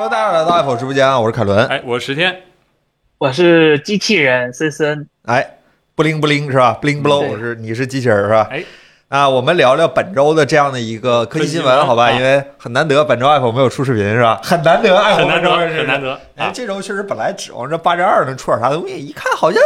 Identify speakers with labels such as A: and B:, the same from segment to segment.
A: 好直播间啊，我是凯伦。
B: 哎，我是十天，
C: 我是机器人森森，
A: 哎，不灵不灵是吧？不灵不
C: 对
A: 灵，我是你是机器人是吧？
B: 哎，
A: 啊，我们聊聊本周的这样的一个科技新闻，好吧？
B: 科技
A: 因
B: 新啊
A: 为很难得，本周 iPhone 没有出视频是吧？很难得
B: 很
A: ，iPhone
B: 难
A: 本
B: 得，
A: 周
B: 很难
A: 得。
B: 得
A: 哎，
B: 啊！
A: 这周确实本来指望着八加二能出点啥东西，一看好像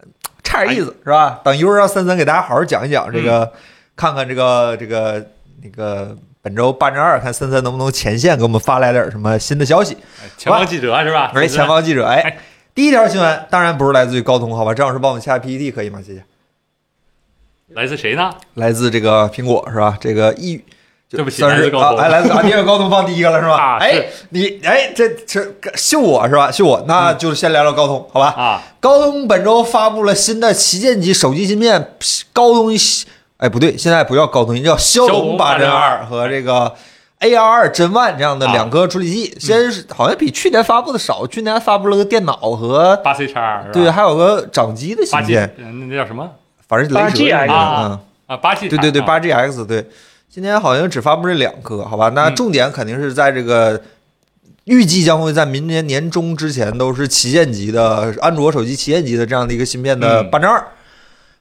A: 呃差点意
B: 哎
A: 思是吧？等一会儿让森森给大家好好讲一讲这
B: 嗯
A: 个，看看这个这个那个本周八加二，看森森能不能前线给我们发来点什么新的消息。
B: 前方记者 是吧？
A: 而且前方记者，哎
B: 哎，
A: 第一条新闻当然不是来自于高通，好吧？张老师帮我们下 PPT 可以吗？谢谢。
B: 来自谁呢？
A: 来自这个苹果是吧？这个一，就
B: 对不起
A: 算是
B: 来自高通
A: 啊哎，来自 啊，你为高通放第一个了是吧？
B: 啊是
A: 哎，你哎，这这秀我是吧？秀我，那就先聊聊高通，好吧？
B: 嗯啊，
A: 高通本周发布了新的旗舰级手机芯片，高通，哎不对，现在不叫高通，叫骁
B: 骁
A: 龙
B: 龙
A: 八
B: 八
A: 针
B: 针
A: 二
B: 二
A: 和这个 AR 二针 One 这样的
B: 啊
A: 两颗处理器，先是好像比去年发布的少，去年发布了个电脑和
B: 八 C 叉
A: 对，啊还有个掌机的芯
B: 八 G，
A: 片，
B: 嗯那叫什么
A: 反正雷蛇
C: 8G
A: 的
B: 啊
A: 嗯。
B: 啊？八 G，
A: 对对对，八 GX 对，今天好像只发布这两颗，好吧？那
B: 嗯
A: 重点肯定是在这个，预计将会在明年年中之前都是旗舰级的安卓手机旗舰级的这样的一个芯片的
B: 嗯
A: 八针二。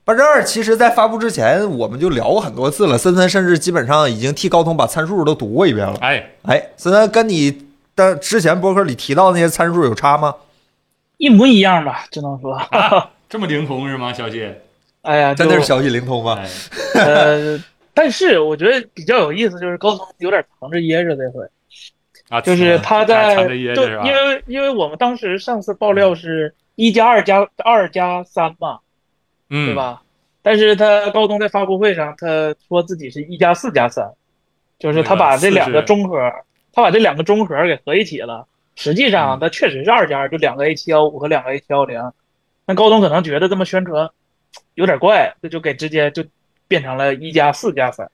A: 八针二其实在发布之前我们就聊过很多次了，森森甚至基本上已经替高通把参数都读过一遍了。
B: 哎，
A: 哎，森森跟你的之前博客里提到的那些参数有差吗？
C: 一模一样吧，只能说，
B: 这么灵通是吗？小姐，
C: 哎呀，
A: 真的是
C: 就
A: 消息灵通吗？
B: 哎
C: 呃，但是我觉得比较有意思就是高通有点藏着掖着这 回，
B: 啊，
C: 就是他在
B: 藏着掖
C: 就
B: 着是吧
C: 因？为因为我们当时上次爆料是一加二加二加三嘛，
B: 嗯，
C: 对？
A: 啊
C: 吧？但是他高通在发布会上他说自己是一加四加三，就是他把这两
B: 那
C: 个
B: 个四是
C: 中核，他把这两个中核给合一起了。实际上
B: 嗯
C: 它确实是二加二，就两个 A 7 1 5和两个 A 7 1 0那高通可能觉得这么宣传有点怪，这就给直接就变成了一加四加三。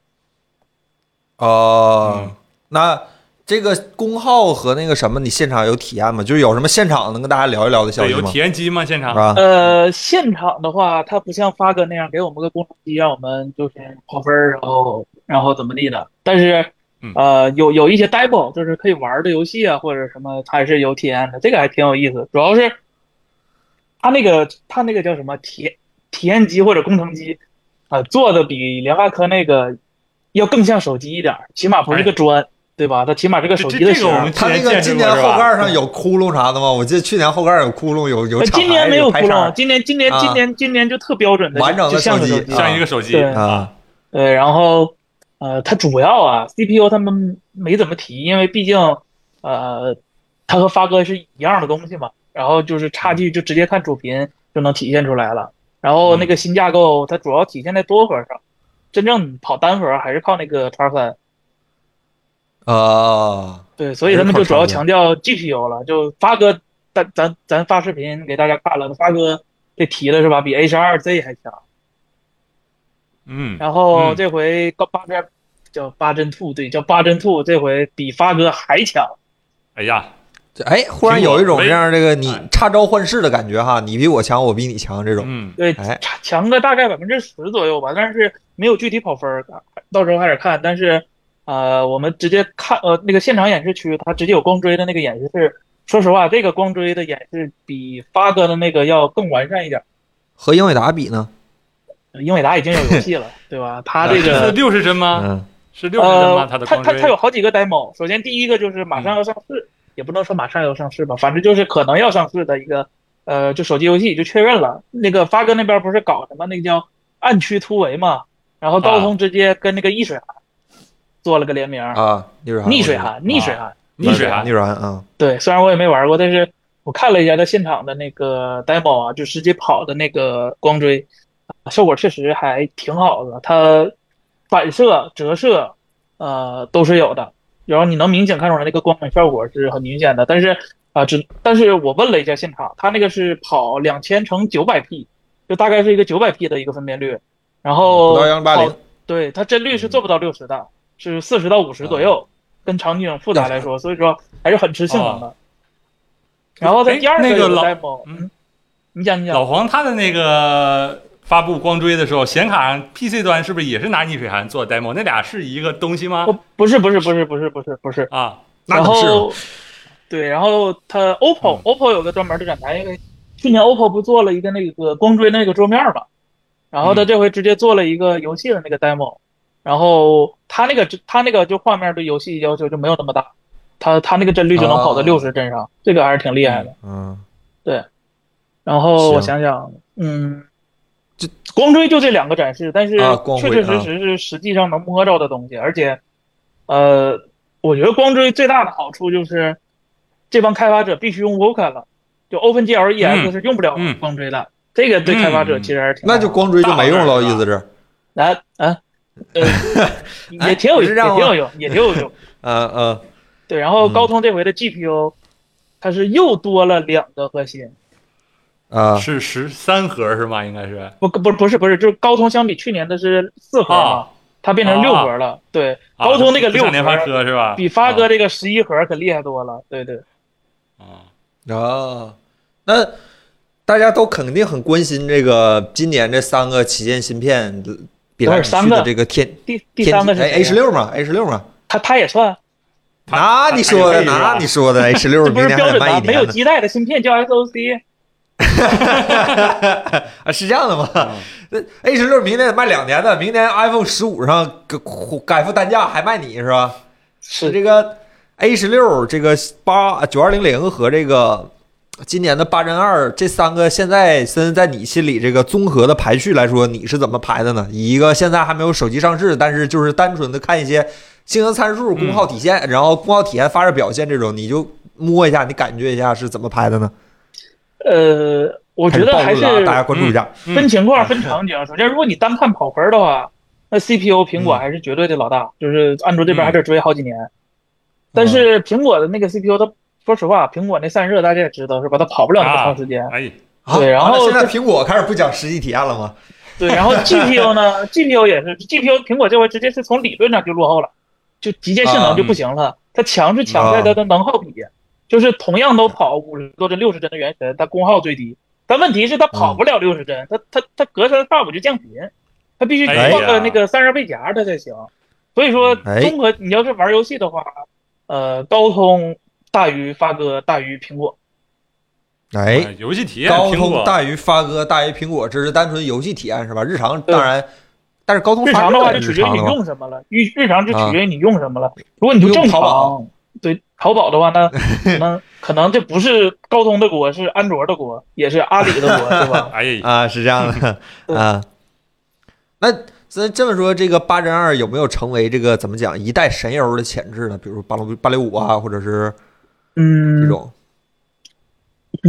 A: 哦、
B: 嗯
A: 那这个功耗和那个什么，你现场有体验吗？就是有什么现场能跟大家聊一聊的消
B: 对，
A: 息
B: 有
A: 吗
B: 体？验机吗？现
A: 是
B: 场？
A: 吧？
C: 呃，现场的话，他不像发哥那样给我们个公众机，让我们就是跑分儿，然后然后怎么地的。但是
B: 嗯，
C: 呃，有有一些 demo，就是可以玩儿的游戏啊，或者什么，它还是有体验的，这个还挺有意思。主要是他那个他那个叫什么体体验机或者工程机，啊、做的比联发科那个要更像手机一点儿，起码不是个砖，对吧？它起码是个
B: 这
C: 手
B: 这
C: 机的
B: 这
C: 形
B: 个我
C: 儿
B: 们。之
A: 它那
B: 前
A: 个
B: 见
A: 今
B: 识
A: 年
B: 过是
A: 后
B: 吧？
A: 盖上有窟窿啥的吗？我记得去年后盖上有窟窿，有有
C: 呃
A: 厂
C: 今年
A: 牌
C: 没有窟
A: 拍叉
C: 窿，今年今年
A: 啊
C: 今年今年就特标准的，
A: 完整的
C: 就像
A: 手
C: 个
A: 机
C: 手机
A: 啊。
B: 像一个手机
C: 对
A: 啊，
C: 对，然后呃，它主要啊，CPU 他们没怎么提，因为毕竟呃，它和发哥是一样的东西嘛，然后就是差距就直接看主频就能体现出来了。然后那个新架构，它主要体现在多核上，真正跑单核还是靠那个叉三。
A: 啊，
C: 对，所以他们就主要强调 GPU 了。就发哥，咱咱咱发视频给大家看了，发哥这提了是吧？比 A 1 2 Z 还强。
B: 嗯，
C: 然后
B: 嗯
C: 这回高八针叫八针兔，对，叫八针兔，这回比发哥还强。
B: 哎呀，
A: 这哎，忽然有一种
B: 苹
A: 这
B: 果没
A: 样这个你
B: 哎
A: 插招换式的感觉哈，你比我强，我比你强这种。
B: 嗯，
C: 对，
A: 哎
C: 强强个大概百分之十左右吧，但是没有具体跑分儿，到时候还得看。但是，呃，我们直接看，呃，那个现场演示区，它直接有光追的那个演示是，说实话，这个光追的演示比发哥的那个要更完善一点，
A: 和英伟达比呢？
C: 英伟达已经有游戏了，对吧？它这
B: 是
C: 个
B: 六十帧
C: 啊
B: 吗？
A: 嗯，
B: 是六十帧
C: 呃
B: 吗？，它的
C: 它
B: 光
C: 它
B: 追嗯
C: 它有好几个 demo。首先第一个就是马上要上市，也不能说马上要上市吧，反正就是可能要上市的一个，呃，就手机游戏就确认了。那个发哥那边不是搞什么那个叫暗区突围嘛，然后高通直接跟那个易水寒做了个联名，
A: 啊，逆水寒，
C: 逆水寒，啊逆
B: 逆
C: 水寒。
B: 水寒
A: 逆，水寒啊，
C: 对，虽然我也没玩过，但是我看了一下他现场的那个 demo 啊，就实际跑的那个光追，啊效果确实还挺好的。它反射、折射，呃，都是有的。然后你能明显看出来那个光感效果是很明显的，但是啊、只但是我问了一下现场，它那个是跑两千乘九百 P，就大概是一个九百 P 的一个分辨率，然后
A: 嗯不到幺零八
C: 跑
A: 零，
C: 对，它帧率是做不到六十的，是四十到五十左
B: 啊
C: 右，跟场景复杂来说，所以说还是很吃性能的。然后它第二
B: 哎啊那个
C: 有
B: 老
C: demo，
B: 嗯
C: 嗯，你讲你讲，
B: 老黄他的那个发布光追的时候，显卡上 PC 端是不是也是拿逆水寒做 demo？那俩是一个东西吗
C: 哦不？不是不是不是不是不是不是，
B: 啊，
A: 那
C: 然
A: 能是吗
C: 后对，然后它 OPPO、
B: 嗯
C: OPPO 有个专门的展台，因为去年 OPPO 不做了一个那个光追那个桌面嘛，然后它这回直接做了一个游戏的那个 demo，、然后它那个它那个就画面对游戏要求就没有那么大，它它那个帧率就能跑到
A: 哦
C: 六十帧上，这个还是挺厉害的。
A: 嗯，
C: 然后我
A: 行
C: 想想，嗯，
A: 这
C: 光追就这两个展示，但是
A: 啊光
C: 确
A: 追
C: 确实实是实际上能摸着的东西，而且，呃，我觉得光追最大的好处就是，这帮开发者必须用 Vulkan 了，就 OpenGL
B: 嗯
C: EX E 是用不了
B: 嗯
C: 光追的，这个对开发者其实还是挺
A: 嗯那就光追就没用了，意思是，
C: 来 啊，呃，也挺有
A: 不哎
C: 也
A: 是
C: 挺
A: 让我
C: 有用，也挺有用。
A: 嗯嗯
C: 对，然后
A: 嗯
C: 高通这回的 GPU，它是又多了两个核心，
A: 啊
B: 是十三核是吗？应该是啊
C: 不不不是不是，就是高通相比去年的是四核嘛
B: 啊，
C: 它变成六核了。对，高通那个
B: 啊不
C: 六
B: 像联发啊
C: 核
B: 科是吧？
C: 比发哥这个十一核可厉害多了。对对，
B: 啊，
A: 啊，那大家都肯定很关心这个今年这三个旗舰芯片比来比去的这个天
C: 第第
A: 天
C: 三个是谁呀啊
A: H 六嘛，H 六嘛，
C: 他他也算，
A: 那你说的，
B: 哪
A: 那你说 的 H 六
C: 这不
A: 明
C: 是
A: 年
C: 标
A: 还得
C: 准
A: 卖
C: 的
A: 一
C: 没有
A: 年呢，
C: 基带的芯片叫 SOC。
A: 啊是这样的吗？H
C: 嗯
A: 六明年得卖两年的，明年 iPhone 十五上改改付单价还卖你 是吧？
C: 是
A: 这个 A 十六这个八九二零零和这个今年的八针二这三个，现在森在你心里这个综合的排序来说，你是怎么排的呢？以一个现在还没有手机上市，但是就是单纯的看一些性能参数、功
C: 嗯
A: 耗体现，然后功耗体验、发热表现这种，你就摸一下，你感觉一下是怎么排的呢？
C: 呃，我觉得还
A: 开始
C: 是
A: 暴露了啊大家关注一下。
B: 嗯
C: 分情况、
B: 嗯
C: 分场景。啊首先，如果你单看跑分的话，那 CPU 苹
A: 嗯
C: 果还是绝对的老大，就是安卓这边还得追好几年。但
A: 嗯
C: 是苹果的那个 CPU，它说实话，苹果那散热大家也知道是吧？它跑不了那么长时间。
B: 哎，
A: 啊
C: 嗯对然后
A: 完了现在
C: 这
A: 苹果开始不讲实际体验了吗？
C: 对，然后 GPU 呢，GPU 也是 GPU，苹果这回直接是从理论上就落后了，就极限性能就不行了。
B: 啊
C: 它强是强在它的能耗比，就是同样都跑五十多帧、六十帧的原神，它功耗最低。但问题是它跑不了六十帧，它它它隔三差五就降频，它必须
B: 哎呀
C: 放个那个散热背夹它才行。所以说，
A: 哎
C: 综合你要是玩游戏的话，呃，高通大于发哥大于苹果。
A: 哎，
B: 游戏体验，
A: 高
B: 苹
A: 通
B: 果
A: 大于发哥大于苹果，这是单纯游戏体验是吧？日常当然，但是高通
C: 日
A: 发
C: 常
A: 热
C: 的话
A: 也
C: 就是取决于
A: 日常
C: 你
A: 的嘛
C: 用什么了，日日常就取决于你用什么了。如果你
A: 不
C: 就
A: 用
C: 正
A: 啊淘宝
C: 常，对淘宝的话呢，可能可能这不是高通的锅，是安卓的锅，也是阿里的锅，对 吧？
B: 哎，
A: 啊，是这样的
C: 对
A: 啊。那这这么说，这个八针二有没有成为这个怎么讲一代神游的潜质呢？比如八六八六五啊，或者是这
C: 嗯，
A: 种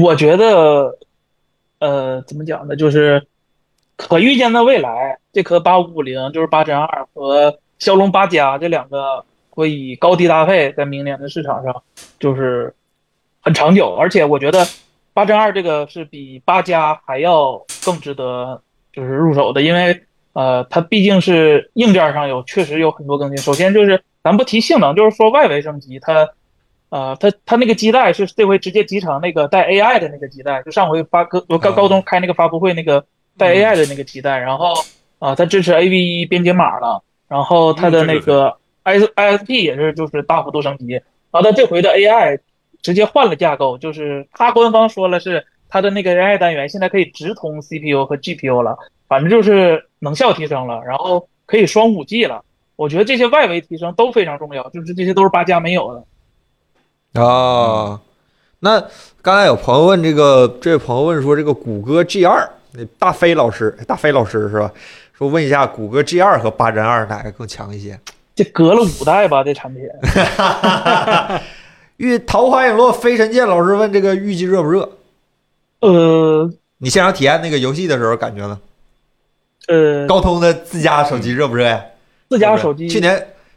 C: 我觉得，呃，怎么讲呢？就是可预见的未来，这颗八五五零就是八针二和骁龙八加这两个会以高低搭配，在明年的市场上就是很长久。而且我觉得八针二这个是比八加还要更值得就是入手的，因为呃，它毕竟是硬件上有确实有很多更新。首先就是咱不提性能，就是说外围升级它。呃，它它那个基带是这回直接集成那个带 AI 的那个基带，就上回发哥我高
A: 嗯
C: 高通开那个发布会那个带 AI 的那个基带，然后啊、它支持 AV1 编解码了，然后它的
B: 嗯这个
C: 那个 IS ISP 也是就是大幅度升级，然后它这回的 AI 直接换了架构，就是它官方说了是它的那个 AI 单元现在可以直通 CPU 和 GPU 了，反正就是能效提升了，然后可以双五 G 了。我觉得这些外围提升都非常重要，就是这些都是八加没有的。
A: 啊。那刚才有朋友问这个，这位朋友问说，这个谷歌 G 二，那大飞老师，哎大飞老师是吧？说问一下，谷歌 G 二和八针二哪个更强一些？
C: 这隔了五代吧，这产品。
A: 玉桃花影落飞神剑老师问这个预计热不热？
C: 呃
A: 你现场体验那个游戏的时候感觉呢？
C: 呃，
A: 高通的自家手机热不热呀？
C: 自家手机
A: 去年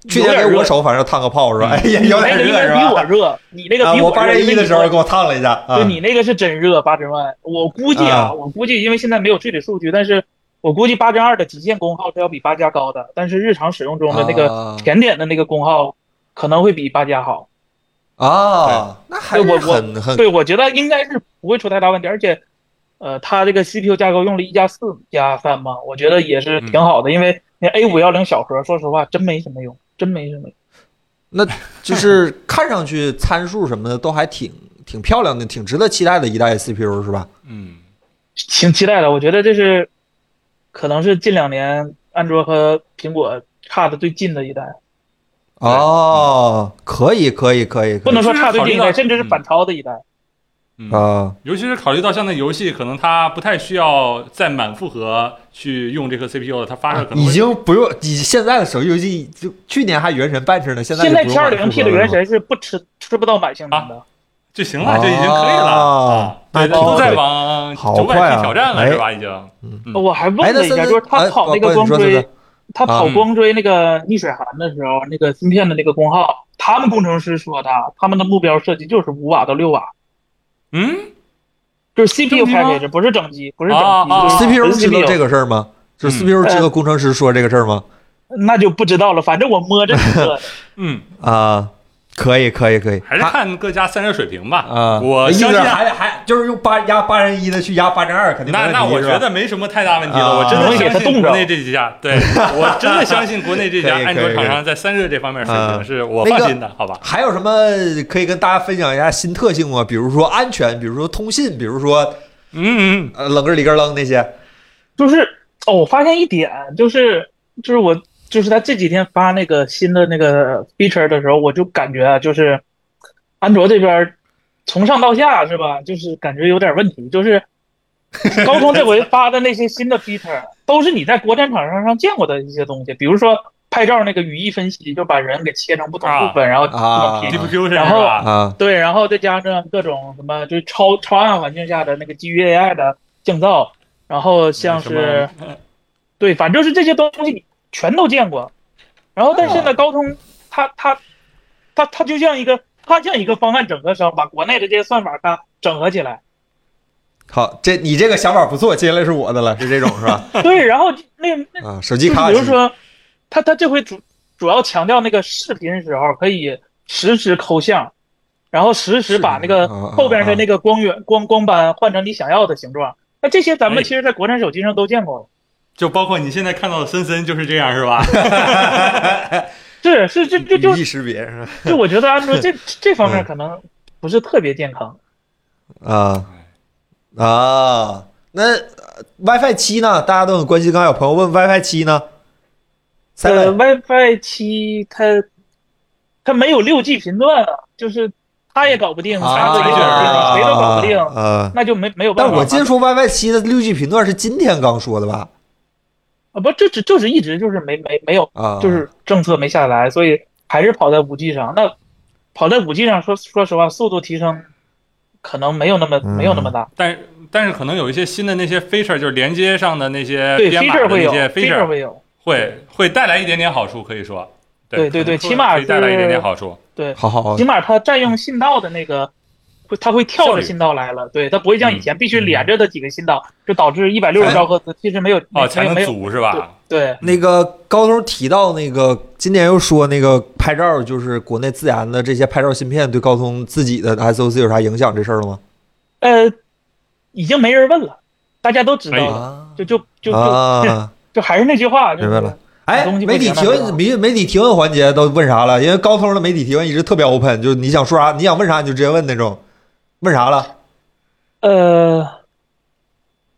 A: 去
C: 有
A: 年
C: 点
A: 给我
C: 热
A: 手反正烫个泡是吧？
B: 嗯
A: 哎呀，
C: 你
A: 有
C: 那
A: 点
C: 个应
A: 热
C: 该
A: 是
C: 比我
A: 吧？
C: 热，你那个
A: 啊，
C: 比
A: 我
C: 热
A: 八
C: 因为
A: 针一的
C: 你
A: 时候给我烫了一下啊
C: 对你那个是真热，八针万。我估计啊，
A: 啊
C: 我估计因为现在没有具体数据，但是我估计八针二的极限功耗是要比八加高的，但是日常使用中的那
A: 啊
C: 个甜点的那个功耗可能会比八加好。
A: 啊，那还
C: 对我
A: 是
C: 我
A: 很很
C: 对，我觉得应该是不会出太大问题，而且，呃，它这个 CPU 架构用了一加四加三嘛，我觉得也是挺好的，因为那 A 五幺零小核，说实话真没什么用，真没什么用。
A: 那就是看上去参数什么的都还挺挺漂亮的，挺值得期待的一代 CPU 是吧？
B: 嗯，
C: 挺期待的。我觉得这是可能是近两年安卓和苹果差的最近的一代，
A: 哦，可以可以可以，可以
C: 不能说差最近一代，
B: 就是考虑到
C: 甚至是反超的一代。
B: 嗯
A: 啊，
B: 尤其是考虑到像那游戏，可能它不太需要再满负荷去用这颗 CPU 了，它发热可能
A: 啊已
B: 会
A: 经不用你现在的手机游戏，就去年还原神半吃呢，现在
C: 现在
A: 就不
C: T
A: 用
C: 二
A: 玩
C: 零 P 的
A: 了
C: 原神是不吃吃不到满性能的，
B: 就行了，就已经可以了
A: 哦
B: 啊。
A: 那
B: 对，
A: 挺
B: 都在
A: 好
B: 往
A: 好
B: 九
A: 快
B: 百
A: 啊
B: P 挑战
A: 哎
B: 了是吧？已经，嗯
C: 我还
A: 哎
C: 问
A: 那
C: 了一下，
A: 森
C: 就是他
A: 哎
C: 跑那
A: 不不
C: 个光
A: 你说森
C: 追
A: 森，
C: 他跑
B: 嗯
C: 光追那个逆水寒的时候，那个芯片的那个功耗，他们工程师说的，啊他们的目标设计就是五瓦到六瓦，
B: 嗯，
C: 就是 CPU
B: 整机吗
C: package，不是整机，不是整
B: 啊
C: 机
B: 啊
C: 就是纯
A: CPU 知道
C: CPU
A: 这个事儿吗？就是
B: 嗯
A: CPU 知道工程师说这个事儿吗？
C: 那就不知道了，反正我摸着你测的。
B: 嗯，
A: 啊，可以可以可以，
B: 还是看各家散热水平吧。
A: 啊，
B: 我
A: 意思
B: 相信
A: 是还得还就是用八压八人一的去压八人二，肯定没问
B: 那那
A: 题
B: 我
A: 是
B: 觉
A: 吧
B: 得没什么太大问题
A: 啊
B: 了，我真
C: 容
B: 的
C: 易给它
B: 相信
C: 冻着
B: 国内这几 家，对我真的相信国内这几家
A: 可以可以
B: 安卓
A: 可以
B: 厂商在散热这方面水
A: 啊
B: 平是我
A: 那个
B: 放心的，好吧？
A: 还有什么可以跟大家分享一下新特性吗？比如说安全，比如说通信，比如说
B: 嗯嗯，
A: 呃冷个里个楞那些。
C: 就是哦，我发现一点，就是就是我就是他这几天发那个新的那个 feature 的时候，我就感觉啊，就是安卓这边儿从上到下是吧，就是感觉有点问题，就是 高通这回发的那些新的 feature 都是你在国产厂商上见过的一些东西，比如说拍照那个语义分析，就把人给切成不同部分，然后不
A: 啊
C: 同屏
B: 嗯 DQ 是
C: 然后
B: 吧？
A: 啊
C: 对，然后再加上各种什么，就是超超暗环境下的那个基于 AI 的降噪，然后像
B: 什么
C: 是，对，反正是这些东西你全都见过。然后，但是呢，高通它它它它就像一个它像一个方案整合商，把国内的这些算法它整合起来。
A: 好，这你这个想法不错，接下来是我的了，是这种是吧？
C: 对，然后那那
A: 啊，手机
C: 就是
A: 卡卡
C: 比如
A: 机
C: 说，它它这回主主要强调那个视频时候可以实时抠像，然后实时把那个
A: 视频啊啊
C: 后边的那个光源光光斑换成你想要的形状。那这些咱们
B: 哎
C: 其实，在国产手机上都见过了。
B: 就包括你现在看到的森森就是这样 是吧？
C: 是是，这这就
A: 语义识别是吧？
C: 就我觉得安卓 这这方
A: 嗯
C: 面可能不是特别健康。
A: 啊啊，那呃 WiFi 七呢？大家都很关心，刚才有朋友问 WiFi 七呢？三
C: 呃
A: 位
C: ，WiFi 七它它没有六 G 频段啊，就是它也搞不定，
A: 啊
C: 啥子也搞
B: 啊
C: 不定，谁都搞不定，
A: 啊。
C: 那就没没有办
A: 但
C: 法。
A: 我记得说 WiFi 七的六 G 频段是今天刚说的吧？
C: 啊，不，这只就是一直就是没没没有，
A: 啊，
C: 就是政策没下来，所以还是跑在五 G 上。那跑在五 G 上说说实话，速度提升可能没有那
A: 嗯
C: 么没有那么大。
B: 但但是可能有一些新的那些 feature，就是连接上的那些
C: 对
B: 编码呃的
C: ，feature 会有
B: 那些
C: feature 会有，
B: 会会带来一点点好处，可以说，
C: 对对对
B: 可能
C: 起码
B: 可以带来一点点
C: 是
B: 好处。
C: 对，
A: 好好好
C: 起码它占用信道的那个。会，它会跳
B: 效
C: 着
B: 率
C: 信道来了，对，它不会像以
B: 嗯
C: 前必须连着的几个信道，就导致一百六十
A: 哎
C: 兆赫兹其实没有
B: 哦，
C: 没
B: 才
C: 有
B: 能
C: 没有
B: 组是吧？
C: 对，
A: 那个高通提到那个今年又说那个拍照，就是国内自研的这些拍照芯片对高通自己的 SOC 有啥影响这事儿了吗？
C: 呃，已经没人问了，大家都知道
B: 哎
C: 了，
A: 啊
C: 就就就就
A: 啊，
C: 就还是那句话，就
A: 明白
C: 是
A: 了。哎，
C: 东西
A: 媒
C: 会
A: 体
C: 讲到
A: 提
C: 这
A: 问
C: 个
A: 媒媒体提问环节都问啥了？因为高通的媒体提问一直特别 open，就是你想说啥，你想问啥你就直接问那种。问啥了？
C: 呃，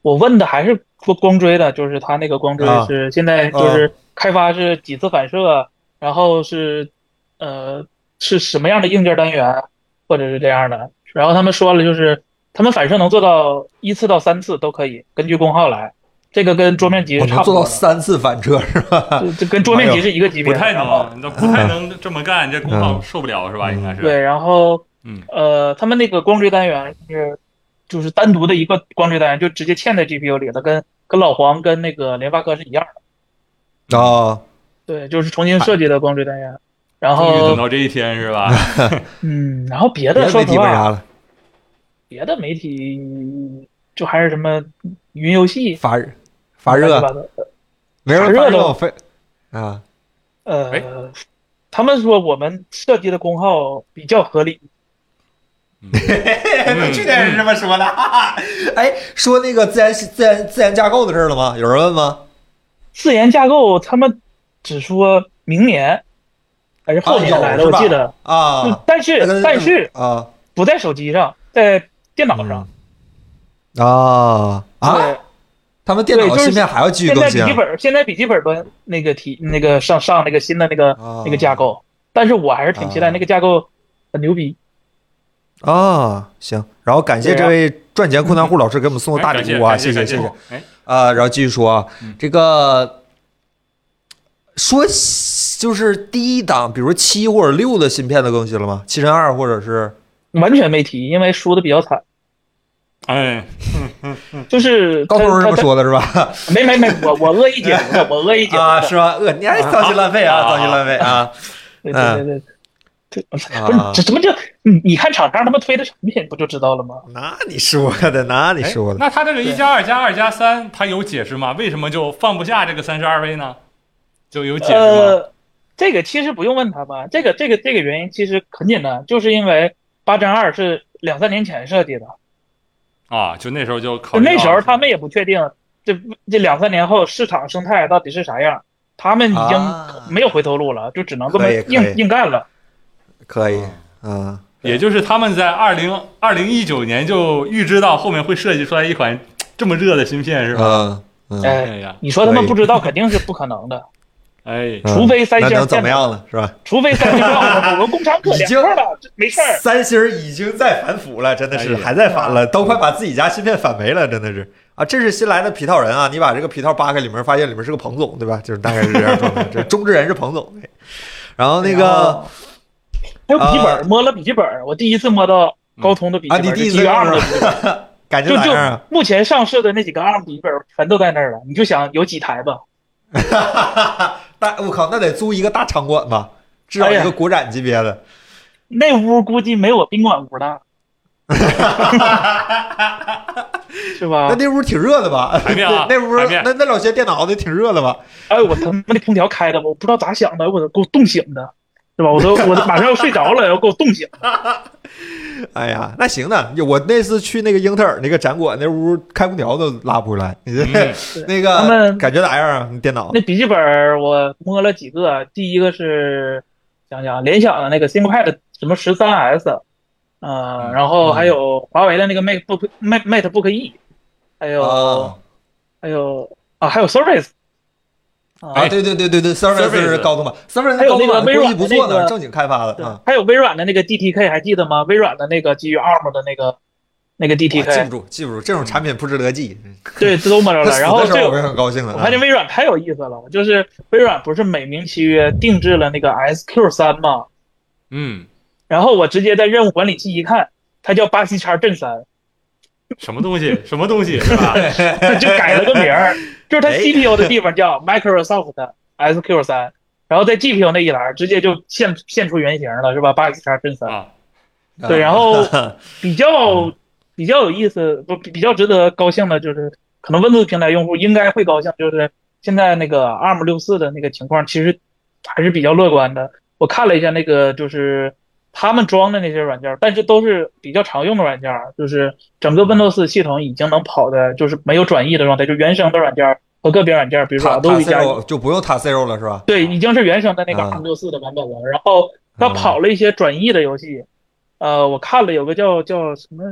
C: 我问的还是光光追的，就是它那个光追
A: 啊
C: 是现在就是开发是几次反射，然后是呃是什么样的硬件单元，或者是这样的。然后他们说了，就是他们反射能做到一次到三次都可以，根据功耗来。这个跟桌面级
A: 我
C: 是
A: 能
C: 差
A: 做
C: 不
A: 到
C: 多
A: 三次反车是吧？
C: 的，这这跟桌面级是一个级
B: 不
C: 别。
B: 太
C: 然后
B: 能，那不太能这么干，这功耗受不了是吧？
A: 嗯
B: 应该是。
C: 对，然后
B: 嗯
C: 呃，他们那个光追单元是就是单独的一个光追单元，就直接嵌在 GPU 里了，跟跟老黄跟那个联发科是一样的。
A: 啊，
C: 对，就是重新设计的光追单元。然
B: 终于等
C: 后
B: 到这一天是吧？
C: 嗯，然后别
A: 别
C: 的
A: 的
C: 说
A: 媒
C: 实
A: 体问啥
C: 话，
A: 了？
C: 别的媒体就还是什么云游戏
A: 发热发
C: 乱七
A: 热，
C: 八糟的
A: 没人
C: 发
A: 发
C: 热
A: 热
C: 都
A: 非啊
B: 哎
C: 呃，他们说我们设计的功耗比较合理，
B: 嗯
A: 去年是这么说的。 哎，说那个自然自然自然架构的事儿了吗？有人问吗？
C: 自研架构他们只说明年，还是后年来
A: 啊有
C: 的，
A: 是
C: 我
A: 吧
C: 记得。嗯
A: 啊，
C: 但是但是
A: 啊
C: 不在手机上，在电脑上。
A: 啊啊！
C: 对，
A: 他们电
C: 对
A: 脑
C: 就是
A: 芯片还要继续
C: 现
A: 更
C: 在
A: 新啊
C: 笔记本现在笔记本端那个提那个上上那个新的那个
A: 啊
C: 那个架构，但是我还是挺期待
A: 啊
C: 那个架构很牛逼。
A: 啊！行，然后感谢这位赚钱困难户老师给我们送的大礼物啊，
B: 哎
A: 谢
B: 感
A: 谢
B: 感
A: 谢谢。
B: 哎，
A: 啊，然后继续说啊
B: 嗯，
A: 这个说就是低档，比如七或者六的芯片的更新了吗？七乘二或者是
C: 完全没提，因为输的比较惨，
B: 哎，
C: 就是
A: 嗯高通是这么
C: 他
A: 说的是吧？
C: 他没没没，我我恶意解 读的，我恶意解读的，
A: 啊，是吧？呃，你还造心烂肺啊，
B: 啊
A: 造心烂肺啊！
C: 对对对对，对，不是
A: 啊
C: 这怎么就你你看厂商他们推的产品不就知道了吗？
A: 那你说的，那你
B: 哎
A: 说的，
B: 那他这个一加二加二加三，他有解释吗？为什么就放不下这个三十二位呢？就有解释吗？
C: 呃，这个其实不用问他吧，这个这个这个原因其实很简单，就是因为八针二是两三年前设计的，
B: 啊，就那时候就考
C: 就
B: 虑
C: 那时
B: 到
C: 候
B: 了
C: 他们也不确定这这两三年后市场生态到底是啥样，他们已
A: 啊
C: 经没有回头路了，就只能这么
A: 可以可以
C: 硬硬干了。
A: 可以，嗯。
B: 也就是他们在二零二零一九年就预知到后面会设计出来一款这么热的芯片，是吧？
A: 嗯嗯，
C: 哎，
B: 哎呀，
C: 你说他们
A: 可以
C: 不知道肯定是不可能的，
B: 哎，
C: 除非三
A: 嗯那
C: 星
A: 能怎
C: 电
A: 么
C: 脑，
A: 样呢？是吧？
C: 除非三星让我们我们工厂 可
A: 已
C: 凉
A: 经
C: 快了，这没事儿。
A: 三星儿已经在反腐了，真的是
B: 哎呀
A: 还在反了，都快把自己家芯片反没了，真的是啊！这是新来的皮套人啊！你把这个皮套扒开，里面发现里面是个彭总，对吧？就是大概是这样 状态。这中之人是彭总，哎然后那个
C: 还有笔记本
A: 啊
C: 儿，摸了笔记本儿，我第一次摸到高通的笔记
B: 哎
A: 啊，
C: 本
A: 你
C: 儿，
A: 第一
C: 就
A: 次
C: ARM 的笔记本 儿，
A: 是感觉
C: 就
A: 咋
C: 就
A: 样啊？
C: 目前上市的那几个 ARM 笔记本儿全都在那儿了，你就想有几台吧？
A: 大我靠，那得租一个大场馆吧，至少
C: 哎
A: 一
C: 呀
A: 个国展级别的。
C: 那屋估计没我宾馆屋 大，是
A: 那
C: 吧？
A: 那屋挺热的吧？
B: 啊海面啊
A: 那屋
B: 海面
A: 那那老些电脑得挺热的吧？
C: 哎，我他妈那空调开的吧，我不知道咋想的，我都给我冻醒的，是吧？我都我都马上要睡着了，要给我冻醒。
A: 哎呀，那行呢，我那次去那个英特尔那个展馆那屋开空调都拉不回来，你这、
B: 嗯
A: 那
C: 他
A: 个
C: 们
A: 感觉咋样啊？你电脑
C: 那笔记本儿我摸了几个，第一个是想想联想的那个 ThinkPad 什么十三 S，呃，
B: 嗯
C: 然后还有华为的那个 MateBook Mate MateBook E，还有、
A: 啊
B: 哦
C: 还有啊还有 Surface，啊、
A: 啊，对对对对对，Surface
B: Surface
A: 是高通版，Surface
C: 还有
A: 高通
C: 那
A: 版
C: 个微
A: 估计
C: 软的
A: 不错
C: 那
A: 呢，
C: 个
A: 正经开发
C: 对
A: 的啊。
C: 还有微软的那个 DTK 还记得吗？微软的那个基于 ARM 的那个那个
A: 哇记
C: DTK，
A: 不住，记不住，这种产品不值得记。
C: 对，都摸着
A: 那
C: 了。
A: 死
C: 然后
A: 的时
C: 这
A: 候
C: 个
A: 我也很高兴的
C: 我发现
A: 啊。
C: 微软太有意思了，就是微软不是美名其曰定制了那个 SQ 三吗？
B: 嗯，
C: 然后我直接在任务管理器一看，它叫巴西叉正三，
B: 什么东西，什么东西，是吧？
A: 啊
C: 就改了个名儿，就是它
A: 哎
C: CPU 的地方叫 Microsoft SQ 三，然后在 GPU 那一栏直接就现现出原形了，是吧？巴西叉正三，
B: 啊，
C: 对，然
A: 啊
C: 后比较比较有意思，不比比较值得高兴的就是，可能 Windows 平台用户应该会高兴，就是现在那个 ARM 六四的那个情况其实还是比较乐观的。我看了一下那个就是他们装的那些软件，但是都是比较常用的软件，就是整个 Windows 系统已经能跑的，就是没有转译的状态，就原生的软件和个别软件，比如说
A: 塔
C: Adobe 加
A: Zero 就不用塔 Zero 了是吧？
C: 对，已经是原生的那个
A: 啊
C: ARM 六四的版本了。然后它
A: 嗯
C: 跑了一些转译的游戏，呃，我看了有个叫叫什么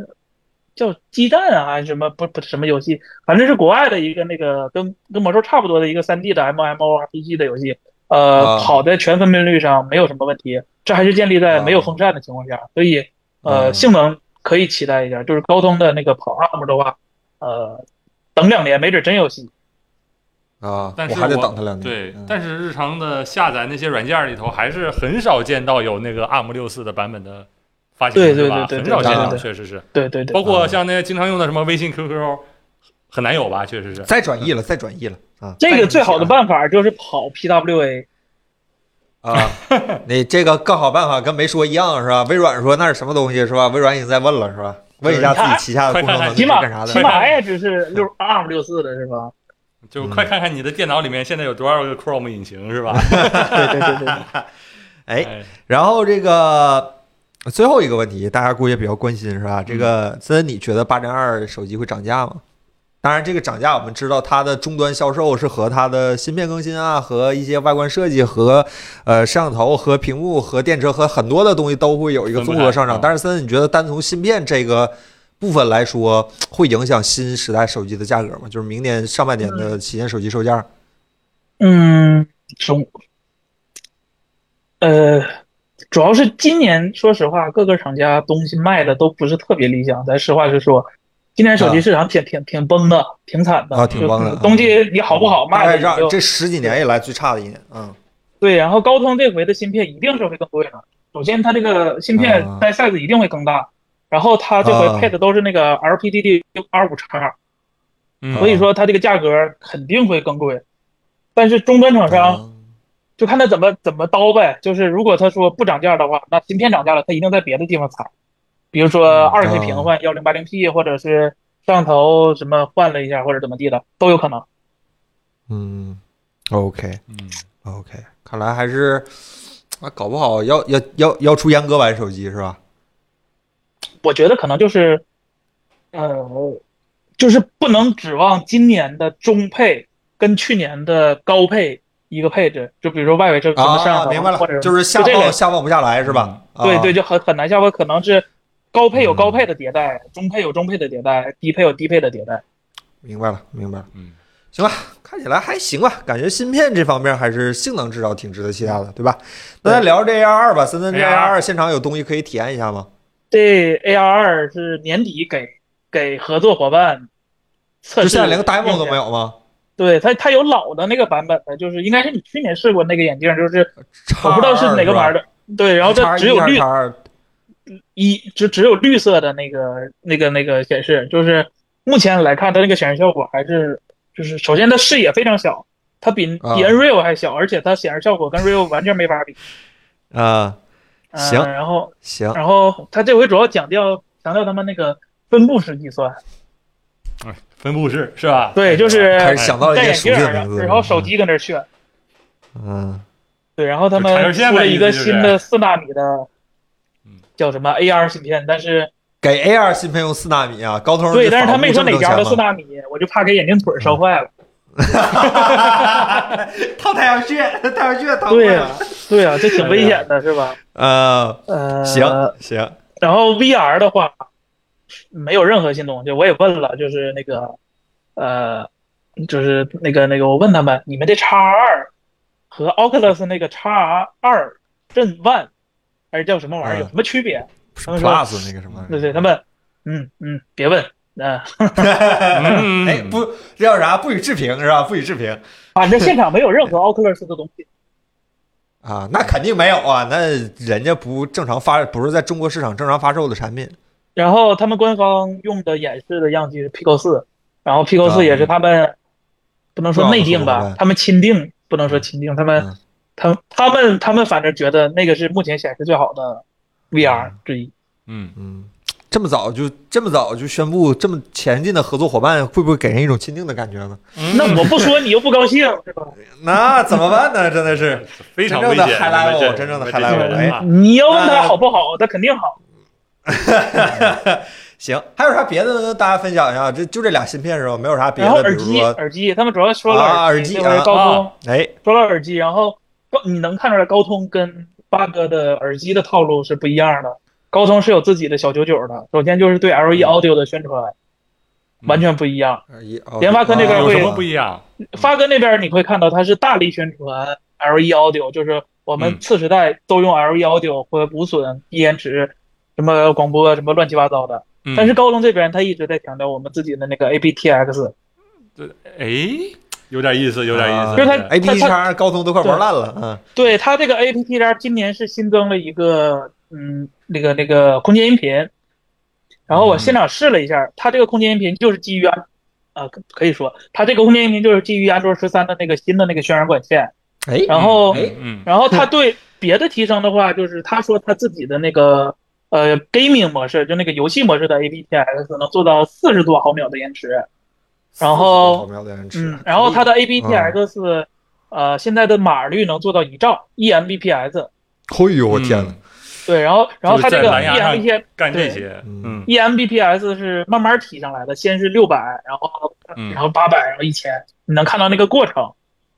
C: 叫鸡蛋啊，还是什么不不什么游戏，反正是国外的一个那个跟跟魔兽差不多的一个三 D 的 MMORPG 的游戏，
A: 啊
C: 呃，跑在全分辨率上没有什么问题，这还是建立
A: 啊
C: 在没有风扇的情况下，所以
A: 嗯
C: 呃，性能可以期待一下。就是高通的那个跑 ARM 的话，呃，等两年没准真有戏。
A: 啊，
B: 但
A: 我
B: 是
A: 还得
B: 我
A: 等他两年。
B: 对
A: 嗯，
B: 但是日常的下载那些软件里头，还是很少见到有那个 ARM 六四的版本的发行，
C: 对
B: 是吧？
C: 对对
B: 很
C: 对
B: 少见到，
A: 对
B: 确实是。
C: 对对对，
A: 哦嗯
B: 包括像那些经常用的什么微信、QQ，很难有吧？确
C: 嗯
B: 实是。
A: 再转移了，再转移了啊。
C: 这
A: 再
C: 个最好的
A: 转移了
C: 办法就是跑 PWA。
A: 啊，你这个更好办法跟没说一样是吧？微软说那是什么东西是吧？微软已经在问了是吧？问一下自己旗下的工程能力
C: 起
A: 是
C: 码
A: 干啥的？
C: 起码 Edge 哎是六 ARM 六四的是吧？
B: 就快看看你的电脑里面现在有多少个 Chrome 引擎，是吧？
C: 对对对对，
A: 哎，然后这个最后一
C: 嗯
A: 个问题，大家估计也比较关心是吧？这个森森，你觉得八零二手机会涨价吗？当然，这个涨价我们知道，它的终端销售是和它的芯片更新啊，和一些外观设计，和呃摄像头、和屏幕、和电池、和很多的东西都会有一个综合上涨。
B: 分不开嗯
A: 但是森森，你觉得单从芯片这个部分来说，会影响新时代手机的价格吗？就是明年上半年的旗舰手机售价？
C: 嗯，中，呃，主要是今年，说实话，各个厂家东西卖的都不是特别理想。咱实话实说，今年手机市场挺挺挺崩的，挺惨的，
A: 啊挺
C: 就
A: 崩的
C: 东西你好不好
A: 大
C: 卖
A: 概
C: 的你
A: 让
C: 就
A: 这十几年以来最差的一年，嗯，
C: 对，然后高通这回的芯片一定是会更贵的。首先，它这个芯片
A: 啊
C: die size 一定会更大，然后它这
A: 啊
C: 回配的都是那个 LPDDR 五叉，
B: 嗯
C: 所以说它这个价格肯定会更贵。但是终端厂
A: 哦
C: 商就看他怎么怎么刀呗，就是如果他说不涨价的话，那芯片涨价了，他一定在别的地方踩，比如说
B: 嗯
C: 二
A: 哦
C: K 屏换幺零八零 P，或者是摄像头什么换了一下，或者怎么地的都有可能。
A: 嗯，OK，
B: 嗯
A: OK，看来还是啊，搞不好要要要要出阉割版手机是吧？
C: 我觉得可能就是，呃，就是不能指望今年的中配跟去年的高配一个配置，就比如说外围这什么摄像
A: 啊，
C: 头，
A: 明白
C: 或者
A: 了，就是下
C: 这类嗯
A: 放下放不下来是吧？
C: 对
A: 啊
C: 对，，就很很难下播，可能是高配有高配的迭代，中配有中配的迭代，低配有低配的迭代。
A: 明白了，明白了。
B: 嗯，
A: 行吧，看起来还行吧，感觉芯片这方面还是性能至少挺值得期待的，对吧？那咱聊这 AR 二吧，森森
C: 哎
A: 这 AR 二
B: AR2
A: 现场有东西可以体验一下吗？
C: 这 AR 二是年底给给合作伙伴测
A: 就
C: 试，
A: 现在连个 demo 都没
C: 有。
A: 有吗？
C: 对它，它有老的那个版本的，就是应该是你去年试过那个眼镜，就是
A: 叉
C: 我不知道是哪个玩意儿
A: 的，
C: 的。对，然后
A: 叉
C: 它只有
A: 一还是
C: 绿
A: 叉二
C: 一，就只有绿色的那个那个那个显示，就是目前来看它那个显示效果还是，就是首先它视野非常小，它比
A: 啊
C: 比 Nreal 还小，而且它显示效果跟 Real 完全没法比。
A: 啊，
C: 嗯
A: 行
C: 然后
A: 行，
C: 然后它这回主要讲调强调他们那个分布式计算。
B: 嗯哎分布式是吧？
C: 对，就是
A: 开始想到了一
C: 哎戴
A: 些
C: 眼
A: 熟
C: 镜
A: 悉的
C: 儿，
A: 名字，
C: 然后手机搁那儿炫。
A: 嗯，
C: 对，然后他
B: 就产
C: 们
B: 生线
C: 出
B: 呗
C: 了一个
B: 意思就是
C: 新的四纳米的
B: 嗯，
C: 叫什么 AR 芯片，但是
A: 给 AR 芯片用四纳米啊，高通
C: 对，但是他没说
A: 这
C: 哪
A: 仿
C: 家
A: 木
C: 的
A: 这么挣钱吗
C: 四纳米，我就怕给眼镜腿
A: 嗯
C: 儿烧坏了。
A: 套太阳穴，太阳穴套
C: 对呀， 对呀，这挺危险的，是吧？
A: 呃，
C: 呃，
A: 哎行行，
C: 然后 VR 的话，没有任何新东西。我也问了，就是那个，呃，就是那个那个，我问他们，你们这 x 二和 Oculus 那个 x 二震 One 还是叫什么玩意儿，
A: 嗯
C: 有什么区别？
A: 是
C: 他们说
A: Plus 那个什么，
C: 对对，他们，嗯嗯，别问，嗯、
B: 嗯，
A: 哎，不，这叫啥？不予置评是吧？不予置评
C: 反正现场没有任何 Oculus 的东西。
A: 啊，那肯定没有啊，那人家不正常发，不是在中国市场正常发售的产品。
C: 然后他们官方用的演示的样机是 Pico 四，然后 Pico
A: 啊
C: 四也是他们不能说内定
A: 不知道
C: 吧
A: 是，
C: 他们亲定不能说亲定，他们
A: 嗯
C: 他他们他们反正觉得那个是目前显示最好的 VR 之一。
B: 嗯，
A: 嗯，这么早就这么早就宣布这么前进的合作伙伴，会不会给人一种亲定的感觉呢？
B: 嗯
C: 那我不说你又不高兴 是吧？
A: 那怎么办呢？真的是，
B: 非常
A: 真
B: 危
A: 正的
B: 险，
A: highlight 我
B: 真
A: 真正的
B: 这
A: highlight
B: 些
A: 我哎
B: 人啊
C: 你要问他好不好，他肯定好。
A: 行，还有啥别的能跟大家分享一下？这就这俩芯片是吧？没有啥别
C: 然后
A: 的，比
C: 耳
A: 如
C: 机
A: 说，
C: 耳机，他们主要说了
A: 啊耳机
C: 机，这回
A: 啊
C: 高通
A: 哎，
C: 说了耳机，然后高你能看出来高通跟八哥的耳机的套路是不一样的。高通是有自己的小九九的，首先就是
B: 嗯
C: 对 LE Audio 的宣传完全不一样。
A: 二一哦
C: 联发科那边
B: 啊有
C: 会
B: 什么不一样？
C: 发哥那边你会看到它是大力宣传 LE Audio，就是我们
B: 嗯
C: 次时代都用 LE Audio 和无损、低延迟、什么广播啊什么乱七八糟的。
B: 嗯
C: 但是高通这边他一直在强调我们自己的那个 aptX，
B: 哎，有点意思，有点意思，
A: 就是
C: 它
A: 啊，A P
C: 它
A: T 叉高通都快玩烂了，嗯，
C: 对它这个 A P T 这儿今年是新增了一个嗯那个那个空间音频，然后我现场试了一下，它这个空间音频就是基于安啊、可可以说它这个空间音频就是基于安卓十三的那个新的那个渲染管线，
A: 哎，
C: 然后
A: 哎
B: 嗯，
C: 然后它对别的提升的话，就是他说他自己的那个呃 gaming 模式，就那个游戏模式的 A P T X 能做到四十多毫秒的延迟，然后
A: 40毫秒的延迟
C: 嗯，然后它的
A: 嗯
C: ABTX，、呃，现在的码率能做到一兆一 Mbps，
A: 哎呦我天呐，
B: 嗯
C: 对，然后然后它这
B: 就是
C: 个
B: 在
C: E
B: 蓝牙上
C: 1Mbps
B: 干这
C: 对
B: 些，
A: 嗯
B: 嗯，
C: 1Mbps 是慢慢提上来的，先是六百，然后
B: 嗯
C: 然后八百，然后一千，你能看到那个过程。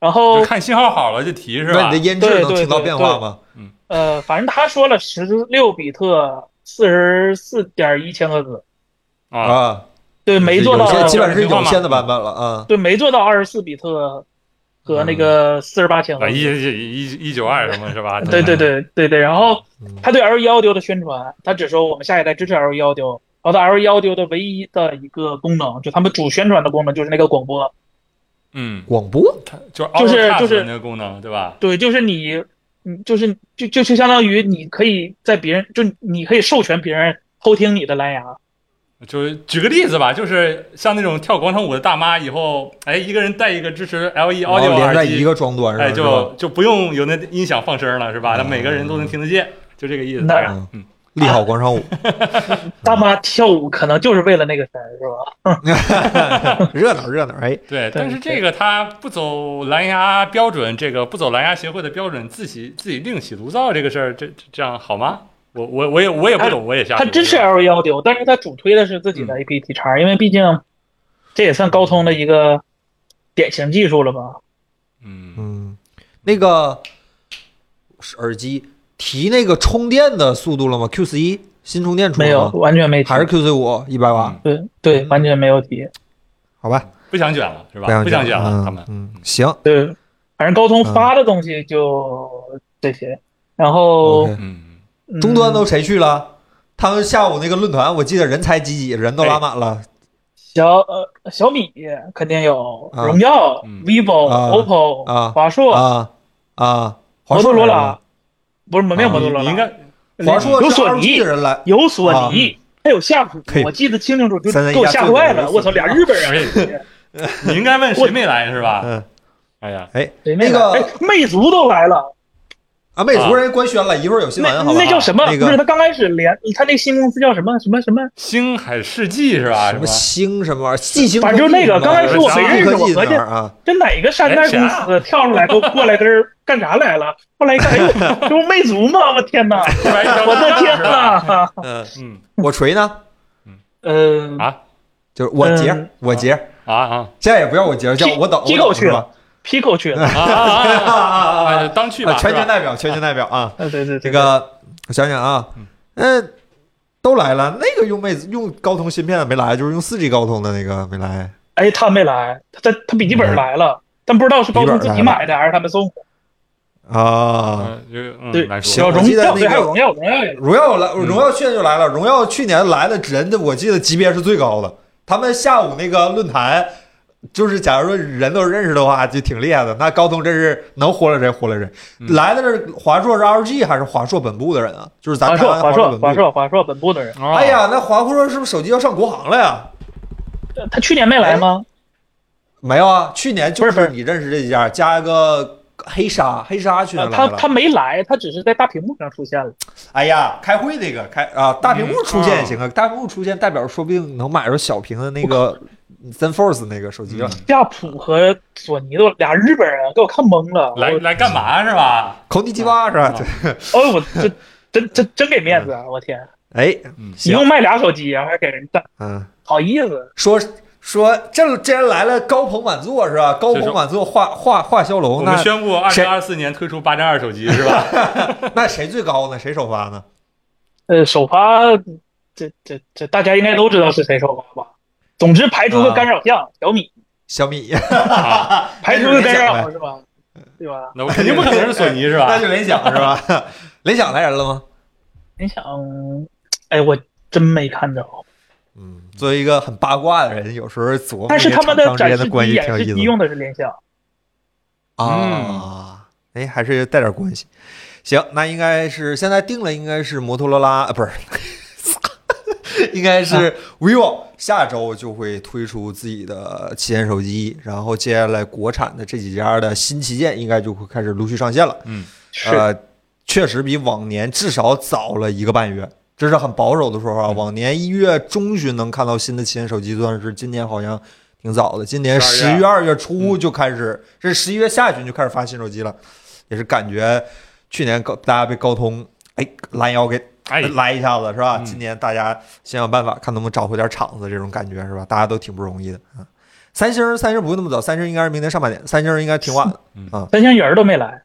C: 然
B: 就
C: 后
B: 看信号好了就提是
A: 那
B: 吧
A: 你的？音质
C: 对
A: 能
C: 对
A: 听到
C: 对
A: 变化吗？
C: 呃，反正他说了十六比特四十四点一千赫兹，
B: 啊，
A: 啊，
C: 对，没做
A: 有
C: 到
A: 些基本上是
B: 听话
A: 有
B: 嘛
A: 线的版本了啊。
C: 对，没做到二十四比特和那个四十八千赫
B: 啊一
C: 兹。
B: 一一一九二什么是吧？
C: 对对对对对，然后
A: 嗯
C: 他对 L 1 Audio 的宣传，他只说我们下一代支持 L 1 Audio，然后他 L 1 Audio 的唯一的一个功能，就他们主宣传的功能就是那个广播，
B: 嗯，
A: 广播
B: 它就是
C: 就是
B: Autocast
C: 就是
B: 那个功能对吧？
C: 对，就是你，嗯，就是就就就相当于你可以在别人，就你可以授权别人偷听你的蓝牙，
B: 就是举个例子吧，就是像那种跳广场舞的大妈，以后哎一个人带一个支持 L E
A: 然后
B: Audio
A: 连在
B: 耳
A: 一
B: 机，
A: 个终端上
B: 哎
A: 是吧
B: 就？就不用有那音响放声了是吧？
A: 嗯
B: 他每个人都能听得见，就这个意思。
C: 那
B: 大概嗯，
A: 利好广 场舞，
C: 大
A: 嗯
C: 妈跳舞可能就是为了那个事儿，是吧？
A: 热闹热闹，哎，
B: 对，但是这个他不走蓝牙标准，这个不走蓝牙协会的标准，自己自己另起炉造这个事儿，这这这样好吗？我我我也我也不懂，我也瞎。
C: 哎他支
A: 啊
C: 持啊 L 1 Audio，但是他主推的是自己
A: 嗯
C: 的 APT 叉，因为毕竟这也算高通的一个典型技术了吧？
B: 嗯，
A: 嗯，那个是耳机提那个充电的速度了吗？Q 四一新充电出
C: 没
A: 了
C: 有，
A: 吗？
C: 完全没提，
A: 哦还是 Q 四五一百瓦
B: 嗯？
C: 对对，完全没有提。
A: 好吧，
B: 不想卷了是吧？
A: 想
B: 不
A: 讲
B: 想卷了，
A: 嗯
B: 他们
A: 嗯，行，
C: 对，反正高通
A: 嗯
C: 发的东西就这些，然后
A: OK
B: 嗯，
C: 嗯
A: 终端都谁去了？他们下午那个论坛，我记得人才济济，人都拉满了。
C: 小呃小米肯定有，
A: 啊
C: 荣耀、
B: 嗯
C: vivo、
A: 啊
C: OPPO、
A: 啊
C: 华
B: 哎
C: 硕、
A: 啊啊！华硕
C: 摩托罗
A: 来
C: 拉
A: 了，
C: 不是没有
B: 啊
C: 摩托罗
B: 你
C: 拉，
B: 应 该
A: 华硕
C: 有
A: 是
C: 索尼
A: LG 的人
B: 啊
A: 来，
C: 有索尼，还有夏普
A: 可以，
C: 我记得清清楚楚，
A: 三三一
C: 给我
A: 下
C: 吓
A: 最
C: 坏
A: 猛的
C: 了。
A: 是啊
C: 我操，俩日本人，
B: 你应该问谁没来是吧？
A: 嗯，
B: 哎呀，
C: 谁
A: 那
C: 来
A: 个
C: 哎，魅族都来了，
A: 啊，魅族人家官宣了，一会儿有新
C: 那
A: 闻，好吧？
C: 那叫什么？
A: 那
C: 不是
A: 个
C: 他刚开始连他那新公司叫什么什么什么？
B: 星海世纪是吧？
A: 什
B: 啊什
A: 么星什么玩意儿，纪星科
C: 反
A: 技
C: 正
A: 什么玩
C: 那
A: 意儿，
C: 个刚开
B: 始我没
A: 啥
C: 认识
A: 科技
C: 我合
A: 那
C: 计
A: 玩意儿啊，
C: 这哪个山寨公司跳出来都过来跟这儿干啥来了？后来一看， 哎呦，这不魅族吗？我天哪！我
B: 我
C: 的天
B: 呐！
C: 呐！
A: 嗯，
B: 嗯
A: 我锤呢，
C: 嗯，
B: 啊
A: 就是我
C: 嗯
A: 杰，我杰，
B: 啊啊
A: 现在也不要我杰，叫我等
C: 机
A: 我
C: 构
A: 等
C: 去
A: 是吧
C: 了，Pico 去 了。
B: 啊
A: 啊
B: 啊
A: 啊
B: 啊！
A: 啊
B: 啊！
A: 啊
B: 当去吧
A: 啊！，全
B: 是吧
A: 权代表，全权代表啊！
C: 啊，对对，
A: 这
C: 对
A: 个我想想啊
B: 嗯，
A: 那都来了，那个用魅族用高通芯片的没来，就是用四 G 高通的那个没来。
C: 哎，他没来，他他他笔记
A: 嗯
C: 本来了，但不知道是高通自己买的还是他们送的。
A: 啊，
B: 嗯，这个嗯
C: 对，
B: 难
A: 行
B: 说。
C: 有荣
A: 我记得
C: 耀，
A: 那
C: 对，
A: 个
C: 还有荣耀，荣耀也
A: 荣耀
C: 嗯
A: 来，荣耀去年就来了。荣耀去年来的人的，我记得级别是最高的。他们下午那个论坛，就是假如说人都认识的话，就挺厉害的。那高通真是能忽悠谁忽悠谁。
B: 嗯
A: 来的是华硕是 LG 还是华硕本部的人啊？就是咱
C: 华
A: 台湾
C: 硕，华
A: 硕
C: 硕，
A: 本
C: 华
A: 部。
C: 硕，华硕本部的人，
B: 哦
A: 哎，呀，那华硕是不是手机要上国行了呀？
C: 呃他去年没
A: 哎
C: 来吗？
A: 没有啊，去年就
C: 不是
A: 是你认识这家，加一个黑鲨，黑鲨去
C: 呃
A: 年来
C: 他
A: 了
C: 他。没来，他只是在大屏幕上出现了。
A: 哎呀，开会那个开啊，大屏幕
B: 嗯
A: 出现也行啊，大屏幕出现代表说不定能买着小屏的那个 ZenForce 那个手机了。
C: 夏普和索尼都俩日本人，给我看懵了。
B: 来
C: 我
B: 来干嘛是吧？
A: 口尼基巴是吧？
B: 啊
A: 对，
C: 哦，我这真真真给面子啊！我天，
A: 哎，
B: 嗯
C: 一
A: 行，
C: 共卖俩手机，还给人干，
A: 嗯，
C: 好意思？
A: 说说这既然来了高朋满座是吧？高朋满座画画画骁
B: 我
A: 龙，
B: 们
A: 哦那
B: 宣布二
A: 谁
B: 零二四年推出八点二手机是吧？
A: 那谁最高呢？谁首发呢？
C: 呃，首发，这这这大家应该都知道是谁首发吧？总之排除个干扰项，小米
A: 小米，
B: 啊
C: 排除个干
A: 那
C: 扰
A: 就是
C: 吧？对吧？
B: 那我肯定不可能是索尼是吧
A: 那？就联想是吧？ 联想来人了吗？
C: 联想，哎，我真没看着，
A: 嗯，作为一个很八卦的人，有时候琢磨
C: 但是他
A: 们
C: 们的展
A: 间
C: 示
A: 的关
C: 机
A: 系
C: 演
A: 挺有
C: 示
A: 意思
C: 机
A: 的。
C: 用的是联想，
A: 啊，哎，还是带点关系。行，那应该是现在定了，应该是摩托罗拉，呃、不是， 应该是 vivo，、下周就会推出自己的旗舰手机，然后接下来国产的这几家的新旗舰应该就会开始陆续上线了。
B: 嗯，
C: 是
A: 呃，确实比往年至少早了一个半月，这是很保守的说法。啊往年一月中旬能看到新的旗舰手机，算是今年好像挺早的。今年十
B: 12
A: 月、二月初就开始，这十一月下旬就开始发新手机了，也是感觉去年高大家被高通哎拦腰给
B: 哎，
A: 来一下子是吧？
B: 嗯
A: 今年大家想想办法，看能不能找回点场子，这种感觉是吧？大家都挺不容易的啊。三星儿三星儿不用那么早，三星儿应该是明年上半年，三星儿应该挺晚的。
C: 三星人儿都没来，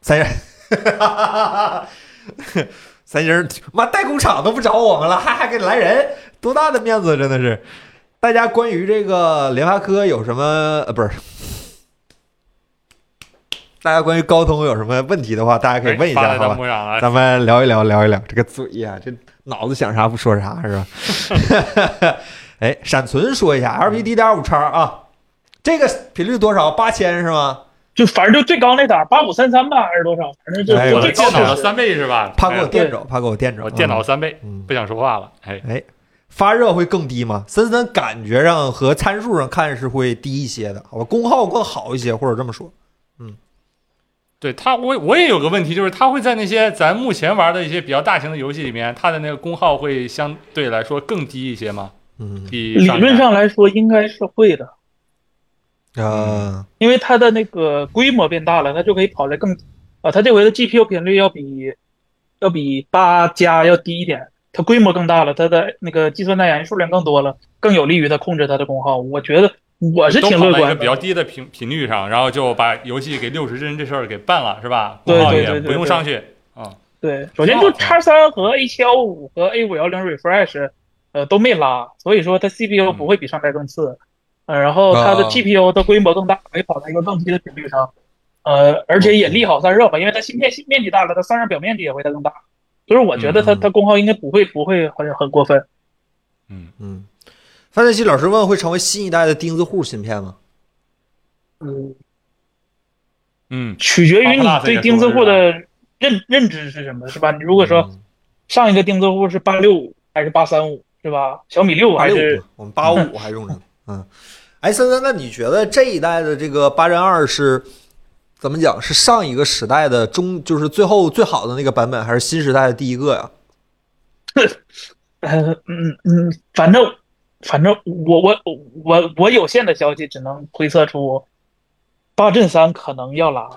A: 三星儿，三星儿，妈代工厂都不找我们了，还还给来人，多大的面子，真的是。大家关于这个联发科有什么呃不是？大家关于高通有什么问题的话，大家可以问一
B: 哎发
A: 下，
B: 在
A: 好吧
B: 弹？幕上了，
A: 咱们聊一聊，聊一聊这个嘴呀、这脑子想啥不说啥是吧？ 哎，闪存说一下，LPDDR5
B: 嗯
A: 叉啊，这个频率多少？八千是吗？
C: 就反正就最高那档八五三三吧，还是多少？反正就
A: 哎呦
C: 就
B: 我的
C: 最
B: 电
C: 高
B: 脑的
C: 就是
B: 三倍是吧？
A: 怕给我
B: 哎
A: 电着，怕给我电着。
B: 我电
A: 嗯
B: 脑的三倍，
A: 嗯
B: 不想说话了。哎，
A: 哎，发热会更低吗？森森感觉上和参数上看是会低一些的，好吧？功耗更好一些，或者这么说。
B: 对它，我我也有个问题，就是它会在那些咱目前玩的一些比较大型的游戏里面，它的那个功耗会相对来说更低一些吗？
A: 嗯，
B: 比
C: 理
B: 一代
C: 论上来说应该是会的，
A: 呃，
C: 因为它的那个规模变大了，它就可以跑得更啊，它这回的 GPU 频率要比要比八加要低一点，它规模更大了，它的那个计算单元数量更多了，更有利于它控制它的功耗。我觉得我是
B: 都
C: 挺
B: 跑
C: 乐
B: 到一个
C: 观
B: 比
C: 的，
B: 较低的频频率上，然后就把游戏给六十帧这事儿给办了，是吧？
C: 对
B: 功耗
C: 对
B: 也
C: 对对
B: 不用
C: 对
B: 上去。嗯，
C: 对，首先就 X 三和 A 七幺五和 A 五幺零 refresh，呃都没拉，所以说它 CPU 不会比上代更次，呃，然后它
A: 嗯
C: 的
A: 啊
C: GPU 的规模更大，可以跑到一个更低的频率上，呃，而且也利好散热吧，因为它芯片面积大了，它散热表面积也会更大，所以我觉得它
A: 嗯嗯
C: 它功耗应该不会不会很很过分，
A: 嗯，范振西老师问，会成为新一代的钉子户芯片吗？
C: 嗯，
B: 嗯，
C: 取决
A: 啊
C: 于你
B: Plus
C: 对
B: 也
C: 钉子
B: 说是
C: 户
B: 吧
C: 的认认知是什么，是吧？你如
A: 如
C: 果说上一个钉子户是八六五还是八三五，是吧？小米六
A: 八
C: 还
A: 六
C: 是
A: 五，我们八五还用着呢。嗯，哎，森森，那你觉得这一代的这个八针二是怎么讲？是上一个时代的中，就是最后最好的那个版本，还是新时代的第一个呀？
C: 呃，嗯嗯，反正反正我我我我有限的消息只能推测出，八阵三可能要拉，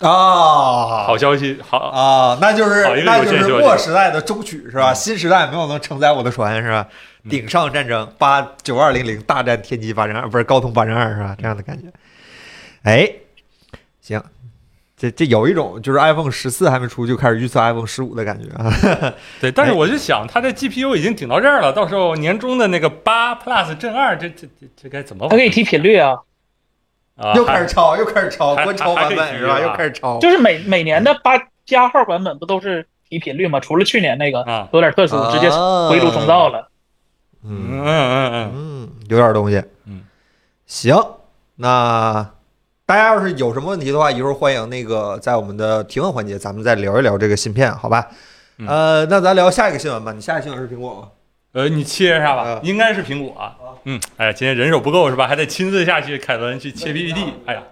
A: 啊
B: 好消息，好，
A: 啊，那就
B: 好
A: 是
B: 一个
A: 那
B: 有嗯
A: 就
B: 线
A: 是
B: 设计
A: 末时代的终曲是吧？新时代没有能承载我的船是吧？
B: 嗯
A: 顶上战争八九二零零大战天玑八零二不是高通八零二是吧？这样的感觉。哎，行，这这有一种就是 iPhone 十四还没出就开始预测 iPhone 十五的感觉啊。
B: 对，但是
A: 哎
B: 我就想，它这 GPU 已经顶到这儿了，到时候年终的那个八 Plus 正二，这这这这该怎么
C: 它
B: 玩？
C: 可以提频率啊，
B: 啊，
A: 又开
B: 还
A: 始抄，又开始抄，
B: 还
A: 观潮版
B: 还还可啊
A: 本
B: 以
A: 是吧？
B: 提
A: 又开始抄，
C: 就是每每年的八加号版本不都是提频率吗？除了去年那个
B: 啊
C: 有点特殊，直接回炉重造。了。
B: 嗯
A: 嗯
B: 嗯嗯
A: 嗯，有点东西。
B: 嗯，
A: 行，那大家要是有什么问题的话，一会儿欢迎那个在我们的提问环节，咱们再聊一聊这个芯片，好吧？
B: 嗯
A: 呃，那咱聊下一个新闻吧。你下一个新闻是苹果吗？
B: 嗯，呃，你切一下吧
A: 啊，
B: 应该是苹果啊
A: 啊。
B: 嗯，哎呀，今天人手不够是吧？还得亲自下去，凯伦去切 PPT。哎呀，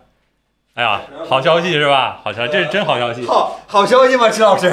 B: 哎呀，好消息是吧？好消息，这是真好消息。
A: 好好消息吗，池老师？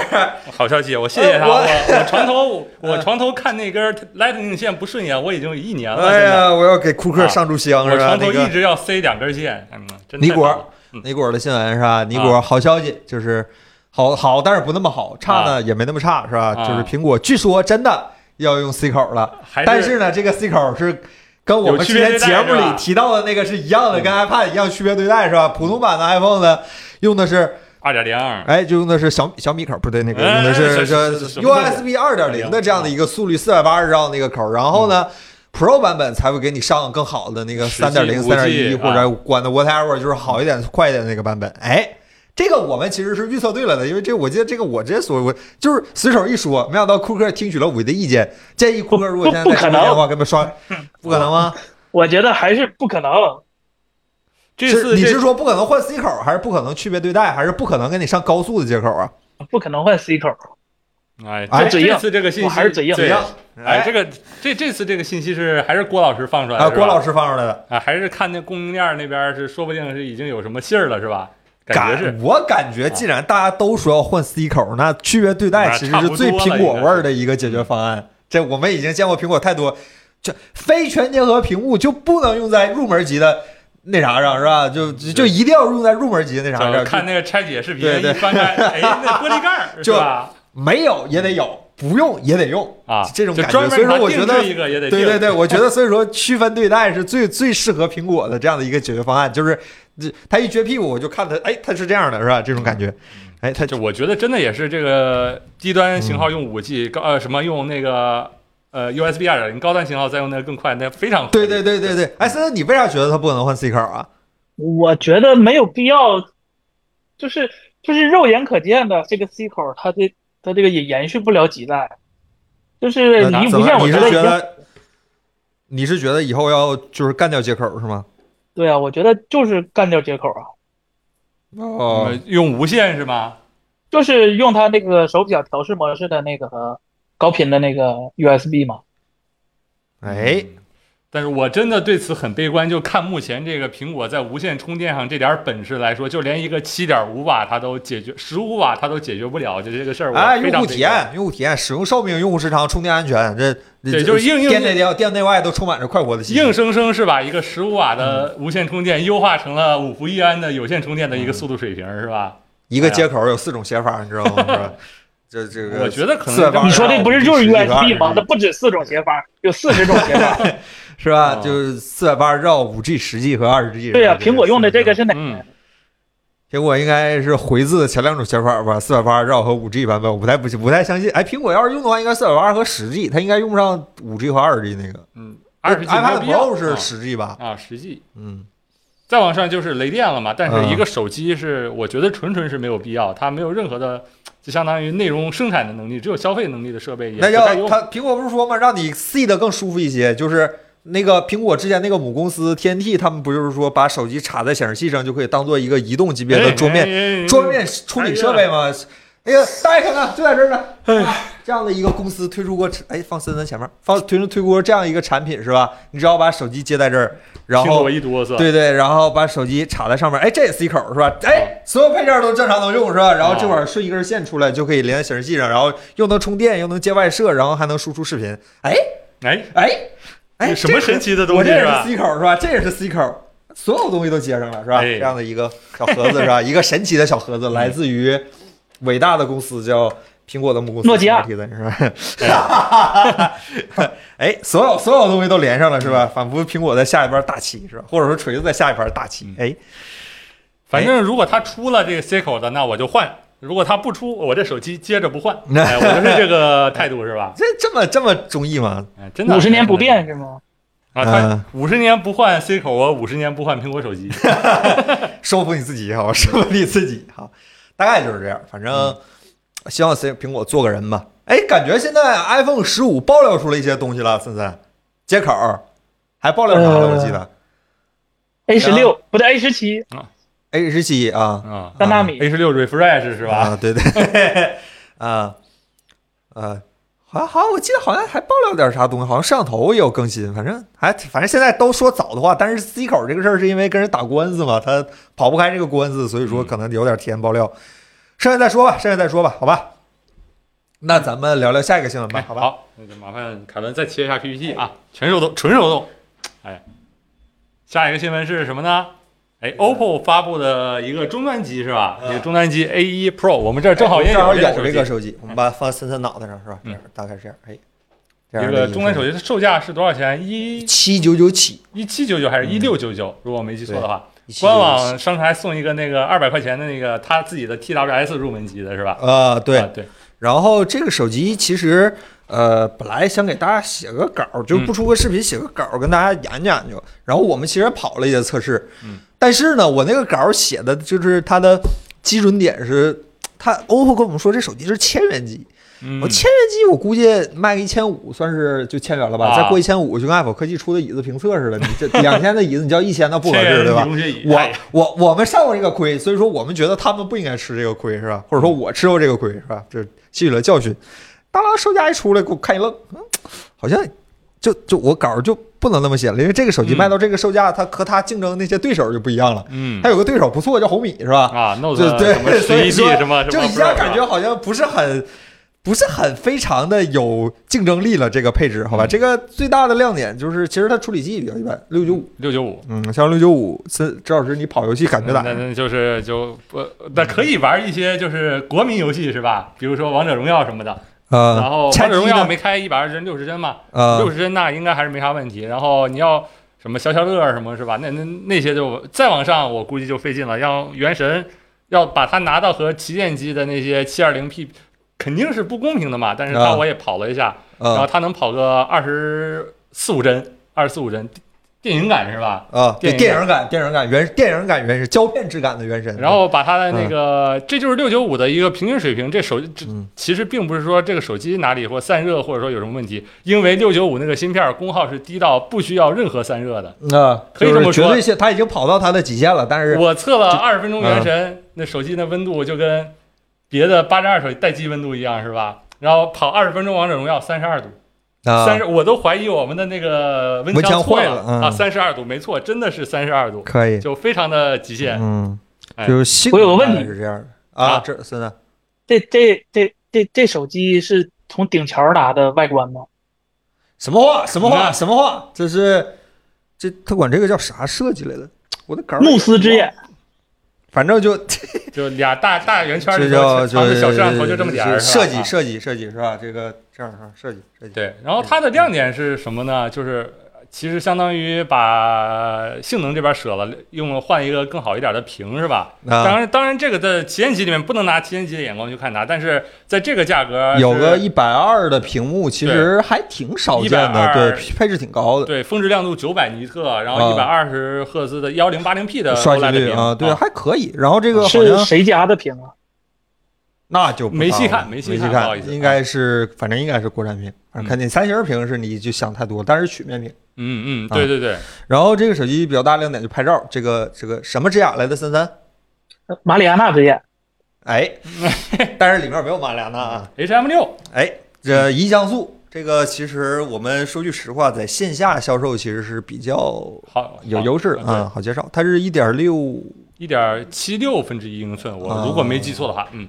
B: 好消息，我谢谢他。
A: 哎我
B: 我我床 头我床头看那根 Lightning 线不顺眼，我已经有一年 了。
A: 哎
B: 真的，
A: 呀，我要给库克上炷香
B: 啊我
A: 是吧？
B: 床
A: 那
B: 头一
A: 个
B: 直要塞两根线，嗯，真
A: 尼
B: 太
A: 果
B: 棒
A: 儿
B: 了。嗯
A: 尼果儿的新闻是吧？尼果儿
B: 啊
A: 好消息就是好好，但是不那么好；差呢也没那么差是吧？
B: 啊
A: 就是苹果据说真的要用 C 口了。
B: 还
A: 但是呢，这个 C 口是跟我们之前节目里提到的那个是嗯一样的，
B: 有区别对
A: 跟 iPad 一样区别对待是吧？普通版的 iPhone 呢，用的是
B: 二点零二，
A: 哎，就用的是小小米口，不对，那个
B: 哎
A: 用的
B: 是
A: 这
B: 是是是
A: USB 二点零的这样的一个速率四百八十兆那个口，然后呢。Pro 版本才会给你上更好的那个三点零、
B: 嗯实际啊
A: 三点
B: 5G
A: 一或者管的 whatever，就是好一点、快一点的那个版本。哎，这个我们其实是预测对了的，因为这我记得这个我直接所我就是随手一说，没想到库克听取了我的意见，建议库克如果现在
C: 不
A: 在
C: 不可
A: 直播
C: 能
A: 间的话，给我们刷，不可能 吗？
C: 我觉得还是不可能，
B: 这
A: 是
B: 次
A: 你
B: 这
A: 是说不可能换 C 口，还是不可能区别对待，还是不可能给你上高速的接口啊？
C: 不可能换 C 口。
B: 哎，
A: 哎
B: 这
C: 嘴硬
B: 这次这个信息
C: 我还是嘴硬
B: 对
A: 怎样？
B: 哎，这个这这次这个信息是还是郭老师放出来的
A: 啊，
B: 是吧？
A: 郭老师放出来的。
B: 啊，还是看那供应链那边是说不定是已经有什么信儿了是吧？感
A: 感
B: 觉是
A: 我感觉，既然大家都说要换 C 口，那区别对待其实是最苹果味儿的一个解
B: 嗯
A: 决方案。这我们已经见过苹果太多，这非全结合屏幕就不能用在入门级的那啥上，是吧？就就就一定要用在入门级的那啥
B: 就
A: 上，
B: 看那个拆解视频，
A: 对对
B: 一翻开，哎，那玻璃盖儿
A: 就是
B: 吧？
A: 没有也得有，不用也得用
B: 啊，
A: 这种
B: 就
A: 感觉。
B: 专门
A: 所以说，我
B: 给
A: 觉
B: 他
A: 得
B: 定制一个也得
A: 对对
B: 定
A: 对，我 觉得所以说区分对待是最最适合苹果的这样的一个解决方案，就是这他一撅屁股我就看他，哎，他是这样的是吧？这种感觉，哎，他
B: 嗯就我觉得真的也是这个低端型号
A: 嗯
B: 用五 G 高呃什么用那个呃 USB 二点零，高端型号再用那个更快，那非常
A: 对对对对对，哎，森森，你为啥觉得他不可能换 C 口啊？
C: 我觉得没有必要，就是就是肉眼可见的这个 C 口，它的它这个也延续不了几代，就是
A: 呃
C: 你
A: 怎
C: 不
A: 么
C: 像我
A: 你
C: 觉
A: 是
C: 得已
A: 觉
C: 经
A: 得你是觉得以后要就是干掉接口是吗？
C: 对啊，我觉得就是干掉接口啊，
A: 哦
B: 呃用无线是吗？
C: 就是用它那个手表调试模式的那个高频的那个 USB 嘛。
A: 哎，
B: 嗯但是我真的对此很悲观，就看目前这个苹果在无线充电上这点本事来说，就连一个七点五瓦它都解决，十五瓦它都解决不了，就这个事儿，
A: 哎，
B: 我嗯非
A: 用
B: 常
A: 户
B: 悲
A: 体
B: 观。
A: 验，用户体验，使用寿命、用户时长、充电安全，这这
B: 对就是硬硬
A: 店内店店内外都充满着快活的气息。
B: 硬生生是把一个十五瓦的无线充电优化成了五伏一安的有线充电的一个速度水平，是吧？
A: 一个接口有四种写法，你知道吗？是吧？这这个
B: 哎我觉得可能
A: 四百八十
C: 你说
A: 二
C: 的不是就是 USB 吗？那
A: 是
C: 不止四种写法，有四十种写法。
A: 是吧？
B: 嗯
A: 就是四百八十兆、五 G、十 G 和二十 G。
C: 对啊，苹果用的这个是哪
B: 嗯
C: 个？
A: 苹果应该是回字的前两种写法吧，四百八十兆和五 G 版本，我不太不不太相信。哎，苹果要是用的话，应该四百八和十 G，它应该用不上五 G 和二 G 那个。
B: 嗯，二十 G 没有
A: iPad
B: 必要
A: Pro 是
B: 啊
A: 十 G 吧？
B: 啊，实际
A: 嗯，
B: 再往上就是雷电了嘛，但
A: 嗯
B: 是一个手机是我觉得纯纯是没有必要，它没有任何的，就相当于内容生产的能力，只有消费能力的设备也
A: 那
B: 不太
A: 要
B: 用。
A: 它苹果不是说嘛，让你 C 的更舒服一些，就是那个苹果之前那个母公司 TNT，他们不就是说把手机插在显示器上就可以当做一个移动级别
B: 哎
A: 的桌面
B: 面
A: 桌面处理设备吗？哎呀，大家看看，就在这儿呢。哎，这样的一个公司推出过，哎，放森森前面，放推出推出过这样一个产品是吧？你只要把手机接在这儿，然
B: 听得
A: 后
B: 我一哆嗦。
A: 对对，然后把手机插在上面，哎，这也 C 口是吧？哎，所有配件都正常能用是吧？然后这会儿顺一根线出来就可以连在显示器上，然后又能充电，又能接外设，然后还能输出视频。哎
B: 哎，
A: 哎哎，
B: 什么神奇的
A: 这我
B: 东西
A: 这也
B: 是
A: 是
B: 吧？
A: C 口是吧？这也是 C 口，所有东西都接上了是吧？
B: 哎嗯
A: 这样的一个小盒子是 吧？一个神奇的小盒子，来自于伟大的公司叫。苹果的母公司
C: 诺基亚
A: 是吧？ 哎，所有所有东西都连上了是
B: 嗯
A: 吧？仿佛苹果在下一盘大棋是吧？或者说锤子在下一盘大棋。
B: 嗯
A: 哎，
B: 反正如果它出了这个 C 口的，那我就换；如果它不出，我这手机接着不换。哎，我就是这个态度是吧？
A: 这这么这么中意吗？
B: 哎，真的
C: 五十年不变是吗？
B: 啊！
A: 嗯
B: 它五十年不换 C 口，我五十年不换苹果手机。
A: 收服你自己 好，收服你自己好，大概就是这样。反正希望谁苹果做个人吧。哎，感觉现在 iPhone 十五爆料出了一些东西了，森森，接口儿还爆料啥了？
C: 呃
A: 我记得
C: A 十六不对，A 十七
A: 啊 A 十七啊
B: 啊
C: 三纳米。
B: ，A 十六 refresh 是吧？
A: 啊，对对 啊啊，好像好像我记得好像还爆料点啥东西，好像摄像头也有更新，反正还反正现在都说早的话，但是 C 口这个事儿是因为跟人打官司嘛，他跑不开这个官司，所以
B: 嗯
A: 说可能有点提前爆料，剩下再说吧，剩下再说吧，好吧。那咱们聊聊下一个新闻吧哎
B: 哎，
A: 好吧？
B: 好，那就麻烦凯文再切一下 PPT 啊，全手动，纯手动。哎，下一个新闻是什么呢？
A: 嗯
B: 哎，OPPO 发布的一个终端机是吧？一个终端机 A1 Pro，我们这儿正好也
A: 正好
B: 有
A: 有这
B: 这
A: 个
B: 个手嗯
A: 手机，嗯哎我们把它放森森脑袋上是吧？这样大概是这样，哎，这
B: 机。
A: 样
B: 一
A: 的
B: 个终端手机，它售价是多少钱？一
A: 七九九起，
B: 一七九九还是一六九九？如果我没记错的话，
A: 1799
B: 官网商城还送一个那个二百块钱的那个他自己的 TWS 入门级的是吧？
A: 啊，对
B: 啊，对，
A: 然后这个手机其实，呃，本来想给大家写个稿，就
B: 嗯
A: 不出个视频，写个稿跟大家研究研究。然后我们其实跑了一些测试，
B: 嗯，
A: 但是呢，我那个稿写的就是它的基准点是，它 OPPO 跟我们说这手机是千元机，
B: 嗯
A: 我千元机我估计卖个一千五算是就千元了吧，
B: 啊
A: 再过一千五就跟 Apple 科技出的椅子评测似的，你这两千的椅子你叫一千那不合
B: 千
A: 适
B: 元
A: 对吧
B: 理？工学椅哎
A: 我
B: 呀
A: 我我们上过这个亏，所以说我们觉得他们不应该吃这个亏是吧？或
B: 嗯
A: 者说我吃过这个亏是吧？这吸取了教训。当啷售价一出来，给我看一愣，嗯，好像就就我稿就不能那么写了，因为这个手机
B: 嗯
A: 卖到这个售价，它和它竞争那些对手就不一样了。
B: 嗯
A: 它有个 对手不错，叫红米是吧？
B: 啊，Note
A: 对对
B: 什么，
A: 所
B: 十
A: 以
B: 一
A: 说
B: D 什么什么，
A: 就一下感觉好像不是很。不是很非常的有竞争力了，这个配置好吧？
B: 嗯
A: 这个最大的亮点就是，其实它处理器比较一般，六九五
B: 六九五。
A: 嗯，像六九五，这周老师你跑游戏感觉咋
B: 那
A: 样？
B: 那嗯就是就不，那可以玩一些就是国民游戏是吧？比如说王者荣耀什么的，
A: 呃，
B: 然后
A: 拆
B: 王者
A: 机
B: 荣耀
A: 呢？
B: 没开一百二十帧、六十帧嘛，
A: 呃
B: 六，十帧那应该还是没啥问题。然后你要什么消消乐儿什么是吧？那那那些就再往上，我估计就费劲了。要原神要把它拿到和旗舰机的那些七二零 P，肯定是不公平的嘛。但是它
A: 啊
B: 我也跑了一下，然后
A: 呃，
B: 它能跑个二十四五帧，二十四五帧，电影感是吧？
A: 呃，对，
B: 电
A: 电
B: 影
A: 影感，电影感原电影感原神，胶片质感的原神。
B: 然后把它的那个，这就是六九五的一个平均水平。这手这
A: 嗯
B: 其实并不是说这个手机哪里或散热或者说有什么问题，因为六九五那个芯片儿功耗是低到不需要任何散热的。
A: 呃，
B: 可以
A: 就是
B: 这么说
A: 绝对性，它已经跑到它的极限了，但是
B: 我测了
A: 这嗯
B: 二十分钟原神，那手机的温度就跟别的八十二手机待机温度一样，是吧？然后跑二十分钟王者荣耀三十二度，
A: 啊
B: 三十、我都怀疑我们的那个温
A: 温
B: 枪
A: 枪
B: 错
A: 坏
B: 了
A: 了嗯
B: 啊，三十二度，没错，真的是三十二度，
A: 可以，
B: 就非常的极限。
A: 嗯，
B: 哎
A: 就是性
C: 我有个问
A: 能
C: 题
A: 是这样的
B: 啊
A: 啊，这孙子
C: 这这这这这手机是从顶桥拿的外观吗？
A: 什么话？什么
B: 你
A: 话？
B: 看
A: 什么话？这是这他管这个叫啥设计来的？我的杆儿
C: 慕斯之眼，
A: 反正 就
B: 就俩大大圆圈里
A: 这叫
B: 头藏着
A: 这
B: 小摄像头，就这么点儿，
A: 是
B: 是吧
A: 设计
B: 啊
A: 设计设计是吧？这个这样是吧？设计设计啊
B: 对，然后它的亮点是什么呢？就是其实相当于把性能这边舍了，用了换一个更好一点的屏，是吧？
A: 啊
B: 当然，当然这个在旗舰机里面不能拿旗舰机的眼光去看它，但是在这个价格
A: 有个
B: 是
A: 一百二的屏幕，其实还挺少见
B: 120
A: 的，对，配置挺高的，
B: 对峰值亮度九百尼特，然后一
A: 啊
B: 百二十赫兹的幺零八零 P 的
A: 刷新
B: OLED
A: 率
B: 屏
A: 啊，对，还可以。然后这个好
C: 是
A: 像
C: 谁家的屏啊？
A: 那就不
B: 没
A: 知
B: 细
A: 道
B: 看
A: 了
B: 没
A: 没
B: 细看
A: 看，
B: 不好意思啊
A: 应该是反正应该是国产屏，反
B: 嗯
A: 正肯定三星儿屏是你就想太多，但是曲面屏。
B: 嗯嗯，
A: 啊
B: 对对对，
A: 然后这个手机比较大亮点就拍照，这个这个什么之雅来的三三，
C: 呃马里亚纳之眼，
A: 哎，但是里面没有马里亚纳啊，
B: h M 六
A: 哎，这移像素。这个其实我们说句实话，在线下销售其实是比较
B: 好
A: 有优势啊、嗯，好介绍。它是一点六，
B: 一点七六分之一英寸，
A: 啊
B: 我如果没记错的话，嗯，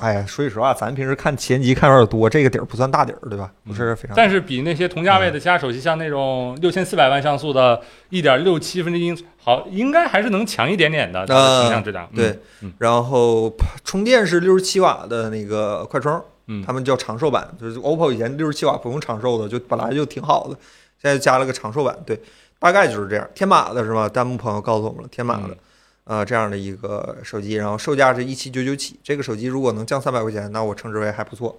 A: 哎呀，说句实话，咱平时看前级看有点多，这个底儿不算大底儿，对吧？不是非常。
B: 嗯但是比那些同价位的其他手机，像那种
A: 嗯
B: 六千四百万像素的，一点六七分之一英寸，好，应该还是能强一点点的它的
A: 呃
B: 形象质量。嗯
A: 对
B: 嗯，
A: 然后充电是六十七瓦的那个快充，
B: 嗯
A: 他们叫长寿版，就是 OPPO 以前六十七瓦不用长寿的，就本来就挺好的，现在加了个长寿版，对，大概就是这样。天马的是吧？弹幕朋友告诉我们了，天马的
B: 嗯，
A: 呃，这样的一个手机，然后售价是一七九九起，这个手机如果能降三百块钱，那我称之为还不错。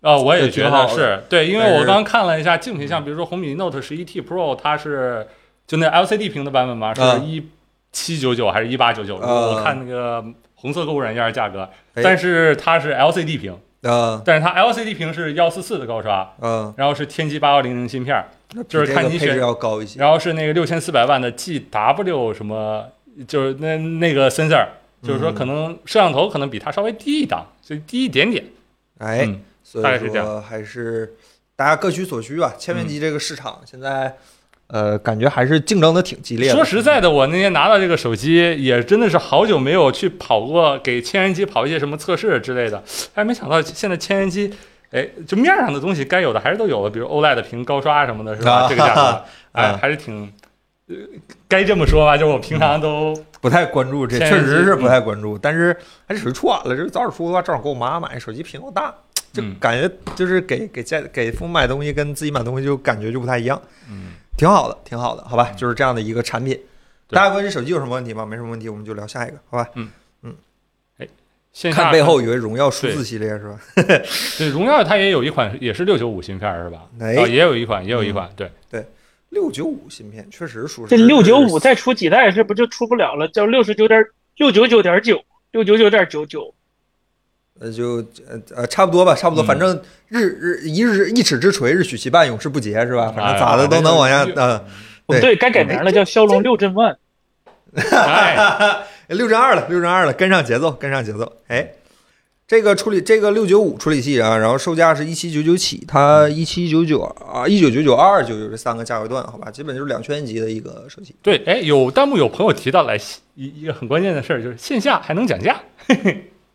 B: 啊、我也
A: 这
B: 觉
A: 挺
B: 得
A: 好的
B: 是对，因为
A: 但
B: 我
A: 是嗯
B: 刚看了一下竞品，像比如说红米 Note 十一 T Pro，它是就那 LCD 屏的版本嘛，是
A: 啊
B: 一七九九还是一八九九？
A: 啊
B: 我看那个红色购物软件的价格，
A: 哎
B: 但是它是 LCD 屏，
A: 呃
B: 但是它 LCD 屏是幺四四的高刷，
A: 呃，
B: 然后是天玑八幺零零芯片儿，
A: 那比
B: 就是
A: 这
B: 看
A: 个
B: 你
A: 配
B: 选
A: 置要高一些。
B: 然后是那个六千四百万的 GW 什么，就是那那个 sensor，就是
A: 嗯
B: 说可能摄像头可能比它稍微低一档，所以低一点点。
A: 哎，
B: 嗯
A: 所
B: 大概
A: 以
B: 是这样嗯
A: 说还是大家各取所需吧。千面机这个市场现在，呃，感觉还是竞争的挺激烈的。
B: 说实在的，我那天拿到这个手机，也真的是好久没有去跑过给千人机跑一些什么测试之类的，哎，没想到现在千人机。哎，就面上的东西该有的还是都有了，比如 OLED 屏高刷什么的，是吧？
A: 啊
B: 这个
A: 哈
B: 价格
A: 哈，
B: 哎，
A: 啊
B: 还是挺，呃该这么说吧，就是我平常都
A: 不太关注这，
B: 现
A: 确
B: 在
A: 实
B: 是嗯
A: 是不太关注，但是还是属于错晚了。这早点说的话，正好给我妈买手机屏幕大，就
B: 嗯
A: 感觉就是给给家给父母买东西跟自己买东西就感觉就不太一样。嗯，挺好的，挺好的，好吧，就是这样的一个产品。
B: 嗯对
A: 大家关于手机有什么问题吗？没什么问题，我们就聊下一个，好吧？
B: 线下
A: 看背后以为荣耀数字系列是吧？
B: 对，荣耀它也有一款也是六九五芯片儿是吧？
A: 哎
B: 啊，也有一款，也有一款，对，
A: 六九五芯片确实属实
C: 这
A: 是
C: 六九五再出几代，这不就出不了了？叫六十九点六九九点九，六九九点九九。
A: 呃，就呃呃，差不多吧，差不多，
B: 嗯
A: 反正日日一日一尺之锤，日取其半，永世不竭，是吧？反
B: 哎
A: 正咋的都能往下
B: 反正，就
A: 嗯，对
C: 对，该改名了，叫骁龙六阵万。
B: 哎，
A: 六针二了，六针二了，跟上节奏，跟上节奏。哎，这个处理这个六九五处理器啊，然后售价是一七九九起，
B: 嗯
A: 它一七九九啊，一九九九、二二九九这三个价位段，好吧，基本就是两千级的一个手机。
B: 对，哎，有弹幕有朋友提到来一一个很关键的事儿，就是线下还能讲价，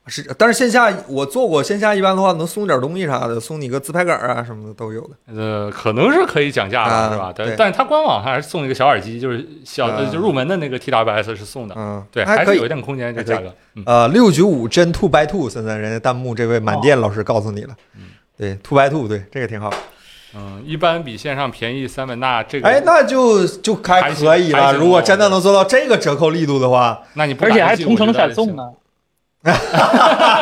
A: 是，但是线下我做过，线下一般的话能送点东西啥的，送你个自拍杆啊什么的都有的。
B: 呃，可能是可以讲价
A: 啊
B: 的，是吧？但
A: 对
B: 但是它官网还是送了一个小耳机，就是小
A: 啊
B: 呃就入门的那个 TWS 是送的，
A: 嗯，
B: 对，
A: 还
B: 还
A: 可
B: 是
A: 以
B: 有一。点空间这个价格。嗯，
A: 呃，六九五真 two by two，现在人家弹幕这位满电
B: 哦
A: 老师告诉你了，对 two by two，对这个挺好。
B: 嗯，一般比线上便宜三百，那这个
A: 哎，那就就还可以
B: 还
A: 了。
B: 行
A: 如果真的能做到这个折扣力度的话，
B: 那你不
C: 而且
B: 打
C: 还
B: 游戏
C: 同城闪送，呢，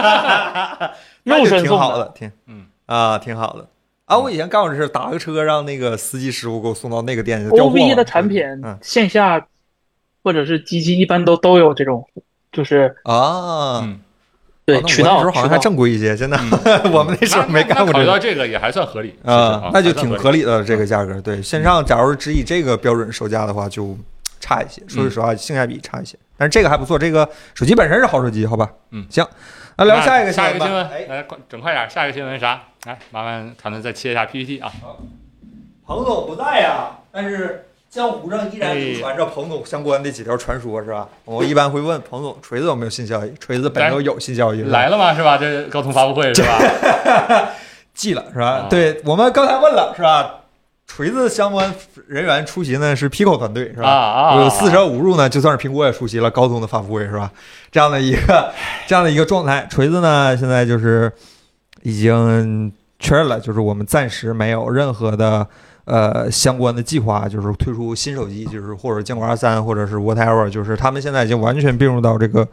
C: 肉
A: 那就
C: 身
A: 挺
C: 送
A: 好的，挺
B: 嗯
A: 啊，挺好的啊。我以前干过这事，打个车让那个司机师傅给我送到那个店去调货嘛。
C: OV E 的产品
A: 嗯
C: 线下或者是机器一般都都有这种，就是
A: 啊，
B: 嗯
C: 对
A: 啊那我
C: 渠
A: 那时
C: 道
A: 候好
C: 渠
A: 像还
C: 道。
A: 正规一些，真的， 我们那时候没干过
B: 这
A: 这
B: 到
A: 个
B: 这个也还算合理
A: 啊，那就挺合
B: 理。嗯
A: 理的这个价格。对，线上假如只以这个标准售价的话，就差一些，说
B: 嗯
A: 句实话，性价比差一些。但是这个还不错，这个手机本身是好手机，好吧？
B: 嗯
A: 行，那聊下一个
B: 下一个
A: 新
B: 新
A: 闻
B: 闻
A: 吧。哎，
B: 来快整快点儿，下一个新闻啥？来，麻烦团队再切一下 PPT 啊。
A: 彭总不在呀，但是江湖上依然
B: 哎
A: 流传着彭总相关的几条传说，是吧？我一般会问彭总，锤子有没有新消息？锤子本周有新消息是吧
B: 来了吗？是吧？这高通发布会是吧？
A: 记了是
B: 啊
A: 吧？对我们刚才问了是吧？锤子相关人员出席呢是 Pico 团队 是
B: 啊
A: 吧？
B: 啊，
A: 有四舍五入呢，就算是苹果也出席了高通的发布会是吧？这样的一个这样的一个状态，锤子呢现在就是已经确认了，就是我们暂时没有任何的呃相关的计划，就是推出新手机，就是或者坚果二三或者是 whatever，就是他们现在已经完全并入到这个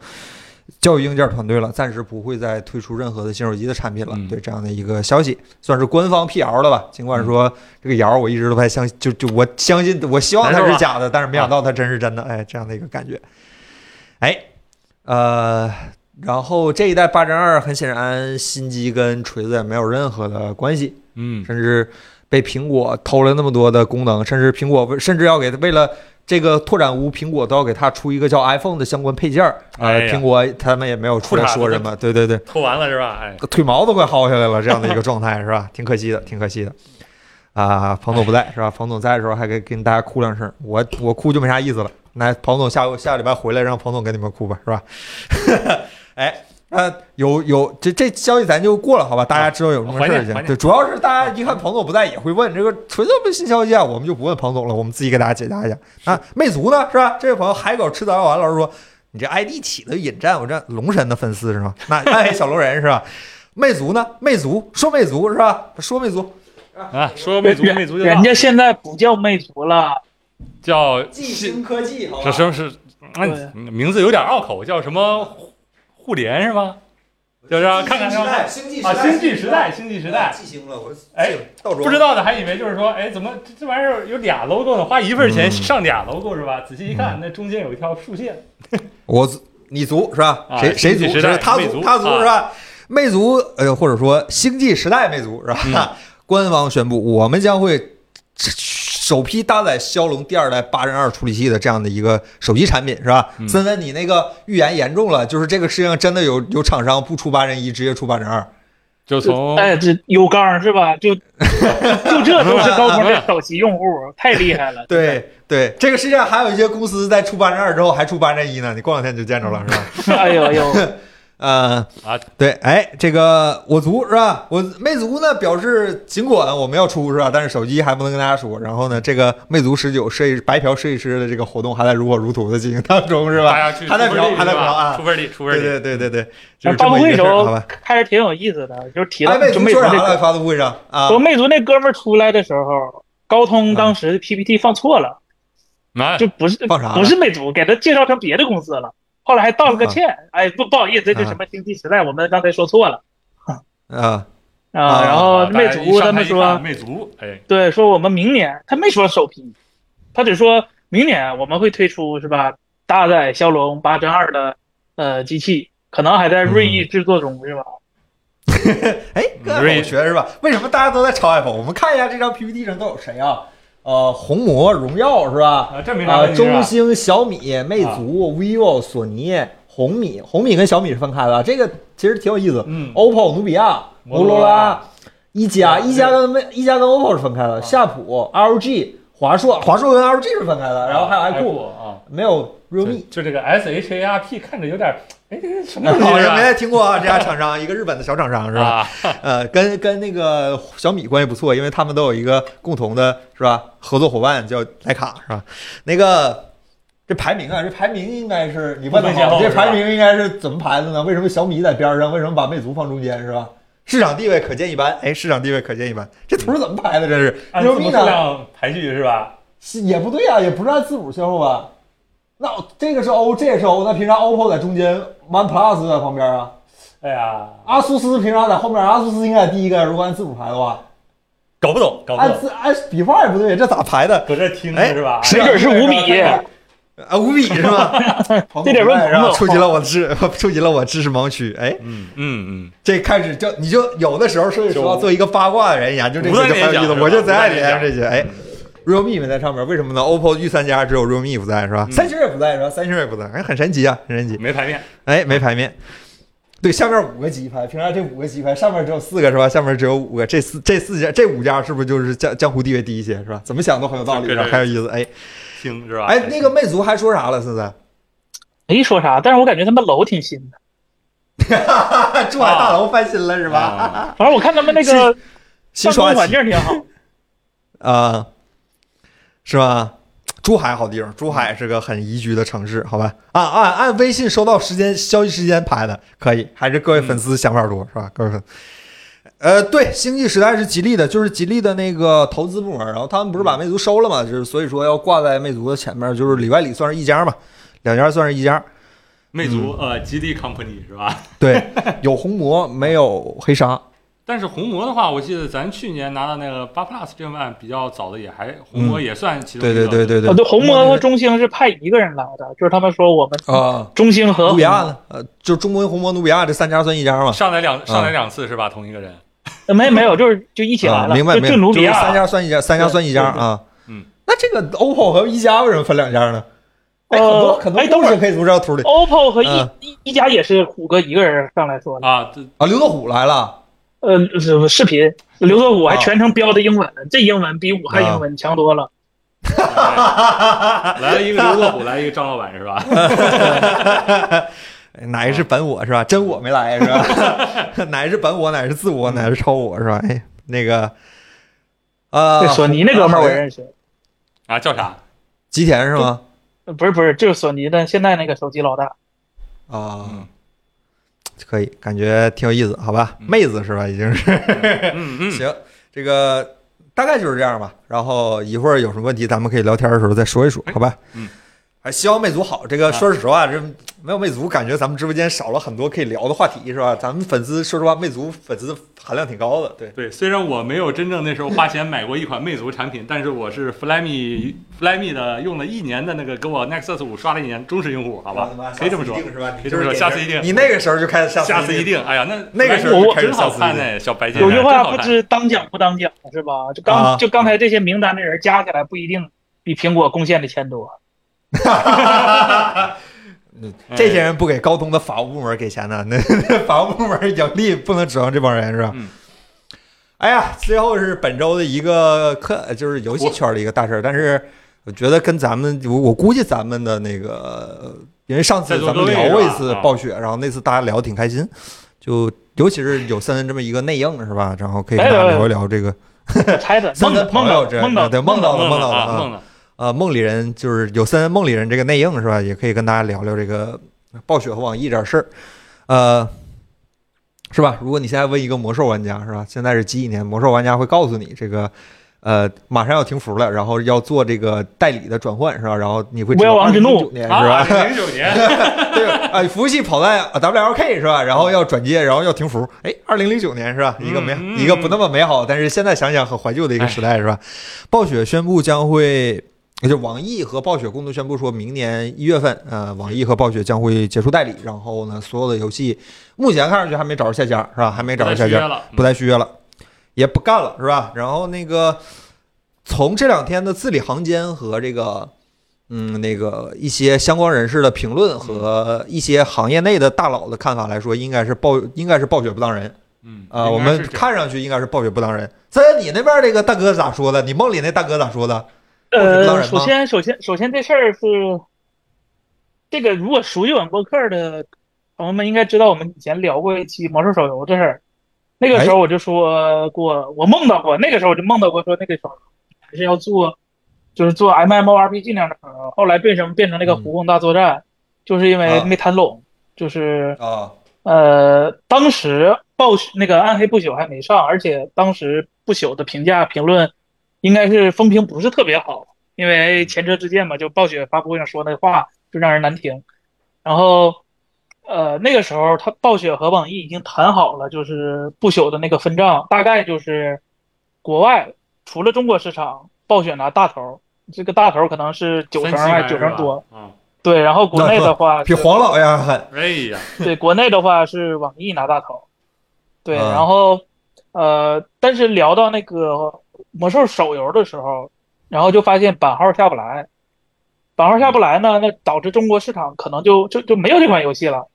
A: 教育硬件团队了，暂时不会再推出任何的新手机的产品了。
B: 嗯
A: 对这样的一个消息，算是官方辟谣了吧？尽管说这个谣我一直都不太相信，就就我相信，我希望它
B: 啊
A: 是假的，但是没想到它真是真的，哎，这样的一个感觉。哎，呃，然后这一代八针二很显然新机跟锤子也没有任何的关系，
B: 嗯
A: 甚至被苹果偷了那么多的功能，甚至苹果为甚至要给为了这个拓展坞，苹果都要给它出一个叫 iPhone 的相关配件儿。
B: 哎
A: 呃，
B: 呀
A: 苹果他们也没有出来说什么，对对对，
B: 偷完了是吧？哎，
A: 腿毛都快薅下来了，这样的一个状态是吧？挺可惜的，挺可惜的。啊，彭总不在是吧？彭总在的时候还给跟大家哭两声，我我哭就没啥意思了。那彭总下下礼拜回来，让彭总跟你们哭吧，是吧？ 哎，那有有这这消息咱就过了，好吧？大家知道有什么事儿
B: 怀念
A: 就行。
B: 怀念
A: 对，主要是大家一看彭总不在，也会问这个锤子有没有新消息啊，我们就不问彭总了，我们自己给大家解答一下。啊，魅族呢是吧？这位朋友海狗吃早药丸老师说，你这 ID 起的引战我这龙神的粉丝是吗？那暗黑小龙人是吧？魅族呢？魅族说魅族是吧？说魅族
B: 啊，说魅族
C: 人
B: 魅族就到
C: 人家现在不叫魅族
A: 哦
C: 了，
B: 叫
A: 科技，好
B: 这什么是？
C: 对
B: 嗯，名字有点拗口，叫什么互互联是吗？就是啊看看看看
A: 星际
B: 啊，星际时代，星际时代。
A: 记星啊了，我
B: 哎，
A: 到时候
B: 不知道的还以为就是说，哎，怎么这这玩意儿有俩 logo 呢？花一份钱
A: 嗯
B: 上俩 logo 是吧？仔细一看，那中间有一条竖线。
A: 我你族是吧？
B: 啊
A: 谁谁
B: 星
A: 族
B: 际
A: 是
B: 时代
A: 吧他
B: 魅
A: 族
B: 族啊
A: 他族是吧？魅族呃，或者说星际时代魅族是
B: 嗯
A: 吧？ 官方宣布，我们将会首批搭载骁龙第二代八人二处理器的这样的一个手机产品是吧？
B: 嗯
A: 森森，你那个预言严重了，就是这个世界上真的有有厂商不出八人一，直接出八人二。
B: 就从
C: 哎，这有刚是吧？ 就就这都是高通的首席用户，太厉害了。
A: 对对，这个世界上还有一些公司在出八人二之后还出八人一呢，你过两天你就见着了是吧？
C: 哎呦呦，
A: 呃，
B: 啊，
A: 对，哎，这个我族是吧？我魅族呢表示，尽管我们要出是吧，但是手机还不能跟大家说。然后呢，这个魅族十九设计白嫖设计师的这个活动还在如火如荼的进行当中是
B: 大
A: 吧？
B: 家去
A: 还在嫖
B: 出份力
A: 还在
B: 是吧
A: 嫖啊
B: 出份力，出份
A: 对
B: 力。
A: 对对对对，就是这
C: 发布
A: 么一
C: 会
A: 个
C: 时
A: 事儿，好
C: 候
A: 吧？
C: 还是挺有意思的，就是提到
A: 哎，魅
C: 就
A: 族
C: 魅族
A: 说啥
C: 这
A: 了？
C: 个，
A: 发布会上啊
C: 说魅族那哥们儿出来的时候，高
A: 嗯
C: 通当时 PPT 放错了，
B: 那
C: 就不是
A: 放啥了嗯
C: 不是魅族，给他介绍成别的公司了。后来还道了个歉，哎，不不好意思，这就什么经济时代，我们刚才说错了
A: 啊，啊
C: 啊。然后魅族他们说，
B: 魅族，哎，
C: 对，说我们明年，他没说首批，他只说明年我们会推出是吧？搭载骁龙八针二的呃机器，可能还在锐意制作中、是吧？
A: 哎，跟 iPhone 学是吧？为什么大家都在抄 iPhone？我们看一下这张 PPT 上都有谁啊？呃，红魔、荣耀是吧？
B: 啊，这没啥
A: 啊，
B: 问题
A: 中
B: 啊。
A: 兴、小米、魅族、vivo、索尼、红米，红米跟小米是分开的，啊这个其实挺有意思。
B: 嗯
A: OPPO、努比亚、摩
B: 摩
A: 托
B: 托罗
A: 罗
B: 拉
A: 拉、一加、
B: 啊
A: 一加跟魅一加跟 OPPO 是分开的，夏普、LG、华硕，华硕跟 LG 是分开的，然后还有 iQOO。
B: 啊，
A: 没有
B: 就
A: realme。
B: 就这个 S H A R P 看着有点，哎，这是什么
A: 好
B: 东西
A: 像没
B: 啊
A: 太听过啊，这家厂商，一个日本的小厂商是吧？
B: 啊？
A: 呃，跟跟那个小米关系不错，因为他们都有一个共同的是吧合作伙伴叫徕卡是吧？那个这排名啊，这排名应该是你问的
B: 不分先后
A: 好，这
B: 是吧
A: 排名应该是怎么排的呢？为什么小米在边上？为什么把魅族放中间是吧？市场地位可见一斑，哎，市场地位可见一斑，这图是怎么排的？真是
B: 嗯按字
A: 牛逼
B: 母数
A: 呢！
B: 量排序是吧？
A: 是也不对啊，也不是按字母先后吧？那这个是 O，这也是 O，那凭啥 OPPO 在中间，OnePlus 在旁边啊？
B: 哎呀，
A: 阿苏斯平常在后面，阿苏斯应该第一个。如果按字母排的话，
B: 搞不懂，搞不
A: 按
B: 懂，
A: 字按笔画也不对，这咋排的？
B: 搁这听着
A: 哎
B: 是吧？
A: 谁
C: 这准是 五米，
A: 啊，五米是 吧？
C: 这点问题
A: 然
C: 呢
A: 后触及了我的知， 触及了我知识盲区。哎，
B: 嗯嗯
A: 这开始就你就有的时候，说句实话，
B: 就
A: 做一个八卦的人研究这
B: 无
A: 些
B: 论
A: 就很有
B: 联
A: 意思
B: 想。
A: 我就
B: 是吧
A: 贼爱
B: 无论联
A: 研究这些。哎，realme 没在上面，为什么呢？OPPO 御三家只有 realme 不在是吧？三星也不在是吧？三星也不在，哎，很神奇啊，很神奇
B: 嗯，。没排面，
A: 哎，没排面。对，下面五个集排，平常这五个集排，上面只有四个是吧？下面只有五个，这四这四家这五家是不是就是江江湖地位低一些是吧？怎么想都很有道理，
B: 对
A: 是吧
B: 对对
A: 还有意思。哎
B: 听是吧？啊
A: 哎，那个魅族还说啥了？现在
C: 没说啥，但是我感觉他们楼挺新的。
A: 珠海
B: 啊
A: 大楼翻新了是
B: 是
A: 吧？
B: 吧？
C: 反正我看他们那个
A: 新
C: 办
A: 刷
C: 公环
A: 新
C: 境挺好，
A: 啊，是吧？珠海好地方，珠海是个很宜居的城市，好吧？啊，按按微信收到时间消息时间排的，可以，还是各位粉丝想法多，是吧？各位粉，呃，对，星际时代是吉利的，就是吉利的那个投资部门，然后他们不是把魅族收了嘛，就是所以说要挂在魅族的前面，就是里外里算是一家嘛，两家算是一家。
B: 魅族呃，吉利 company 是吧？
A: 对，有红魔，没有黑鲨，
B: 但是红魔的话，我记得咱去年拿到那个八 plus 这款比较早的，也还红魔也算其中
A: 嗯对
B: 一个。
A: 对对对 对
C: 啊，，对，红魔
A: 那
C: 和
A: 个
C: 中兴是派一个人来的，就是他们说我们
A: 啊，
C: 中兴和
A: 努比亚呢？呃，就中国红魔、努比亚这三家算一家嘛？
B: 上来两
A: 嗯
B: 上来两次是吧？同一个人，
C: 呃没没有，就是就一起来
A: 啊，
C: 了，
A: 明白
C: 就
A: 明白，
C: 就努
A: 就
C: 比
A: 是三
C: 亚，
A: 家算一家，三家
C: 对
A: 算一家
C: 对
A: 啊。
B: 嗯，
A: 那这个 OPPO 和一加为什么分两家呢？哎，很多
C: 呃
A: 很多
C: 哎等
A: 故
C: 会
A: 事
C: 儿
A: 可以从这张图里
C: OPPO 和
A: 嗯
C: 一一一家也是虎哥一个人上来说的，
B: 啊，这
A: 啊。刘德虎来 了，
C: 呃，呃视频刘作武还
A: 啊
C: 全程标的英文，这英文比武汉
A: 哦
C: 英文强多了。
A: 啊
B: 哎来了一个刘 乐虎，来了一个张老板是吧？
A: 哎哪个是本我是吧？真我没来是吧？ 哪个是本我，哪个是自我，哪个是超我是吧？哎，那个，呃，
C: 对，索尼那哥们儿我
A: 好像
C: 认识，
B: 啊，叫啥？
A: 吉田是吗？
C: 呃不是不是，就是索尼的现在那个手机老大，
A: 啊
B: 嗯，
A: 可以，感觉挺有意思，好吧？
B: 嗯
A: 妹子是吧？已经是。
B: 嗯嗯，
A: 行，这个大概就是这样吧。然后一会儿有什么问题，咱们可以聊天的时候再说一说，好吧？
B: 嗯。啊
A: 还希望魅族好。这个说实话，这没有魅族，感觉咱们直播间少了很多可以聊的话题，是吧？咱们粉丝说实话，魅族粉丝含量挺高的，对。
B: 对，虽然我没有真正那时候花钱买过一款魅族产品，但是我是 Flyme Flyme 的用了一年的那个，给我 Nexus 五刷了一年，忠实用户，好吧
A: 他妈，
B: 可以这么说
A: 下次一，定是吧？
B: 可以这么说下次一定
A: 你那个时候就开始
B: 下
A: 嗯下
B: 次一
A: 定。
B: 定。哎呀，那
A: 那个时
C: 候就
A: 开始
B: 真好
A: 下次一
B: 看
A: 定
B: 哎呢，小白金，
C: 有句
B: 真
C: 话
B: 好
C: 不
B: 看
C: 知当讲不当讲是吧？就
A: 啊
C: 刚就刚才这些名单的人加起来，不一定比苹果贡献的 钱多。
B: 嗯
A: 这些人不给高通的法务部门给钱呢，那那法务部门盈利不能指望这帮人是吧？
B: 嗯
A: 哎呀，最后是本周的一个科，就是游戏圈的一个大事儿，但是我觉得跟咱们，我我估计咱们的那个，因为上次
B: 在座
A: 咱们
B: 各位
A: 聊过一
B: 是吧
A: 次
B: 啊
A: 暴雪，然后那次大家聊得挺开心，就尤其是有森这么一个内应是吧？然后可以跟大家
C: 哎哎哎
A: 聊一聊这个
C: 我猜的，
A: 森
C: 梦
A: 的
C: 的
A: 朋
C: 梦
A: 友
C: 的
A: 这
C: 梦的
A: 对梦到了
B: 梦
A: 梦到
B: 了
A: 了
B: 啊
A: 啊
B: 梦了，
A: 呃，梦里人就是有森梦里人这个内应是吧？也可以跟大家聊聊这个暴雪和网易这事儿，呃，是吧？如果你现在问一个魔兽玩家是吧？现在是几几年？魔兽玩家会告诉你这个，呃，马上要停服了，然后要做这个代理的转换是吧？然后你会知道
C: 我要王之怒
A: 2009年是吧？
B: 啊，零九 年，
A: 对啊，服务器跑在 WLK 是吧？然后要转接，然后要停服。哎，二零零九年是吧？一个美、
B: 嗯哎
A: 一个不那么美好，但是现在想想很怀旧的一个时代是吧？暴雪宣布将会，就网易和暴雪共同宣布说，明年一月份，呃，网易和暴雪将会结束代理，然后呢，所有的游戏目前看上去还没找着下家是吧？还没找
B: 不
A: 着
B: 再
A: 下
B: 续约
A: 家，
B: 了，嗯
A: 不再续约了，也不干了，是吧？然后那个，从这两天的字里行间和这个，嗯，那个一些相关人士的评论和一些行业内的大佬的看法来说，应该是暴应该是暴雪不当人
B: 嗯
A: 啊、我们看上去应该是暴雪不当人。森，你那边这个大哥咋说的？你梦里那大哥咋说的？梦里不当
C: 呃，
A: 人吗
C: 首先首先首先这事儿是这个如果熟悉晚播客的朋友们应该知道，我们以前聊过一期魔兽手游这事儿。那个时
A: 哎
C: 候我就说过，我梦到过，那个时候我就梦到过，说那个时候还是要做，就是做 MMORPG 那样的手游。后来为什么变成那个
A: 嗯
C: 《胡共大作战》，就是因为
A: 啊
C: 没谈拢，就是
A: 啊
C: 呃，当时暴雪那个《暗黑不朽》还没上，而且当时不朽的评价评论应该是风评不是特别好，因为前车之鉴嘛，就暴雪发布会上说那话就让人难听。然后，呃，那个时候他暴雪和网易已经谈好了，就是不朽的那个分账，大概就是国外除了中国市场，暴雪拿大头，这个大头可能是九成还是九成多，
B: 啊！
C: 对。然后国内的话
A: 比
C: 是
A: 黄老爷还狠。
B: 哎呀，
C: 对，国内的话是网易拿大头，对，
A: 啊
C: 然后呃，但是聊到那个魔兽手游的时候，然后就发现版号下不来，版号下不来呢，那导致中国市场可能就就就没有这款游戏了。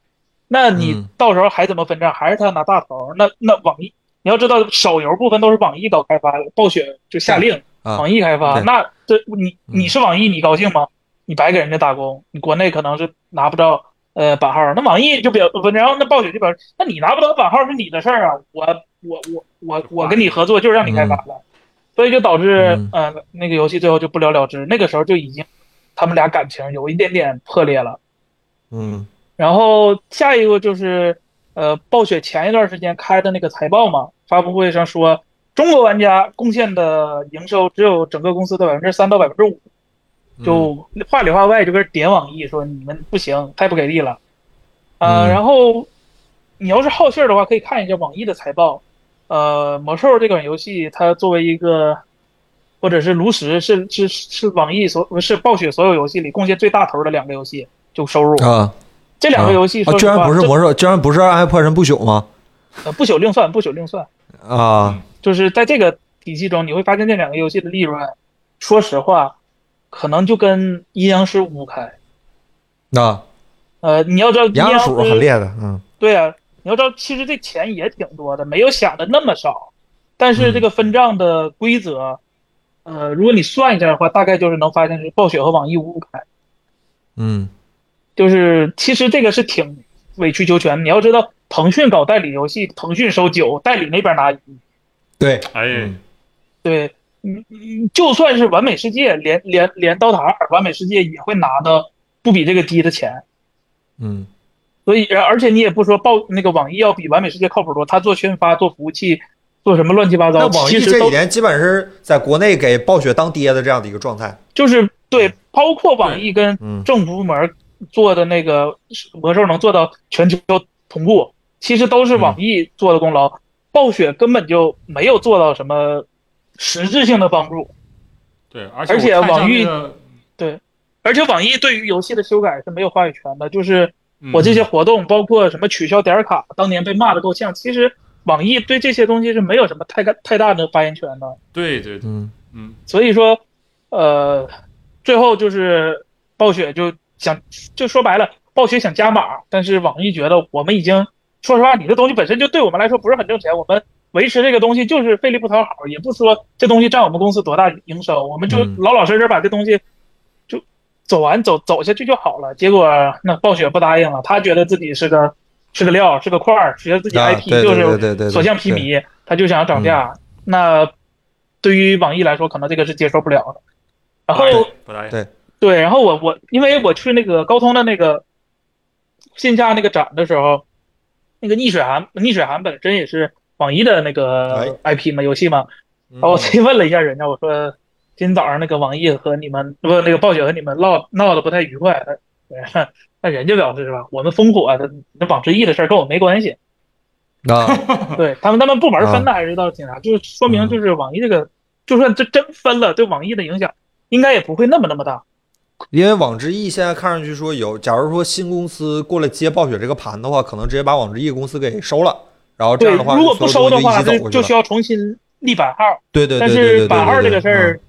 C: 那你
A: 嗯
C: 到时候还怎么分账？还是他拿大头？那那网易，你要知道手游部分都是网易搞开发的，暴雪就下令
A: 啊
C: 网易开发，
A: 对
C: 那这你
A: 嗯
C: 你是网易，你高兴吗？你白给人家打工，你国内可能是拿不着呃版号，那网易就表，不然后那暴雪就表示，那你拿不到版号是你的事儿啊，我我我我我跟你合作就是让你开发的，所以就导致
A: 嗯
C: 呃那个游戏最后就不了了之，那个时候就已经他们俩感情有一点点破裂了。
A: 嗯
C: 然后下一个就是，呃，暴雪前一段时间开的那个财报嘛，发布会上说，中国玩家贡献的营收只有整个公司的百分之三到百分之五，
A: 嗯
C: 嗯就话里话外就跟点网易说你们不行，太不给力了。呃，
A: 嗯
C: 然后你要是好信儿的话，可以看一下网易的财报。呃，魔兽这款游戏，它作为一个，或者是炉石，是是是网易所是暴雪所有游戏里贡献最大头的两个游戏，就收入。
A: 啊
C: 这两个游戏
A: 啊
C: 说！
A: 居
C: 实话，
A: 然不是
C: 这
A: 魔兽，居然不是暗黑破坏神不朽吗？
C: 呃，不朽另算，不朽另算，
A: 啊，
C: 就是在这个体系中，你会发现这两个游戏的利润，说实话，可能就跟阴阳师五开。
A: 那
C: 呃，你要知道阴
A: 杨
C: 阳
A: 鼠很
C: 师，
A: 厉害的，嗯
C: 对啊，你要知道，其实这钱也挺多的，没有想的那么少。但是这个分账的规则，呃，如果你算一下的话，大概就是能发现是暴雪和网易五五开。
A: 嗯
C: 就是其实这个是挺委曲求全的。你要知道，腾讯搞代理游戏，腾讯收九，代理那边拿一。
A: 对，
B: 哎
A: 嗯，
C: 对，嗯，嗯就算是完美世界，连连连刀塔二，完美世界也会拿的不比这个低的钱。
A: 嗯
C: 所以，而而且你也不说报那个网易要比完美世界靠谱多，他做宣发、做服务器、做什么乱七八
A: 那
C: 糟，
A: 网易
C: 其实
A: 这几
C: 都
A: 年基本是在国内给暴雪当爹的这样的一个状态。
C: 就是对，包括网易跟
A: 嗯
C: 政府部门做的那个魔兽能做到全球同步，其实都是网易做的功劳，暴雪根本就没有做到什么实质性的帮助。
B: 对，而
C: 而且
B: 我看
C: 网
B: 上
C: 易
B: 那个
C: 而且网易对于游戏的修改是没有话语权的，就是
B: 嗯
C: 我这些活动，包括什么取消点儿卡，当年被骂的够呛。其实网易对这些东西是没有什么太大太大的发言权的。
B: 对对对，
A: 嗯
B: 嗯，
C: 所以说，呃，最后就是呃暴雪就想，就说白了，暴雪想加码，但是网易觉得我们已经，说实话，你这东西本身就对我们来说不是很挣钱，我们维持这个东西就是费力不讨好，也不说这东西占我们公司多大营收，我们就
A: 嗯
C: 老老实实把这东西就走完走走下去就好了。结果那暴雪不答应了，他觉得自己是个是个料，是个块儿，觉得自己
A: 啊
C: IP
A: 对对对
C: 就
A: 对
C: 是
A: 对嗯对，
C: 所向披
A: 对。
C: 靡，他就想要涨价。那对于网易来说，可能这个是接受不了的。然
B: 不答
C: 后
B: 应不答应
A: 对，
C: 对，然后我我因为我去那个高通的那个线下那个展的时候，那个逆水寒逆水寒本身也是网易的那个 IP 嘛游戏嘛，
A: 嗯
C: 然后我去问了一下人家，我说今早上那个网易和你们不那个暴雪和你们闹闹得不太愉快， 他那人家表示是吧，我们烽火的那网之翼的事儿跟我没关系。
A: 啊，
C: 对他们，他们部门分的还是到警察，就是说
A: 嗯
C: 明就是网易这个，就算这真分了，对网易的影响应该也不会那么那么大。
A: 因为网之翼现在看上去说有，假如说新公司过来接暴雪这个盘的话，可能直接把网之翼公司给收了，然后这
C: 对，
A: 样的话，
C: 如果不收的
A: 就所有
C: 话，
A: 东西一起走
C: 就
A: 过去
C: 就
A: 了
C: 需要重新立版号。
A: 对对对
C: 但
A: 对对
C: 是
A: 对
C: 版号
A: 对嗯
C: 这个事儿，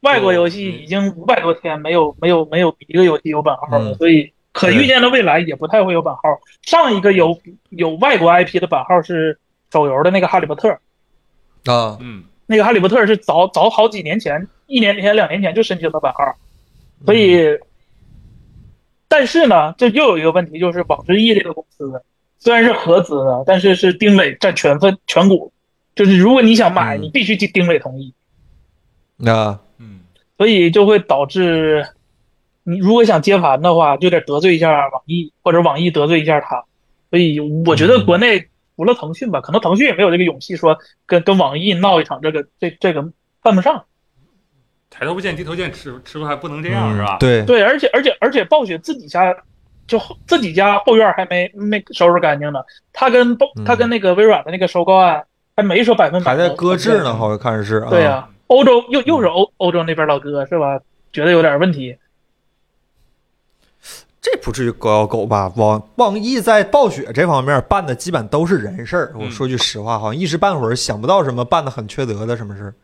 C: 外国游戏
B: 嗯
C: 已经五百多天没有没有没有一个游戏有版号了，
A: 嗯
C: 所以可预见的未来也不太会有版号。上一个有有外国 IP 的版号是手游的那个《哈利波特》，
A: 嗯啊，
B: 嗯，
C: 那个《哈利波特》是早早好几年前，一年前、两年前就申请了版号，所以，但是呢，这又有一个问题，就是保时翼这个公司虽然是合资的，但是是丁磊占全份全股，就是如果你想买，
A: 嗯
C: 你必须经丁磊同意，
A: 那
B: 嗯，
C: 所以就会导致你如果想接盘的话，就得得罪一下网易，或者网易得罪一下他。所以我觉得国内除了腾讯吧，可能腾讯也没有这个勇气说跟跟网易闹一场这个这这个办不上。
B: 抬头不见低头见，吃吃不还不能这样、是吧？
A: 嗯对，
C: 嗯对，而且而且而且，暴雪自己家就后自己家后院还没没收拾干净呢。他跟暴
A: 嗯
C: 他跟那个微软的那个收购案还没说百分百
A: 还
C: 的
A: 在搁置呢，好像看是啊。
C: 对呀、欧洲又又是欧欧洲那边老哥是吧？觉得有点问题。
A: 这不至于狗咬狗吧？网网易在暴雪这方面办的基本都是人事儿。我
B: 嗯
A: 说句实话，好像一时半会儿想不到什么办的很缺德的什么事儿。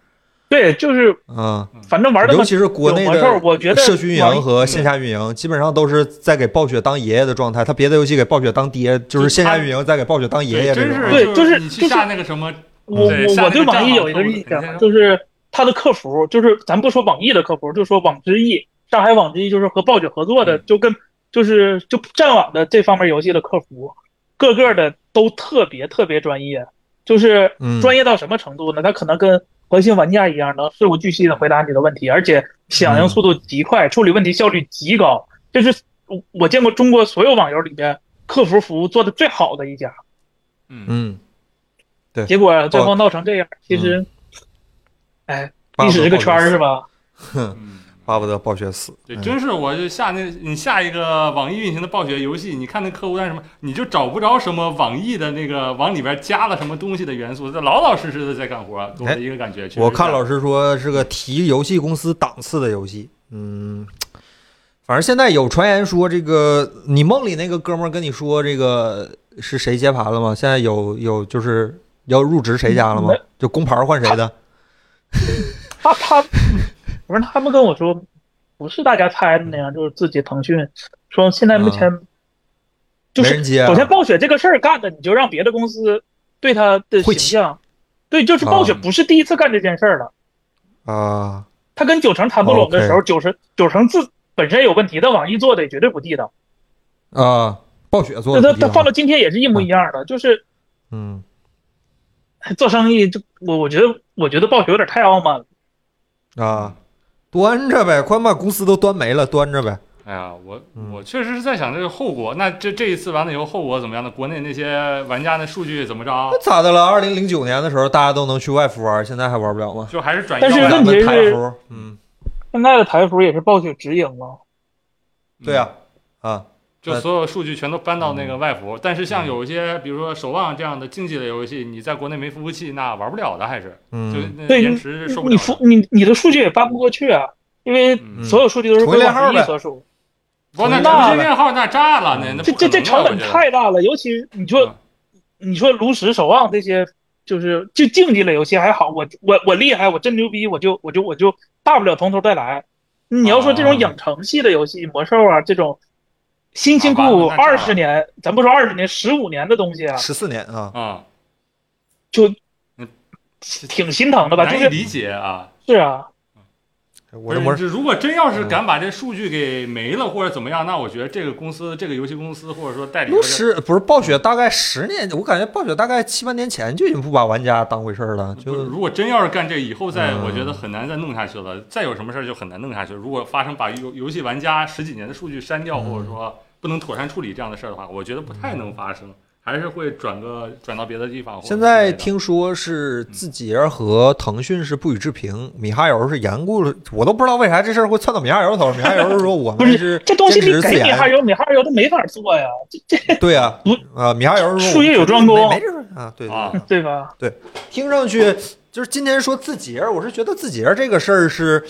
C: 对，就是
A: 嗯，
C: 反正玩的
A: 尤其是国内
C: 有魔兽我觉
A: 的
C: 得
A: 社区运
C: 网易嗯
A: 营和线下运营，基本上都是在给暴雪当爷爷的状态。他别的游戏给暴雪当爹，就是线下运营在给暴雪当爷爷这
B: 真
A: 种。啊
B: 是
C: 对
B: 就
C: 就是
B: 你去
C: 就是
B: 下那个什么，
C: 我
B: 对
C: 我
B: 下
C: 我
B: 那
C: 对
B: 个账
C: 网易
B: 号
C: 有一个
B: 是不是
C: 印
B: 肯定
C: 象，就是它的客服，就是咱不说网易的客服，就说网之易，上海网之易就是和暴雪合作的，
B: 嗯
C: 就跟就是就战网的这方面游戏的客服，个个的都特别特别专业，就是
A: 嗯
C: 专业到什么程度呢？他可能跟核心玩家一样，能事无巨细的回答你的问题，而且响
B: 嗯
C: 应速度极快，处理问题效率极高，这是我我见过中国所有网游里边客服服务做的最好的一家。
B: 嗯，
A: 嗯，
C: 结果最
B: 哦
C: 后闹成这样，其实，哎，历史这个圈儿 是吧？
B: 嗯
A: 巴不得暴雪死。
B: 对，
A: 嗯
B: 真是我就下那，你下一个网易运行的暴雪游戏，你看那客户端什么，你就找不着什么网易的那个往里边加了什么东西的元素，这老老实实的在干活，给我的一个感觉。确实是
A: 哎我看老师说是个提游戏公司档次的游戏，嗯，反正现在有传言说这个你梦里那个哥们儿跟你说这个是谁接盘了吗？现在有有就是要入职谁家了吗
C: 没？啊
A: 就工牌换谁的？
C: 他他，不是他们跟我说，不是大家猜的那样，就是自己腾讯说现在目前，就
A: 嗯没
C: 是
A: 人接、啊
C: 首。先暴雪这个事儿干的，你就让别的公司对他的
A: 晦
C: 形
A: 气
C: 象，对，就是暴雪不是第一次干这件事儿了。
A: 啊，
C: 他跟九成谈不拢的
A: 哦
C: 时候，九成九成自本身有问题，但网易做的也绝对不地道。
A: 啊，暴雪做
C: 那
A: 的不
C: 他
A: 一样
C: 他放到今天也是一模一样的，就是
A: 嗯，
C: 做生意，就我我觉得，我觉得暴雪有点太傲慢了。
A: 啊，端着呗，快把公司都端没了，端着呗。
B: 哎呀，我
A: 嗯
B: 我确实是在想这个后果。那这这一次完了以后后果怎么样呢？国内那些玩家的数据怎么着
A: 那？咋的了？二零零九年的时候大家都能去外服玩，现在还玩不了吗？
B: 就还是转移
C: 但是
B: 到
C: 问题是
A: 台服，嗯，
C: 现在的台服也是暴雪直营了，
A: 对呀、啊，
B: 就所有数据全都搬到
A: 嗯
B: 那个外服。但是像有一些，比如说《守望》这样的竞技类游戏，你在国内没服务器，那玩不了的，还是就
A: 嗯，
B: 那
C: 对
B: 延迟受不了
C: 你
B: 的。
C: 服你你的数据也搬不过去啊，因为
B: 嗯
C: 所有数据都是
A: 重新
C: 归
A: 连号
C: 网易
A: 呗
C: 所属。
B: 我那
C: 那
B: 腾讯面号那炸了，
A: 嗯
B: 那那
C: 这
B: 不可
C: 这这
B: 能的
C: 成本
B: 我觉得
C: 太大了，尤其你说
B: 嗯
C: 你说炉石、守望这些，就是就竞技类游戏还好，我我我厉害，我真牛逼，我就我就我就大不了从头再来。你要说这
B: 啊
C: 种养成系的游戏，魔兽啊这种辛辛苦苦
B: 好吧那这样
C: 二十年，咱不说二十年，十五年的东西啊，
A: 十四年啊，
B: 啊，
C: 挺心疼的吧？就
B: 难以
C: 是
B: 理解啊。
C: 是啊，
A: 我
B: 不
A: 这
B: 是，
A: 不
B: 这如果真要
A: 嗯
B: 是敢把这数据给没了或者怎么样，那我觉得这个公司、这个游戏公司或者说代理
A: 炉
B: 或者
A: 石不是暴雪，大概十年，我感觉暴雪大概七八年前就已经不把玩家当回事儿了，
B: 不是
A: 就
B: 如果真要是干这，以后再
A: 嗯
B: 我觉得很难再弄下去了。再有什么事儿就很难弄下去。如果发生把游游戏玩家十几年的数据删掉，或者
A: 嗯
B: 说不能妥善处理这样的事儿的话，我觉得不太能发生，还是会转个转到别的地方。或者
A: 现在
B: 之类的
A: 听说是
C: 嗯
A: 字节和腾讯是不予置评，米哈游是严顾了，我都不知道为啥这事儿会窜到米哈游头。米哈游说我
C: 不
A: 们
C: 是
A: 是
C: 这东西
A: 坚
C: 你
A: 持自
C: 给米哈
A: 研，
C: 游，米哈游都没法做呀，这这
A: 对啊
C: 不，
A: 啊，米哈游说
C: 术业有专攻
A: 没没这事儿啊，对对
B: 啊
A: 对
C: 对吧？
A: 听上去就是今天说字节，我是觉得字节这个事儿是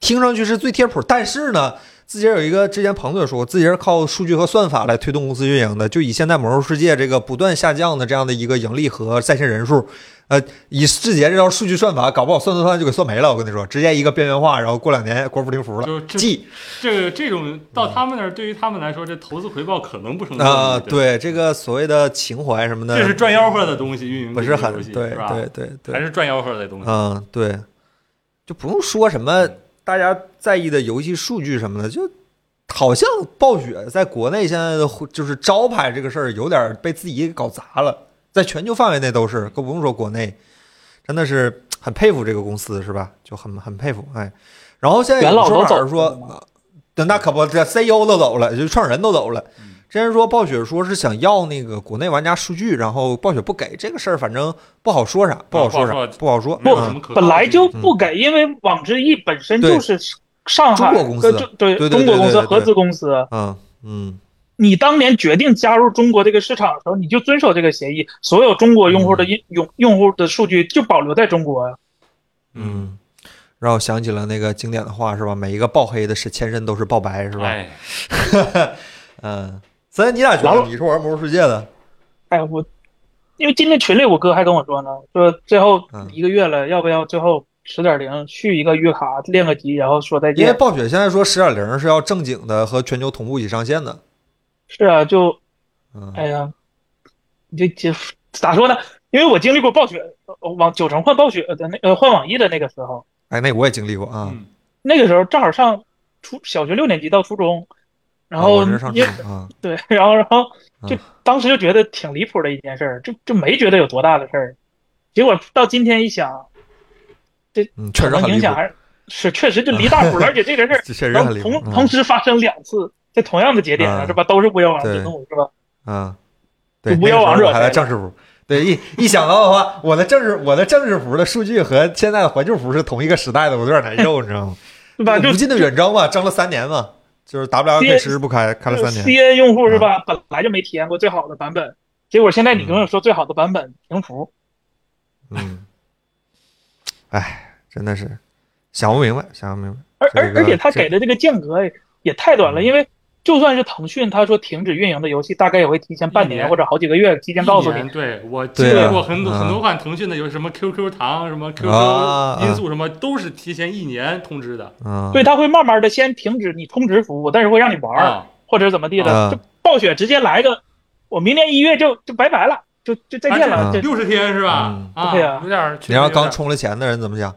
A: 听上去是最贴谱，但是呢，字节有一个之前彭总也说过，字节是靠数据和算法来推动公司运营的，就以现在魔兽世界这个不断下降的这样的一个盈利和在线人数。呃，以字节这套数据算法，搞不好算算算就给算没了。我跟你说，直接一个边缘化，然后过两年国服停服了。
B: 就这
A: 记
B: 这个这种到他们那儿，对于他们来说，这投资回报可能不成正
A: 嗯啊、
B: 比。吧，
A: 对这个所谓的情怀什么的，
B: 这是赚吆喝的东西，运营
A: 不是很
B: 游戏
A: 对
B: 是吧？
A: 对对对，
B: 还是赚吆喝的东西。嗯
A: 嗯，对，就不用说什么大家在意的游戏数据什么的，就好像暴雪在国内现在的就是招牌这个事儿有点被自己给搞砸了，在全球范围内都
B: 嗯
A: 是，更不用说国内，真的是很佩服这个公司是吧？就很很佩服哎。然后现在
C: 元
A: 有
C: 老
A: 说
C: 都
A: 法
C: 走
A: 是说
C: 了吗，
A: 呃那可不，这 CEO 都走了，就创始人都走了。
B: 嗯
A: 之前说暴雪说是想要那个国内玩家数据，然后暴雪不给这个事儿，反正不好说啥，不好说啥，
B: 啊不好
A: 不
B: 说
A: 好说。
B: 没有
A: 嗯
B: 什么可
C: 本来就
A: 嗯
C: 不给，因为网之翼本身就是上海
A: 中国公司
C: 呃中对
A: 对对对
C: 中国公
A: 对
C: 司
A: 对对
C: 合资公司，
A: 嗯嗯，
C: 你当年决定加入中国这个市场的时候，你就遵守这个协议，所有中国用户的
A: 嗯
C: 用用用户的数据就保留在中国呀。啊
B: 嗯，
A: 嗯，让我想起了那个经典的话，是吧？每一个爆黑的是前身都是爆白，是吧？
B: 哎，
A: 嗯，森，你咋觉
C: 完
A: 得？
C: 了
A: 你是玩魔兽世界的？
C: 哎，我因为今天群里我哥还跟我说呢，说最后
A: 嗯
C: 一个月了，要不要最后十点零续一个月卡练个级，然后说再
A: 因为
C: 见？
A: 暴雪现在说十点零是要正经的和全球同步一起上线的。
C: 是啊，就
A: 嗯
C: 哎呀，你这这咋说呢？因为我经历过暴雪，呃往九城换暴雪的那呃换网易的那个时候，
A: 哎，那我也经历过啊。
B: 嗯
C: 那个时候正好上初小学六年级到初中，然
A: 啊
C: 后
A: 我这是上
C: 因
A: 初中啊，
C: 对，然后然后就
A: 嗯
C: 当时就觉得挺离谱的一件事儿，就就没觉得有多大的事儿，结果到今天一想，
A: 嗯，确
C: 可
A: 实
C: 能
A: 很
C: 影
A: 离谱
C: 响，还是是确实就离大谱了，而且这个事儿
A: 这 确实
C: 然
A: 很
C: 后
A: 离谱。嗯
C: 同同时发生两次，在同样的节点上
A: 嗯
C: 是吧？都是巫妖王
A: 对
C: 之怒是吧？
A: 嗯，对，
C: 就不要
A: 那个时候
C: 往惹
A: 我还在
C: 谁
A: 正式服。对，一一想到的话，我的政治我的政治服的数据和现在的环境服是同一个时代的，我有点难受，你知道吗？
C: 对 吧？
A: 那个
C: 就
A: 无尽的远征嘛，争了三年嘛，就是 W L K
C: 对
A: 迟迟不开，开了三年。
C: CN 用户是吧？本来就没体验过最好的版本，结果现在你跟我说最好的版本平服，
A: 嗯，哎，真的是想不明白，想不明白。
C: 而
A: 这
C: 而
A: 个嗯
C: 而且他
A: 这
C: 给的这个间隔也也太短了，因为就算是腾讯他说停止运营的游戏，大概也会提前半
B: 一
C: 年
B: 年
C: 或者好几个月提前告诉
B: 一
C: 你
B: 年。对我经
A: 对
B: 历
A: 啊
B: 过很多、
A: 嗯
B: 很多款腾讯的，有什么 QQ 糖、什么
A: 啊
B: QQ 音速、什么，都是提前一年通知的。
A: 嗯，
C: 对，他会慢慢的先停止你充值服务，但是会让你玩儿
B: 啊，
C: 或者怎么地
A: 啊
C: 的。就暴雪直接来个，我明年一月就就拜拜了，就就再见
A: 啊
C: 了，
A: 这
C: 就
B: 六十天是吧
A: 嗯？
B: 啊，
C: 对啊
B: 有点儿确实
A: 你让
B: 有点
A: 刚
B: 儿
A: 充了钱的人怎么想？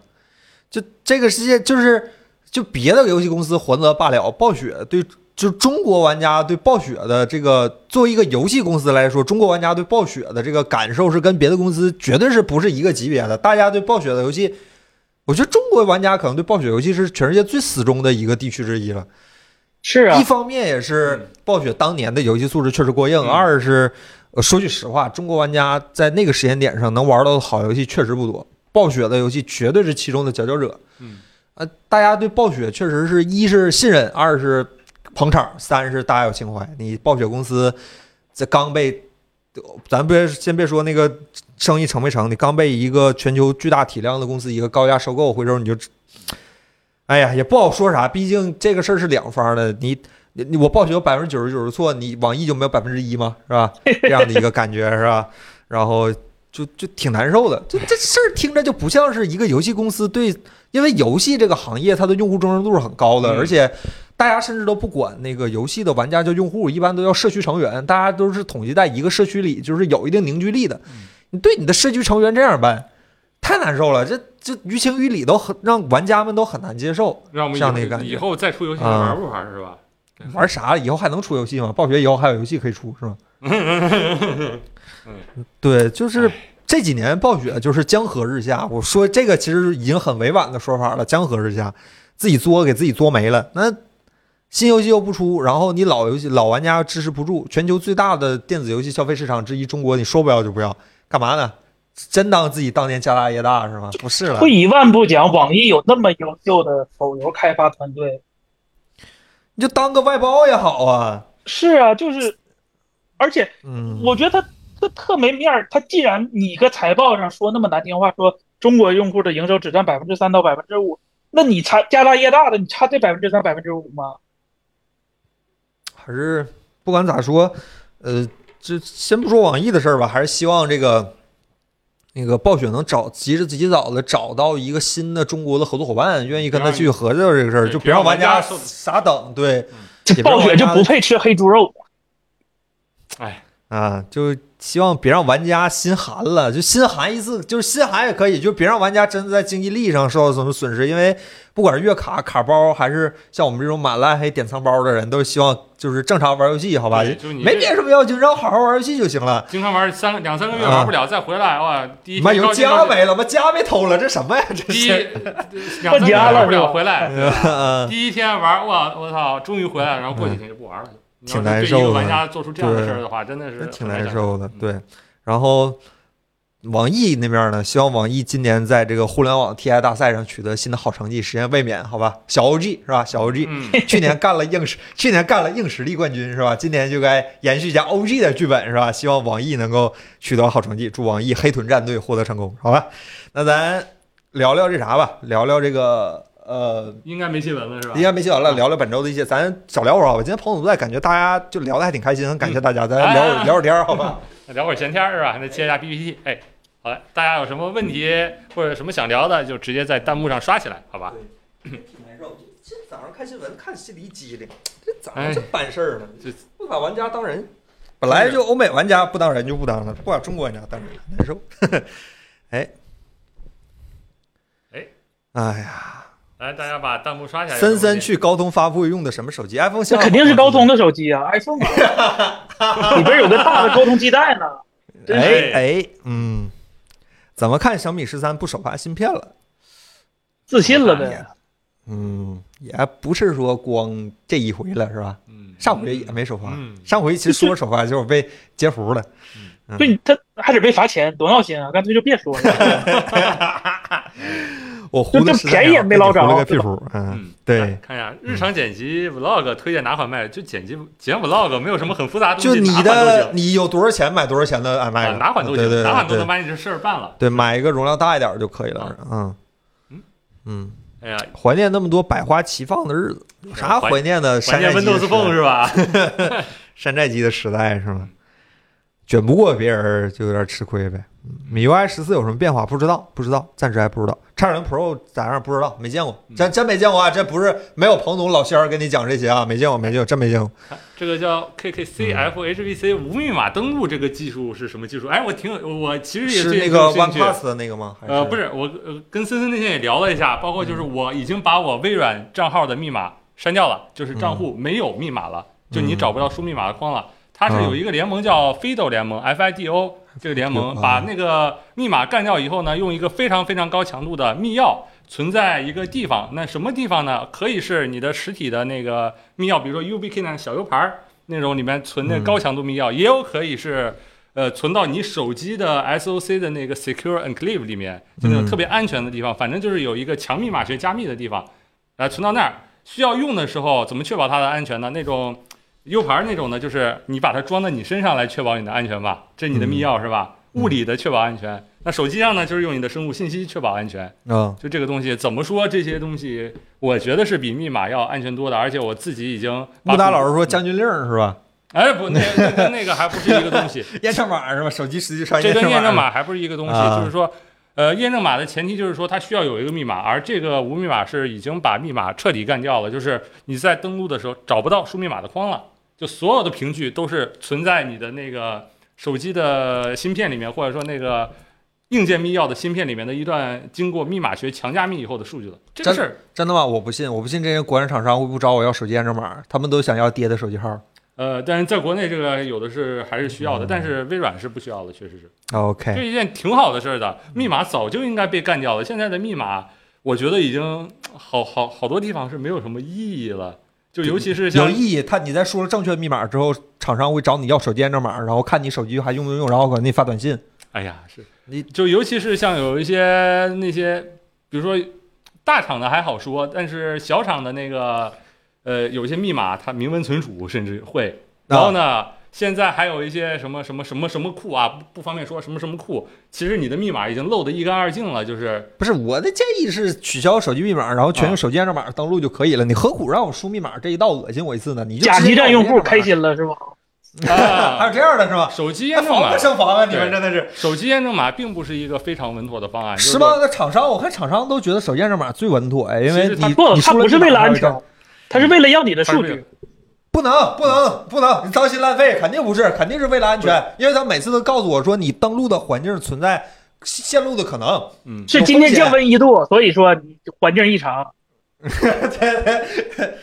A: 就这个世界，就是就别的游戏公司还则罢了，暴雪对就中国玩家对暴雪的这个作为一个游戏公司来说，中国玩家对暴雪的这个感受是跟别的公司绝对是不是一个级别的。大家对暴雪的游戏，我觉得中国玩家可能对暴雪游戏是全世界最死忠的一个地区之一了。
C: 是啊
A: 一。方面也是暴雪当年的游戏素质确实过硬，
B: 嗯
A: 二是、呃说句实话，中国玩家在那个时间点上能玩到的好游戏确实不多，暴雪的游戏绝对是其中的佼佼者。
B: 嗯，
A: 呃，大家对暴雪确实是一是信任，二是捧场，三是大家有情怀。你暴雪公司在刚被，咱别先别说那个生意成没成，你刚被一个全球巨大体量的公司一个高价收购，回头你就，哎呀，也不好说啥，毕竟这个事儿是两方的，你。你你我暴雪有百分之九十九的错，你网易就没有百分之一吗？是吧？这样的一个感觉是吧？然后就就挺难受的，这这事儿听着就不像是一个游戏公司对，因为游戏这个行业它的用户忠诚度是很高的，
B: 嗯
A: 而且大家甚至都不管那个游戏的玩家叫用户，一般都叫社区成员，大家都是统计在一个社区里，就是有一定凝聚力的
B: 嗯。
A: 你对你的社区成员这样办，太难受了，这这于情于理都很让玩家们都很难接受。
B: 让我们以
A: 像那个感
B: 后
A: 觉
B: 以后再出游戏还
A: 啊
B: 玩不玩是吧？
A: 玩啥？以后还能出游戏吗？暴雪以后还有游戏可以出是吗？嗯对，就是这几年暴雪就是江河日下。我说这个其实已经很委婉的说法了，江河日下，自己作给自己作没了。那新游戏又不出，然后你老游戏老玩家支持不住，全球最大的电子游戏消费市场之一，中国你说不要就不要，干嘛呢？真当自己当年家大业大是吗？不是了，
C: 退一万步讲，网易有那么优秀的手游开发团队，
A: 你就当个外包也好啊。
C: 是啊，就是，而且
A: 嗯，
C: 我觉得他他特没面儿。他既然你搁财报上说那么难听话，说中国用户的营收只占百分之三到百分之五，那你差家大业大的，你差这百分之三百分之五吗？
A: 还是不管咋说，呃，这先不说网易的事儿吧，还是希望这个那个暴雪能找及时及早的找到一个新的中国的合作伙伴，愿意跟他继续合作这个事儿，
B: 对
A: 就
B: 别
A: 让
B: 让
A: 玩
B: 玩
A: 家嗯
B: 家
A: 傻等。对，
C: 这
A: 也别
C: 暴雪
A: 往
C: 就
A: 家
C: 不配吃黑猪肉，
B: 哎，
A: 啊，就希望别让玩家心寒了，就心寒一次，就是心寒也可以，就别让玩家真的在经济利益上受到什么损失，因为不管是月卡、卡包，还是像我们这种买烂黑典藏包的人，都希望就是正常玩游戏，好吧？
B: 对就是你
A: 没
B: 这
A: 别的什么要求，让我好好玩游戏就行了。
B: 经常玩三个两三个月
A: 啊
B: 玩不了，再回来哇，第一
A: 妈，
B: 天
A: 有
B: 高兴
A: 家
B: 高兴
A: 没了，妈家被偷了，这什么呀？这
B: 第一
A: 是。
B: 两三个月玩不了回来，
A: 嗯
B: 第一天玩哇，我操，终于回来了，然后过几天就不玩了。你
A: 嗯
B: 要
A: 挺难
B: 是
A: 受
B: 对一
A: 的
B: 个玩家做出这样的事儿的话，真的是
A: 真挺
B: 很
A: 难
B: 难。
A: 受的，
B: 嗯
A: 对。然后网易那边呢，希望网易今年在这个互联网 TI 大赛上取得新的好成绩，实现卫冕，好吧？小 OG 是吧？小 OG
B: 嗯，
A: 去年干了硬实，去年干了硬实力冠军是吧？今年就该延续一下 OG 的剧本是吧？希望网易能够取得好成绩，祝网易黑豚战队获得成功，好吧？那咱聊聊这啥吧，聊聊这个呃。
B: 应该没新闻了是吧
A: 应？该没写完了，聊聊本周的一些，咱少聊会儿好吧？今天彭总不在，感觉大家就聊的还挺开心，很感谢大家，咱聊会儿
B: 哎
A: 聊会儿天儿好吧？
B: 聊会儿闲天儿是吧？还能接一下 PPT。哎，好嘞，大家有什么问题或者什么想聊的，就直接在弹幕上刷起来，好吧？
A: 挺难受。今早上看新闻看心里一激灵，这咋
B: 哎
A: 这办事儿呢？
B: 这
A: 不把玩家当人，本来就欧美玩家不当人就不当了，不把中国玩家当人难受。 哎，
B: 哎，
A: 哎呀，
B: 来，大家把弹幕刷起来。
A: 森森去高通发布会用的什么手机？iPhone
C: 那
A: 下
C: 肯定是高通的手机啊，iPhone 啊，里边有个大的高通基带呢。真是
A: 哎哎，嗯，怎么看小米十三不首发芯片了？
C: 自信了
A: 也
C: 呗，
A: 嗯，也不是说光这一回了，是吧？
B: 嗯，
A: 上回也没首发，
B: 嗯
A: 上回其实说首发，结果被截胡了。
C: 对他还得被罚钱，多闹心啊！干脆就别说了。
A: 我糊的
C: 就
A: 实在
C: 便宜也没捞着
A: 糊了个屁
C: 对吧
A: 股，嗯，
B: 嗯，
A: 对
B: 来看一下日常剪辑 vlog 推荐哪款麦，就剪辑剪 vlog 没有什么很复杂的东
A: 就
B: 西，
A: 你
B: 哪款都
A: 的
B: 行
A: 你有多少钱买多少钱的 iMac，
B: 啊，哪款都
A: 对对
B: 行，哪款都
A: 对
B: 能把啊你这事儿办了。
A: 对，买一个容量大一点就可以了，嗯
B: 嗯
A: 嗯，
B: 哎呀，
A: 怀念那么多百花齐放的日子，有啥怀念的？
B: 怀
A: 山寨
B: 念
A: 机的
B: Windows
A: 时
B: Phone
A: 代，
B: 是 吧？
A: 山寨机的时代是吗？卷不过别人就有点吃亏呗。嗯 MIUI 十四有什么变化？不知道，不知道，暂时还不知道。叉零 Pro 咋样？不知道，没见过，
B: 嗯
A: 真真没见过啊！这不是没有彭总老仙儿跟你讲这些啊，没见过，没见过，真没见过。
B: 这个叫
A: 嗯
B: KKCFHVC 无密码登录这个技术是什么技术？哎，我挺有，我其实也
A: 是
B: 对
A: 那
B: 这
A: 个
B: 有兴趣。
A: OnePlus 的那个吗？还
B: 呃，不是，我呃跟森森那天也聊了一下，包括就是我已经把我微软账号的密码删掉了，就是账户没有密码了，就你找不到输密码的框了。它是有一个联盟叫 FIDO 联盟 （FIDO） 这个联盟，
A: 啊
B: 把那个密码干掉以后呢，用一个非常非常高强度的密钥存在一个地方。那什么地方呢？可以是你的实体的那个密钥，比如说 UBK 那小 U 盘儿那种里面存那
A: 嗯
B: 高强度密钥，也有可以是呃，存到你手机的 SOC 的那个 Secure Enclave 里面，就那种
A: 嗯
B: 特别安全的地方，反正就是有一个强密码学加密的地方，来存到那儿。需要用的时候，怎么确保它的安全呢？那种 U 盘那种呢，就是你把它装到你身上来确保你的安全吧，这是你的密钥是吧？
A: 嗯
B: 物理的确保安全。那手机上呢，就是用你的生物信息确保安全。
A: 嗯，
B: 就这个东西，怎么说这些东西，我觉得是比密码要安全多的，而且我自己已经把
A: 穆达老师说将军令儿是吧？
B: 哎不，那那跟那个还不是一个东西。
A: 验证码是吧？手机实际上
B: 这跟验证
A: 码
B: 码还不是一个东西，
A: 啊
B: 就是说，呃，验证码的前提就是说它需要有一个密码，而这个无密码是已经把密码彻底干掉了，就是你在登录的时候找不到输密码的框了，就所有的凭据都是存在你的那个手机的芯片里面，或者说那个。硬件密钥的芯片里面的一段经过密码学强加密以后的数据了，这个
A: 真
B: 事儿，
A: 真的吗？我不信，我不信这些国产厂商会不找我要手机验证码， 他们都想要爹的手机号。
B: 呃，但是在国内这个有的是还是需要的，但是微软是不需要的，确实是。这
A: 啊 OK，
B: 是一件挺好的事儿的。
A: 嗯
B: 密码早就应该被干掉了，现在的密码，我觉得已经好好好多地方是没有什么意义了。就尤其是像
A: 有意义。他你在说了正确密码之后，厂商会找你要手机验证码，然后看你手机还用不用，然后管你发短信。
B: 哎呀，是
A: 你
B: 就尤其是像有一些那些，比如说大厂的还好说，但是小厂的那个，呃，有些密码它明文存储甚至会，
A: 啊
B: 然后呢。现在还有一些什么什么什么什么库啊，不不方便说什么什么库。其实你的密码已经漏得一干二净 了，就是
A: 不是我的建议是取消手机密码，然后全用
B: 啊
A: 手机验证码登录就可以了。你何苦让我输密码这一道恶心我一次呢？你就
C: 甲
A: 直接
C: 级站
A: 让
C: 用
A: 我
C: 户
A: 验证码
C: 开。心了是吧？
A: 还
B: 啊，
A: 有这样的是吧？
B: 手机验
A: 那
B: 证
A: 防
B: 码
A: 不胜防啊！你们
B: 对
A: 真的是。
B: 手机验证码并不是一个非常稳妥的方案，就是
A: 吗？？那厂商，我看厂商都觉得手机验证码最稳妥哎，因为
B: 其实它
A: 你
C: 不，
A: 你
C: 它
A: 输了
C: 不是
A: 密码
C: 为了
A: 还
C: 安
A: 会
C: 全
A: 照，
C: 它是为了要你的
B: 它是
C: 数
B: 为了
C: 据，
A: 不能，不能，不能！你脏心烂肺，肯定不是，肯定是为了安全，因为他每次都告诉我说，你登录的环境存在线路的可能。
B: 嗯，
C: 是今天降温一度，所以说你环境异常。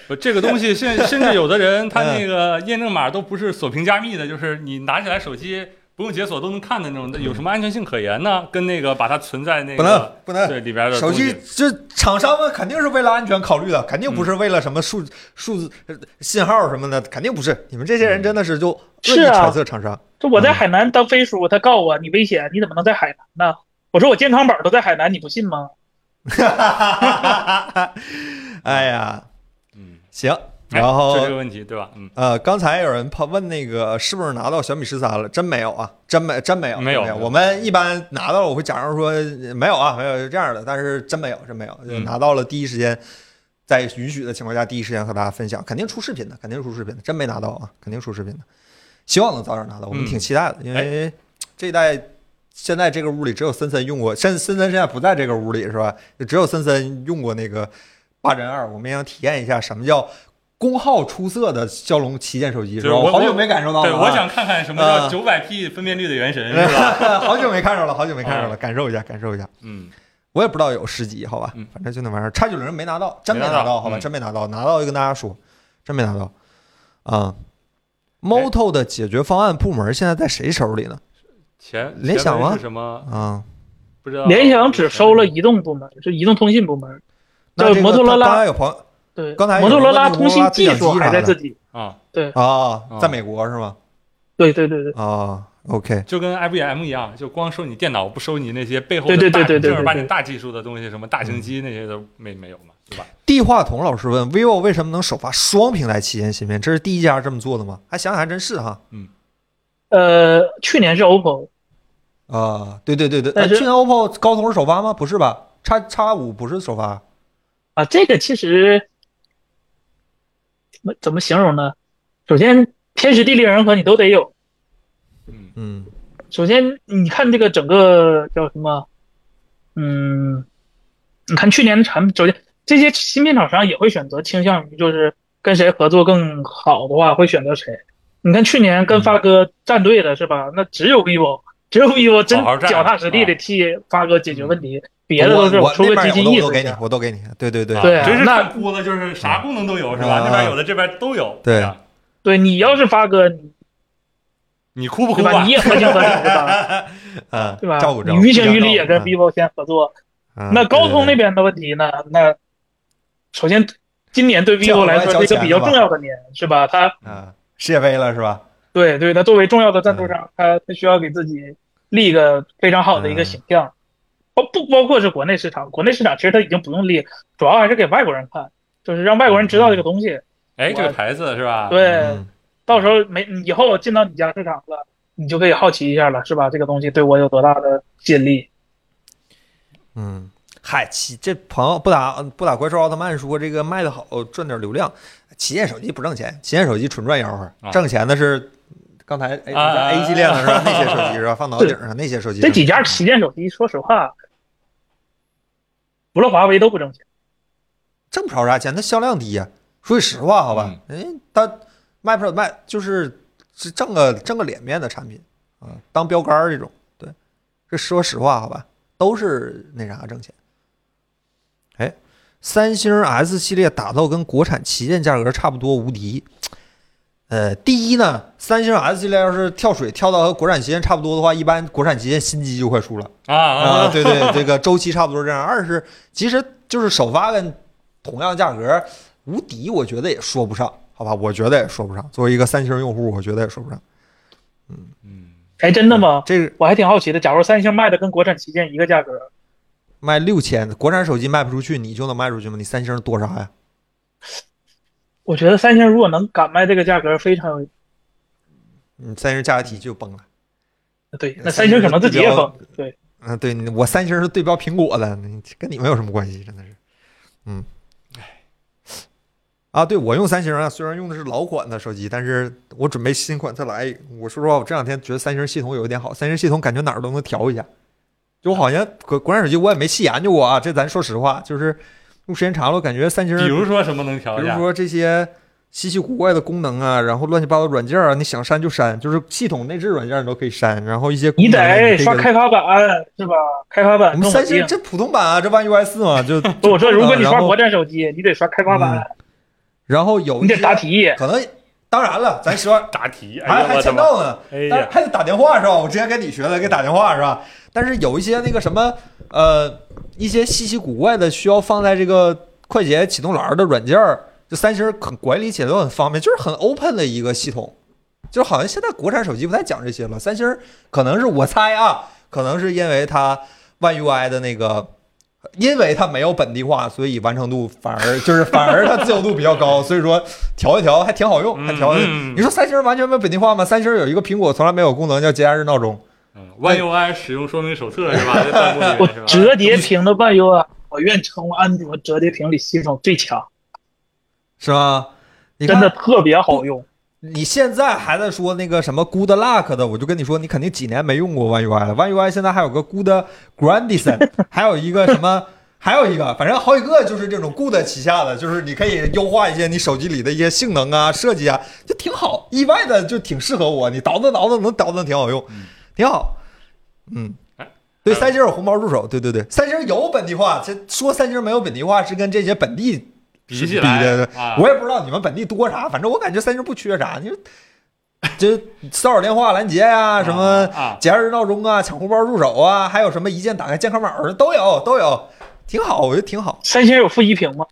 B: 不这个东 西甚甚至有的人他那个
A: 嗯
B: 验证码都不是锁屏加密的，就是你拿起来手机不用解锁都能看的那种，有什么安全性可言呢？跟那个把它存在那
A: 不能
B: 个，
A: 不能，
B: 对里边的
A: 手
B: 东西
A: 机这厂商们肯定是为了安全考虑的，肯定不是为了什么数数字呃信号什么的，肯定不是。你们这些人真的是就恶
C: 是
A: 意
C: 啊
A: 揣测厂商，
C: 这我在海南当飞叔，他告我你危险，你怎么能在海南呢？我说我健康宝都在海南，你不信吗？
A: 哎呀，
B: 嗯，
A: 行，
B: 哎
A: 然后
B: 这是个问题对吧？嗯，
A: 呃，刚才有人怕问那个呃是不是拿到小米十三了？真没有啊，真没真没有，
B: 没有
A: 真我们一般拿到了，我会假装说呃没有啊，没有是这样的，但是真没有，真没有。就
B: 嗯
A: 拿到了第一时间，在允许的情况下，第一时间和大家分享，肯定出视频的，肯定出视频的，真没拿到啊，肯定出视频的。希望能早点拿到，我们
B: 嗯
A: 挺期待的，因为这一代现在这个屋里只有森森用过，森森森现在不在这个屋里是吧？就只有森森用过那个八针二，我们也想体验一下什么叫功耗出色的骁龙旗舰手机，
B: 就是
A: 吧？
B: 我
A: 好久没感受到了、
B: 对，
A: 啊，
B: 我想看看什么叫
A: 啊
B: 九百 P 分辨率的原神
A: 嗯
B: 是吧？
A: 好久没看着了，好久没看着了，感受一下，感受一下。
B: 嗯，
A: 我也不知道有十几，好吧
B: 嗯，
A: 反正就那玩意儿。叉九零没拿到，真没
B: 没拿
A: 拿
B: 到
A: 到，好吧，
B: 嗯
A: 真没拿到，拿到就跟大家说，真没拿到。啊、m o t o 的解决方案部门现在在谁手里呢？
B: 前
A: 联想
B: 前文
A: 吗
B: 是什么？
A: 啊、
B: 不知道。
C: 联想只收了移动部门，是移动通信部门。
A: 那这个
C: 对摩托罗拉
A: 刚才有朋友
C: 对，
A: 刚才有
C: 摩托罗拉
A: 人问
C: 通信技术
A: 摩托罗拉对讲
C: 还在
A: 机啥的
C: 自己。
B: 啊，
A: 啊
B: 啊，
A: 在美国是吗？
C: 对对对对，
A: 啊，OK，
B: 就跟 IBM 一样，就光收你电脑，不收你那些背后的
C: 对对对
B: 大
C: 对对
B: 正儿
C: 对
B: 八
C: 对
B: 经大技术的东西，什么大型机那些都没没有嘛，对吧？
A: 地话筒老师问：vivo 为什么能首发双平台旗舰芯片？这是第一家这么做的吗？还想想还真是哈。
C: 呃，去年是 OPPO，
A: 啊，对对对对，
C: 但
A: 哎
C: 是
A: 去年 OPPO 高通是首发吗？不是吧？叉叉五不是首发，
C: 啊，这个其实怎么怎么形容呢？首先，天时地利人和你都得有。
B: 嗯
A: 嗯
C: 首先，你看这个整个叫什么？嗯，你看去年的产品，首先这些芯片厂商也会选择倾向于就是跟谁合作更好的话，会选择谁。你看去年跟发哥站队的是吧？那只有 vivo，只有 vivo 真
B: 好好
A: 啊
B: 站
C: 脚踏实地的替发哥解决问题，别的都是
A: 我我
C: 出个
A: 那
C: 积
A: 边
C: 极
A: 有嗯我都
C: 意思
A: 给
C: 一
A: 你
C: 下，。
A: 我都给你。对对对，
C: 对啊
B: 真是
C: 那
B: 看哭了，就是啥功能都有是吧？
A: 啊
B: 那边有的，这边都有。
A: 对啊
B: 是吧
C: 对你要是发哥，你
B: 你哭不哭啊
C: 对吧？
B: 吧
C: 你？也合情合理是 吧？
A: 嗯，
C: 对吧
A: 照顾？照
C: 你
A: 顾，
C: 于情于理也跟 vivo 先合作，
A: 嗯。
C: 那高通
A: 那
C: 那边的问题呢？那首先，今年对 vivo 来说是一个比较重要的年，是吧？它
A: 啊，世界杯了是吧？
C: 对对，它作为重要的赞助商，它它需要给自己立一个非常好的一个形象，包不包括是国内市场？国内市场其实它已经不用立，主要还是给外国人看，就是让外国人知道这个东西。
B: 哎，
C: 我
B: 这个牌子是吧？
C: 对，
A: 嗯
C: 到时候没你以后进到你家市场了，你就可以好奇一下了，是吧？这个东西对我有多大的吸引力？
A: 嗯，嗨，旗这朋友不打不打怪兽奥特曼说这个卖的好赚点流量，旗舰手机不挣钱，旗舰手机纯赚吆
B: 啊
A: 喝，挣钱的是刚才哎
B: 啊啊
A: A 系列的 是吧？那些手机是吧？放脑顶上那些手机是
C: 这
A: 吧，
C: 几家旗舰手机，说实话，除了华为都不挣钱。
A: 挣不着啥钱，它销量低呀。说句实话，好吧，人它卖不了卖，就是是挣个挣个脸面的产品啊，当标杆儿这种。对，这说实话，好吧，都是那啥挣钱。哎，三星 S 系列打造跟国产旗舰价格差不多无敌。呃，第一呢，三星 S 系列要是跳水跳到和国产旗舰差不多的话，一般国产旗舰新机就快输了。
B: 啊啊
A: 啊，，对对，这个周期差不多这样。二是其实就是首发跟同样价格无敌，我觉得也说不上，好吧？我觉得也说不上。作为一个三星用户，我觉得也说不上。
B: 嗯，
C: 哎，真的吗？
A: 这个
C: 我还挺好奇的。假如三星卖的跟国产旗舰一个价格，
A: 卖六千，国产手机卖不出去，你就能卖出去吗？你三星多啥呀？
C: 我觉得三星如果能敢卖这个价格，非常有
A: 你三星价格体系就崩了。
C: 对。那三星可能自己也疯。对，
A: 嗯，对你我三星是对标苹果的，你跟你们有什么关系？真的是，嗯，哎，啊，对我用三星啊，虽然用的是老款的手机，但是我准备新款再来一个。我说实话，我这两天觉得三星系统有一点好，三星系统感觉哪儿都能调一下。就我好像国国产手机我也没细研究过啊，这咱说实话，就是用时间长了，我感觉三星，
B: 比如说什么能调
A: 比
B: 一下
A: 如？说这些稀奇古怪的功能啊，然后乱七八糟软件啊，你想删就删，就是系统内置软件你都可以删，然后一些功
C: 你
A: 能啊
C: 得哎
A: 可以
C: 刷
A: 给它
C: 开发版是吧？开发版
A: 我
C: 跟
A: 们
C: 我
A: 三
C: 一
A: 星
C: 样。
A: 这普通版啊，这 One UI 四嘛， 就嗯
C: 不我说，如果你
A: 然
C: 刷
A: 后嗯
C: 国产手机，你得刷开发版，
A: 然后有
C: 你
A: 一
C: 得
A: 些
C: 答题。
A: 可能当然了，咱说
B: 答题， 哎
A: 还
B: 呀，
A: 还
B: 我的
A: 签
B: 妈！
A: 到呢，
B: 哎
A: 但
B: 呀
A: 是，还得打电话是吧？我之前跟你学的，给打电话是吧？但是有一些那个什么呃，一些稀奇古怪的需要放在这个快捷启动栏的软件儿，就三星很管理起来都很方便，就是很 open 的一个系统。就好像现在国产手机不太讲这些了，三星可能是我猜啊，可能是因为它 One UI 的那个，因为它没有本地化，所以完成度反而就是 反而它自由度比较高，所以说调一调还挺好用，还调一调。
B: 嗯嗯
A: 你说三星完全没有本地化吗？三星有一个苹果从来没有功能叫节假日闹钟，
B: 嗯，One UI 使用说明手册是吧？在弹幕里
C: 我
B: 面是吧？
C: 折叠屏的万优啊，我愿称为安卓折叠屏里系统最强，
A: 是吧？你
C: 真的
A: 看，
C: 特别好用。
A: 你现在还在说那个什么 Good Luck 的，我就跟你说，你肯定几年没用过 One UI 了。One UI 现在还有个 Good Grandison，还有一个什么，还有一个，反正好几个就是这种 Good 旗下的，就是你可以优化一些你手机里的一些性能啊、设计啊，就挺好，意外的就挺适合我。你倒腾倒腾能倒腾挺好用，挺好。嗯
B: 哎，
A: 对，
B: 还有
A: 三星有红包入手，对对对，三星有本地化。这说三星没有本地化是跟这些本地
B: 比起
A: 是
B: 来
A: 的，
B: 啊
A: 我也不知道你们本地多啥，反正我感觉三星不缺啥。 你说这骚扰电话拦截呀、什么
B: 啊？
A: 节日闹钟啊，抢红包入手啊，还有什么一键打开健康码儿都有都有，挺好，我觉得挺好。
C: 三星有负一屏吗？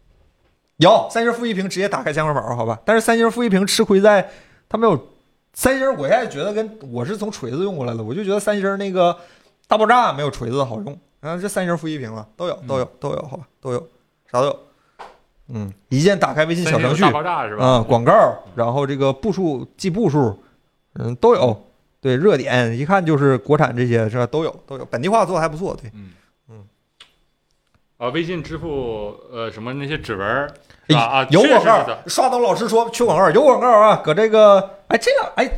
A: 有三星负一屏直接打开健康宝，好吧？但是三星负一屏吃亏在它没有三星，我现在觉得跟我是从锤子用过来的，我就觉得三星那个大爆炸没有锤子好用。然后这三星负一屏了，都有都有都有，
B: 嗯
A: 好吧，都有啥都有。嗯，一键打开微信
B: 三
A: 小
B: 星
A: 程序
B: 大，爆炸是吧？
A: 啊、广告，然后这个步数记步数，嗯，都有。对，热点一看就是国产这些是吧？都有都有，本地化做的还不错。对，
B: 嗯
A: 嗯
B: 啊，微信支付呃什么那些指纹儿是吧？啊，
A: 哎有
B: 确
A: 广
B: 实是
A: 告
B: 的，，
A: 刷到老师说缺广告，有广告啊，搁这个，哎，这样，哎，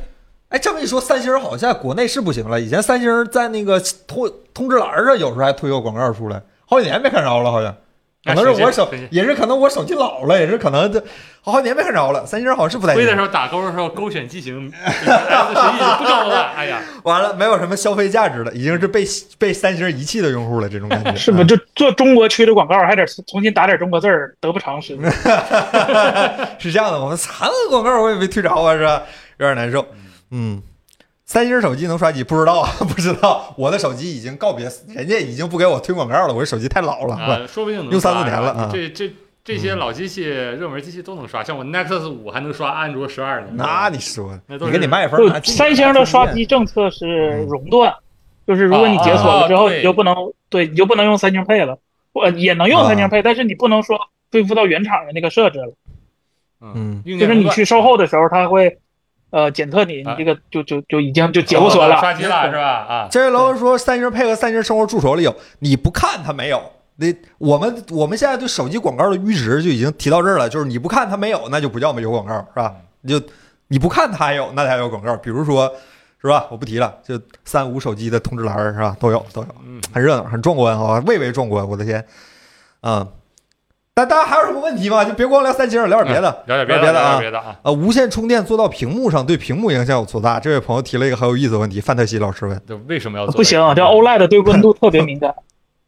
A: 哎，这么一说，三星好像国内是不行了。以前三星在那个通通知栏上有时候还推个广告出来，好几年没看着了，好像。可能是我手
B: 哎手机手机，
A: 也是可能我手机老了，也是可能这好几年没看着了。三星好像是不太行。
B: 挥的时候打勾的时候勾选机型，哎这实际是不高了。哎 呀，
A: 完了，没有什么消费价值了，已经是被被三星遗弃的用户了，这种感觉啊
C: 是不是就做中国区的广告，还得重新打点中国字儿，得不偿失。
A: 啊是这样的？我们啥广告我也没推着啊，是吧？有点难受。嗯，三星手机能刷机不知道啊，不知道。我的手机已经告别，人家已经不给我推广告了，我这手机太老了。
B: 啊，说不定能
A: 用三四
B: 刷
A: 年
B: 是吧
A: 了啊嗯
B: 这这这些老机器、热门机器都能刷，像我 Nexus 五还能刷安卓十二呢。嗯
A: 那你说的，
B: 那都
A: 你
B: 是
A: 给你麦克
C: 就
A: 风拿进去
C: 三星的刷机政策是熔断，就是如果你解锁了之
B: 啊
C: 后，
B: 对
C: 你就不能对，你就不能用三星配了，我也能用三星配，但是你不能说恢复到原厂的那个设置了，
A: 嗯
B: 硬
C: 就
B: 件
C: 是
B: 垄
C: 你
B: 断
C: 去售后的时候，它会呃检测你，
B: 啊
C: 你这个就就就已经就解不锁了。
B: 刷机了是吧？啊，
A: 这位楼说三星配合三星生活助手里有，你不看它没有。那我们我们现在对手机广告的阈值就已经提到这儿了，就是你不看它没有，那就不叫有广告，是吧？
B: 嗯
A: 就你不看它还有，那才有广告。比如说，是吧？我不提了，就三五手机的通知栏儿是吧？都有都有，
B: 嗯，
A: 很热闹，很壮观啊，蔚为壮观，我的天，嗯。但大家还有什么问题吗？就别光聊三星，聊点别的，
B: 嗯聊点
A: 别
B: 别的，
A: 的
B: 聊
A: 啊
B: 点别。的啊。
A: 呃，无线充电做到屏幕上，对屏幕影响有多大？这位朋友提了一个很有意思的问题，范特西老师问。
B: 这为什么要做？
C: 啊不行，这 OLED 对温度特别 敏感，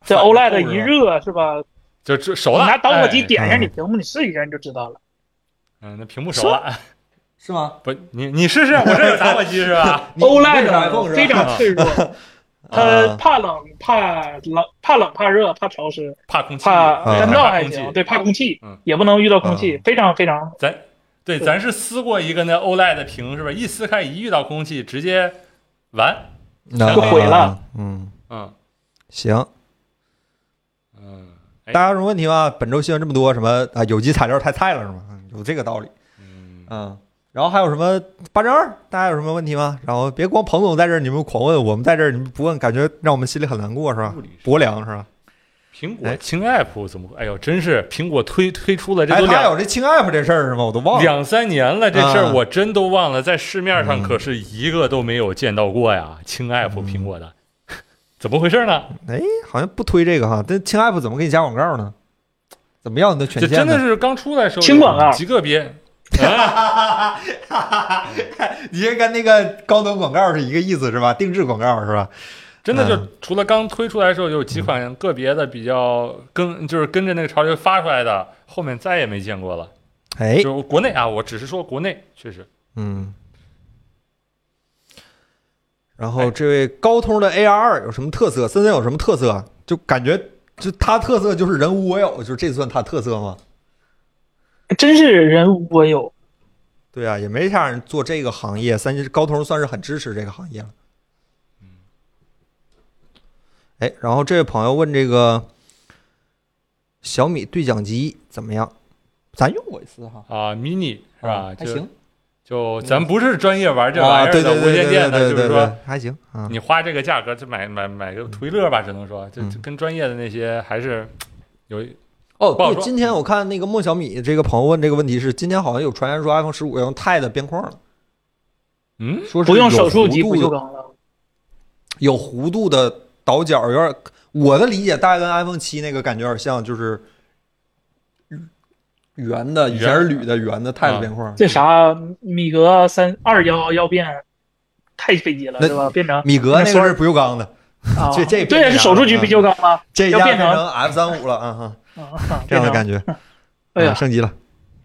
C: 这
A: 反正
C: OLED 一热是吧？
B: 就这熟
C: 你
B: 了，
C: 拿导火机
B: 哎，
C: 点一下
A: 嗯
C: 你屏幕，你试一下你就知道了。
B: 嗯，那屏幕熟了，
A: 是吗？
B: 不，你你试试，我这有打火机是吧？
C: OLED E 啊非常脆弱，它
A: 啊
C: 怕冷、怕冷、怕冷、怕热、怕潮湿、
B: 怕空气，
C: 怕
A: 嗯
C: 干
B: 咱
C: 燥
B: 怕
C: 还
B: 空
C: 行，
B: 气。
C: 对，怕空气
B: 嗯，
C: 也不能遇到空气，非常非常
B: 咱对，咱是撕过一个那 OLED 屏，是吧？一撕开，一遇到空气，直接完。
A: 那
B: 就
C: 毁了。
A: 嗯，
B: 嗯
A: 行，
B: 嗯，
A: 大家有什么问题吗？本周新闻这么多，什么啊？有机材料太菜了是吗？嗯有这个道理。
B: 嗯，
A: 嗯，然后还有什么八正二？大家有什么问题吗？然后别光彭总在这儿，你们狂问，我们在这儿你们不问，感觉让我们心里很难过是吧
B: 物理？是
A: 薄凉是吧？
B: 苹果
A: 哎
B: 轻 app 怎么？哎呦，真是苹果推推出了，这
A: 哎，
B: 都
A: 他
B: 两
A: 有这清 app 这事儿是吗？我都忘了。
B: 两三年了，这事儿
A: 啊
B: 我真都忘了，在市面上
A: 嗯
B: 可是一个都没有见到过呀。轻 app 苹果的， 怎么回事呢？
A: 哎，好像不推这个哈。这清 app 怎么给你加广告呢？怎么要你的权
B: 这
A: 限
B: 真的
A: 呢？
B: 是刚出来的时候，
C: 轻广告啊
B: 极个别，
A: 你这跟那个高端广告是一个意思是吧？定制广告是吧？
B: 真的就
A: 嗯
B: 除了刚推出来的时候有几款个别的比较跟就是跟着那个潮流发出来的，后面再也没见过了。
A: 哎，
B: 就是国内啊，我只是说国内确实
A: 嗯。然
B: 哎
A: 后这位高通的 AR 二有什么特色？森森有什么特色？就感觉就它特色就是人无我有，就这算它特色吗？
C: 真是人无我有。
A: 对啊，也没啥人做这个行业，三高通算是很支持这个行业了。
B: 嗯
A: 哎，然后这位朋友问这个小米对讲机怎么样？咱用过一次哈，
B: 啊，mini 是吧？
A: 嗯还
B: 就
A: 行
B: 就咱不是专业玩这
A: 啊，
B: 玩意
A: 对
B: 儿的
A: 对
B: 无
A: 对
B: 线
A: 对
B: 电
A: 对对
B: 的，就
A: 对
B: 是说
A: 对，还行啊，
B: 你花这个价格就买买买个图一乐吧，只能说就
A: 嗯
B: 就跟专业的那些还是有
A: 哦，
B: 不好
A: 对，
B: 说
A: 今
C: 嗯
A: 天我看那个孟小米这个朋友问这个问题是，今天好像有传言说 iPhone 十五要用 Tide 边框了，
B: 嗯
A: 说是
C: 不用
A: 有
C: 手
A: 弧
C: 术级不
A: 度
C: 锈
A: 的
C: 钢了。
A: 有弧度的倒角，有点我的理解，大概跟 iPhone 七那个感觉有点像，就是圆的，以前是铝的，圆的 Tide 边框。
C: 啊这啥米格三二幺要变太费劲了，
A: 那
C: 是吧？变成
A: 米格那个是不锈钢的，
C: 啊，
A: 这这
C: 对呀，是手术级
A: 嗯
C: 不锈钢吗？
A: 这
C: 要
A: 家
C: 变
A: 变
C: 成
A: 成 F 三五了啊 哈，
C: 啊，
A: 这样的
C: 变成
A: 感觉，
C: 哎
A: 嗯
C: 呀，
A: 升级了，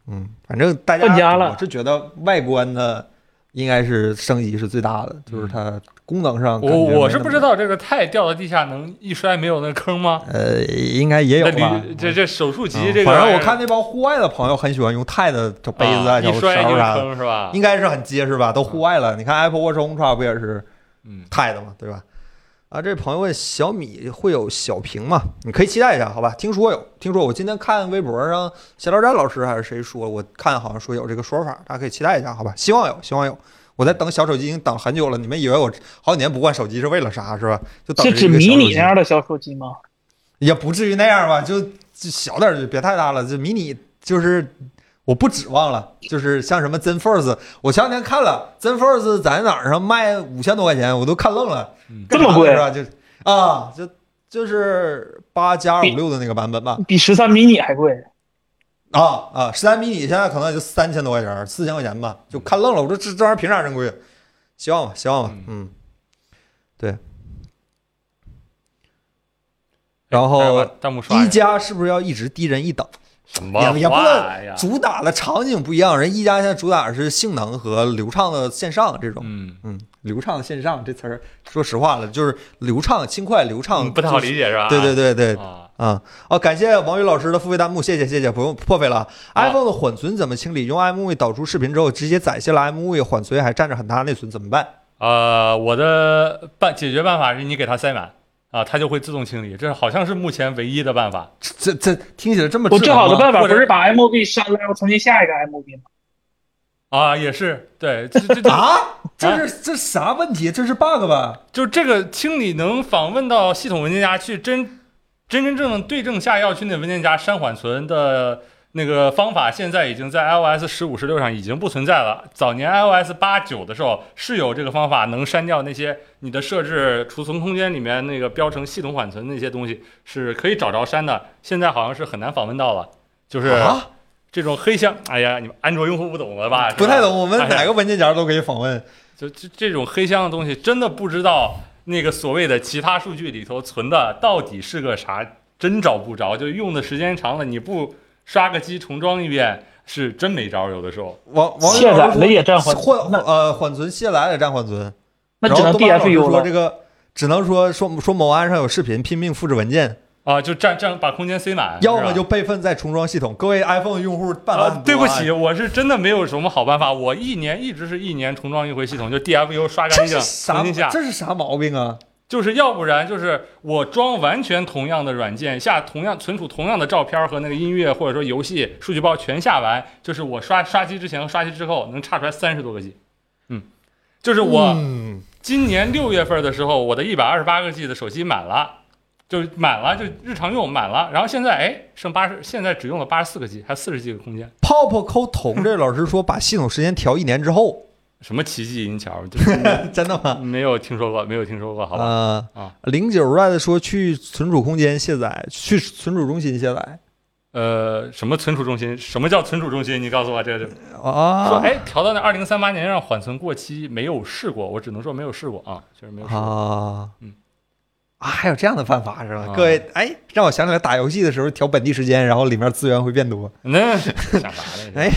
A: 嗯，反正大家
C: 换家了
A: 我是觉得外观的应该是升级是最大的，就是它功能上感
B: 我
A: 觉没那么，
B: 我是不知道这个钛掉到地下能一摔没有那坑吗？
A: 呃，应该也有
B: 那
A: 吧嗯
B: 铝。这这手术级这个玩意儿，
A: 反正我看那帮户外的朋友很喜欢用钛的这杯子
B: 啊
A: 小
B: 一摔
A: 勺
B: 就
A: 啥的，
B: 坑啊是吧
A: 应？该是很结实吧？都户外了，你看 Apple Watch Ultra 不也是
B: 嗯，
A: 钛的嘛，对吧？啊，这朋友问小米会有小屏吗？你可以期待一下，好吧？听说有，听说我今天看微博上闲聊站老师还是谁说，我看好像说有这个说法，大家可以期待一下，好吧？希望有，希望有。我在等小手机已经等很久了，你们以为我好几年不换手机是为了啥是吧？就等
C: 是
A: 着
C: 指
A: 一个小
C: 迷
A: 手
C: 你
A: 机
C: 那样的小手机吗？
A: 也不至于那样吧，就就小点儿，就别太大了。就迷你就是我不指望了，就是像什么 ZenForce，我前两天看了 ZenForce 在哪儿上卖五千多块钱，我都看愣了
B: 嗯，
A: 干啥呢
C: 这么贵
A: 是吧？就啊，就就是八加五六的那个版本吧。
C: 比十三迷你还贵。
A: 啊啊，十三迷你现在可能也就三千多块钱，四千块钱吧，就看愣了。我说这这玩意儿凭啥珍贵？啊希望吧，希望吧，嗯，
B: 哎
A: 对。然
B: 哎
A: 后
B: 把弹幕刷
A: 一
B: 下
A: 加是不是要一直低人一等？
B: 什么
A: 也也不
B: 话呀
A: 能？主打的场景不一样，人一加现在主打的是性能和流畅的线上这种。
B: 嗯，
A: 嗯，流畅线上这词儿，说实话了，就是流畅、轻快、流畅，
B: 嗯不太好理解是吧？
A: 嗯就是。对对对对，
B: 啊，
A: 啊、哦，感谢王宇老师的付费弹幕，谢谢谢谢，不用破费了啊。
B: 啊
A: iPhone 的缓存怎么清理？用 iMovie 导出视频之后，直接载下了 iMovie 缓存，还占着很大内存，怎么办？
B: 呃，我的办解决办法是你给它塞满啊，它就会自动清理，这好像是目前唯一的办法。
A: 这这这听起来这么
C: 我
A: 智
C: 最
A: 能
C: 好的
A: 吗
C: 办法
B: 或
C: 不
B: 者
C: 是把 MOB 删了，然后重新下一个 MOB 吗？
B: 啊，也是，对，这这这
A: 啊，
B: 哎
A: 这是这是啥问题？这是 bug 吧？
B: 就这个清理能访问到系统文件夹去真真真正正对症下药去那文件夹删缓存的那个方法，现在已经在 iOS 十五、十六上已经不存在了。早年 iOS 八九的时候是有这个方法，能删掉那些你的设置储存空间里面那个标成系统缓存那些东西是可以找着删的，现在好像是很难访问到了，就是
A: 啊，
B: 这种黑箱。哎呀，你们安卓用户不懂了吧？是吧
A: 不太懂，我们
B: 哎呀
A: 哪个文件夹都可以访问。
B: 就这这种黑箱的东西，真的不知道那个所谓的其他数据里头存的到底是个啥，真找不着。就用的时间长了，你不刷个机重装一遍，是真没招儿。有的时候，
A: 王王宇
C: 卸
A: 老
C: 载
A: 师说
C: 了也占缓存
A: 换呃缓存卸载也占缓存，
C: 那只
A: 然
C: 能
A: 后豆瓣老师
C: DFU
A: 说
C: 了
A: 这。个只能说说说某安上有视频，拼命复制文件，
B: 啊，就占占把空间塞满，
A: 要
B: 是
A: 么
B: 吧
A: 就备份再重装系统。各位 iPhone 用户办法
B: 啊
A: 很多、，
B: 对不起，，我是真的没有什么好办法。我一年一直是一年重装一回系统，就 DFU 刷干
A: 这
B: 净，
A: 是
B: 重
A: 啥
B: 新下？。
A: 这是啥毛病啊？
B: 就是要不然就是我装完全同样的软件，下同样存储同样的照片和那个音乐或者说游戏数据包全下完，就是我刷刷机之前和刷机之后能差出来三十多个 G。嗯，就是我
A: 嗯，
B: 今年六月份的时候，我的一百二十八个 G 的手机满了。就满了，就日常用满了，然后现在哎，剩八十，现在只用了八十四个 G，还有四十 G 的空间，
A: 泡泡抠铜这老师说把系统时间调一年之后，
B: 什么奇迹银桥，就是
A: 真的吗？
B: 没 有听说过，没有听说过，好吧？
A: 呃
B: 啊，
A: 零九 red 说去存储空间卸载，去存储中心卸载。
B: 呃，什么存储中心？什么叫存储中心？你告诉我这个。说
A: 啊
B: 哎，调到那二零三八年让缓存过期，没有试过，我只能说没有试过啊，确实没有试过。
A: 啊，
B: 嗯
A: 啊，还有这样的办法是吧？
B: 啊
A: 各位，哎，让我想起来打游戏的时候调本地时间，然后里面资源会变多，
B: 那想啥呢？
A: 哎，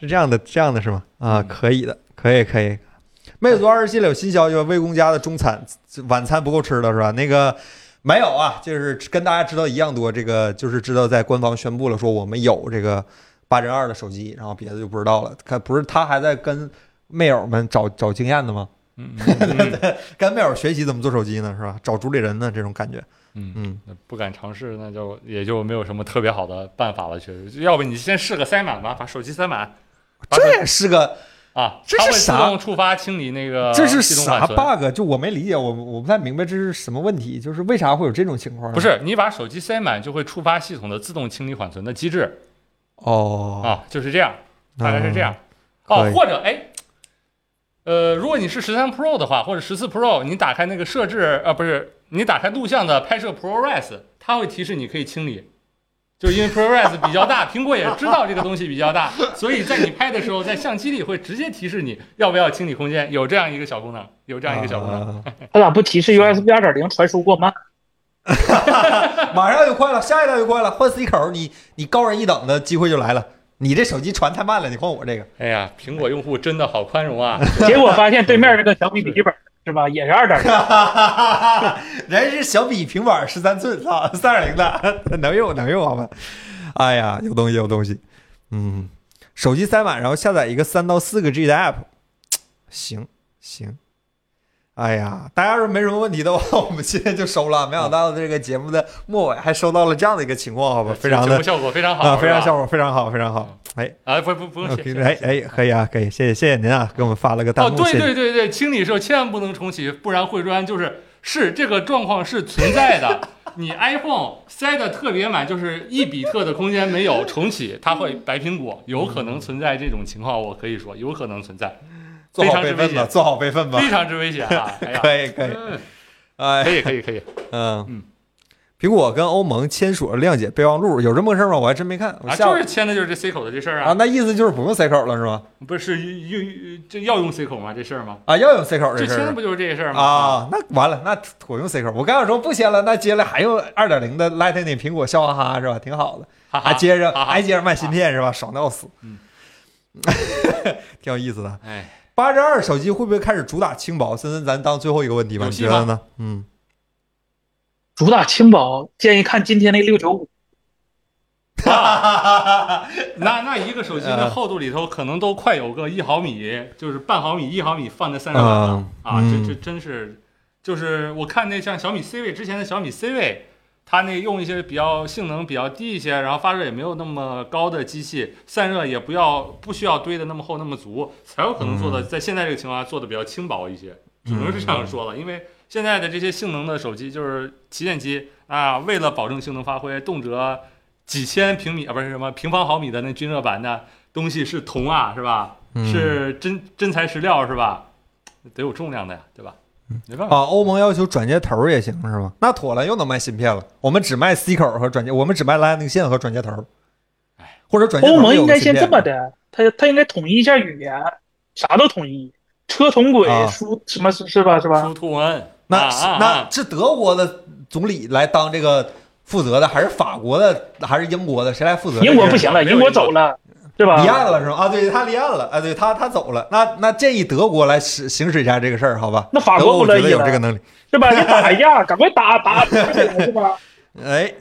A: 是这样的，这样的是吗？啊，
B: 嗯
A: 可以的，可以，可以。魅族二十七里有新消息吗？魏公家的中餐晚餐不够吃了是吧？那个没有啊，就是跟大家知道一样多。这个就是知道在官方宣布了，说我们有这个八针二的手机，然后别的就不知道了。看，不是他还在跟妹友们找找经验呢吗？
B: 嗯嗯嗯嗯
A: 跟妹友学习怎么做手机呢是吧？找主理人呢这种感觉，
B: 嗯，
A: 嗯。
B: 那不敢尝试，那就也就没有什么特别好的办法了。确实，要不你先试个塞满吧，把手机塞满把手
A: 这也是个，
B: 啊，
A: 这
B: 它
A: 是
B: 会自
A: 啥
B: 动触发清理那个
A: 这是
B: 呃系统缓
A: 啥
B: 存
A: bug？就我没理解，我我不太明白这是什么问题，就是为啥会有这种情况呢？
B: 不是，你把手机塞满就会触发系统的自动清理缓存的机制
A: 哦，
B: 啊，就是这样，大概是这样。
A: 嗯可
B: 哦
A: 以，
B: 或者哎，呃，如果你是十三 Pro 的话，或者十四 Pro，你打开那个设置，呃，不是，你打开录像的拍摄 ProRes，它会提示你可以清理。就是因为 ProRes 比较大，苹果也知道这个东西比较大，所以在你拍的时候，在相机里会直接提示你要不要清理空间，有这样一个小功能，有这样一 个小功 能。
A: 啊
C: 它咋不提示 USB 二点零传输 过慢？
A: 马上就快了，下一代就快了，换 C 口，你你高人一等的机会就来了。你这手机传太慢了，你换我这个。
B: 哎呀，苹果用户真的好宽容 啊！
C: 结果发现对面这个小米笔记本是吧，也是二点零。
A: 人是小米平板十三寸，操，三点零的， 能用能用好吗？哎呀，有东西有东西，嗯，手机塞满，然后下载一个三到四个 G 的 app，行行。哎呀，大家说没什么问题的话，我 们今天就收了。没想到这个节目的末尾还收到了这样的一个情况，好吧，非常
B: 哎节
A: 的
B: 目效果非常好，
A: 啊，非常
B: 是吧
A: 效果非常好，非常好。哎，
B: 啊！不不不用谢谢。
A: 哎哎，可以啊，可以，谢谢谢谢您啊，给我们发了个弹
B: 哦，
A: 幕，谢
B: 对
A: 谢
B: 对对对，清理时候千万不能重启，不然会砖就是是这个状况是存在的。你 iPhone 塞的特别满，就是一比特的空间没有，重启它会白苹果，有可能存在这种情况，我可以说有可能存在，
A: 做好
B: 非常
A: 备
B: 之
A: 份
B: 危
A: 吧，
B: 险
A: 做好备份吧，
B: 非常之危险啊！哎呀，
A: 可以可以，
B: 嗯
A: 哎
B: 可，以可以可以，
A: 嗯
B: 嗯，
A: 苹果跟欧盟签署了谅解备忘录，有这么个事儿吗？我还真没看，我
B: 啊，
A: 下午
B: 就是签的就是这 C 口的这事儿
A: 啊，
B: 啊，
A: 那意思就是不用塞口了是吗？
B: 不是用这要用 C 口吗？这事儿吗？
A: 啊，要用塞口
B: 这
A: 这事
B: 签的
A: 儿
B: 不就是这事儿吗？
A: 啊，那完了，那我用塞口，我刚想说不签了，那接下来还用二点零的 Lightning 苹果笑哈哈是吧？挺好的，
B: 啊哈
A: 还
B: 哈，
A: 啊接着
B: 哈哈
A: 还接着卖芯片是吧？爽的要死，
B: 嗯，
A: 挺有意思的。
B: 哎，
A: 八针二手机会不会开始主打轻薄？森森，咱当最后一个问题吧，
B: 有
A: 你
B: 戏
A: 觉得呢？嗯，
C: 主打轻薄，建议看今天那六九五，
B: 那那一个手机
A: 呃
B: 的厚度里头可能都快有个一毫米，就是半毫米、一毫米放在散热板了。
A: 嗯
B: 啊，
A: 嗯
B: 这这真是，就是我看那像小米 C 位之前的小米 C 位，它那用一些比较性能比较低一些，然后发热也没有那么高的机器，散热也不要不需要堆的那么厚那么足，才有可能做
A: 嗯
B: 的、在现在这个情况下做的比较轻薄一些，只能是这样说了，因为现在的这些性能的手机就是旗舰机啊，为了保证性能发挥，动辄几千平米啊不是什么平方毫米的那均热板那东西是铜啊是吧？
A: 嗯
B: 是真真材实料是吧？得有重量的呀，对吧？没办 法，
A: 啊，欧盟要求转接头儿也行是吗？那妥了，又能卖芯片了。我们只卖 C 口和转接，我们只卖 Lightning 线和转接头儿，
B: 哎
A: 或者转接头
C: 欧
A: 儿
C: 盟
A: 也有
C: 应
A: 个
C: 该
A: 芯
C: 先
A: 片
C: 这么的，它它应该统一一下语言，啥都统一，车同轨
A: 啊，
C: 书什么是是吧是吧？
B: 出图文
A: 那、
B: 啊啊
A: 那
B: 啊
A: 是德国的总理来当这个负责的，还是法国的，还是英国的？谁来负责？
C: 英国不
A: 这事
C: 行了，
B: 没有
C: 英国走了，是吧
A: 儿。？离岸了是吗？啊，对他离岸了，啊，对他他走了。那那建议德国来行行使一下这个事儿，好吧？
C: 那法
A: 德
C: 国
A: 国
C: 不
A: 我
C: 乐
A: 觉
C: 意
A: 得有这个
C: 了，
A: 能力。
C: 是吧？你打一架，赶快 打打打起来，是吧？
A: 哎，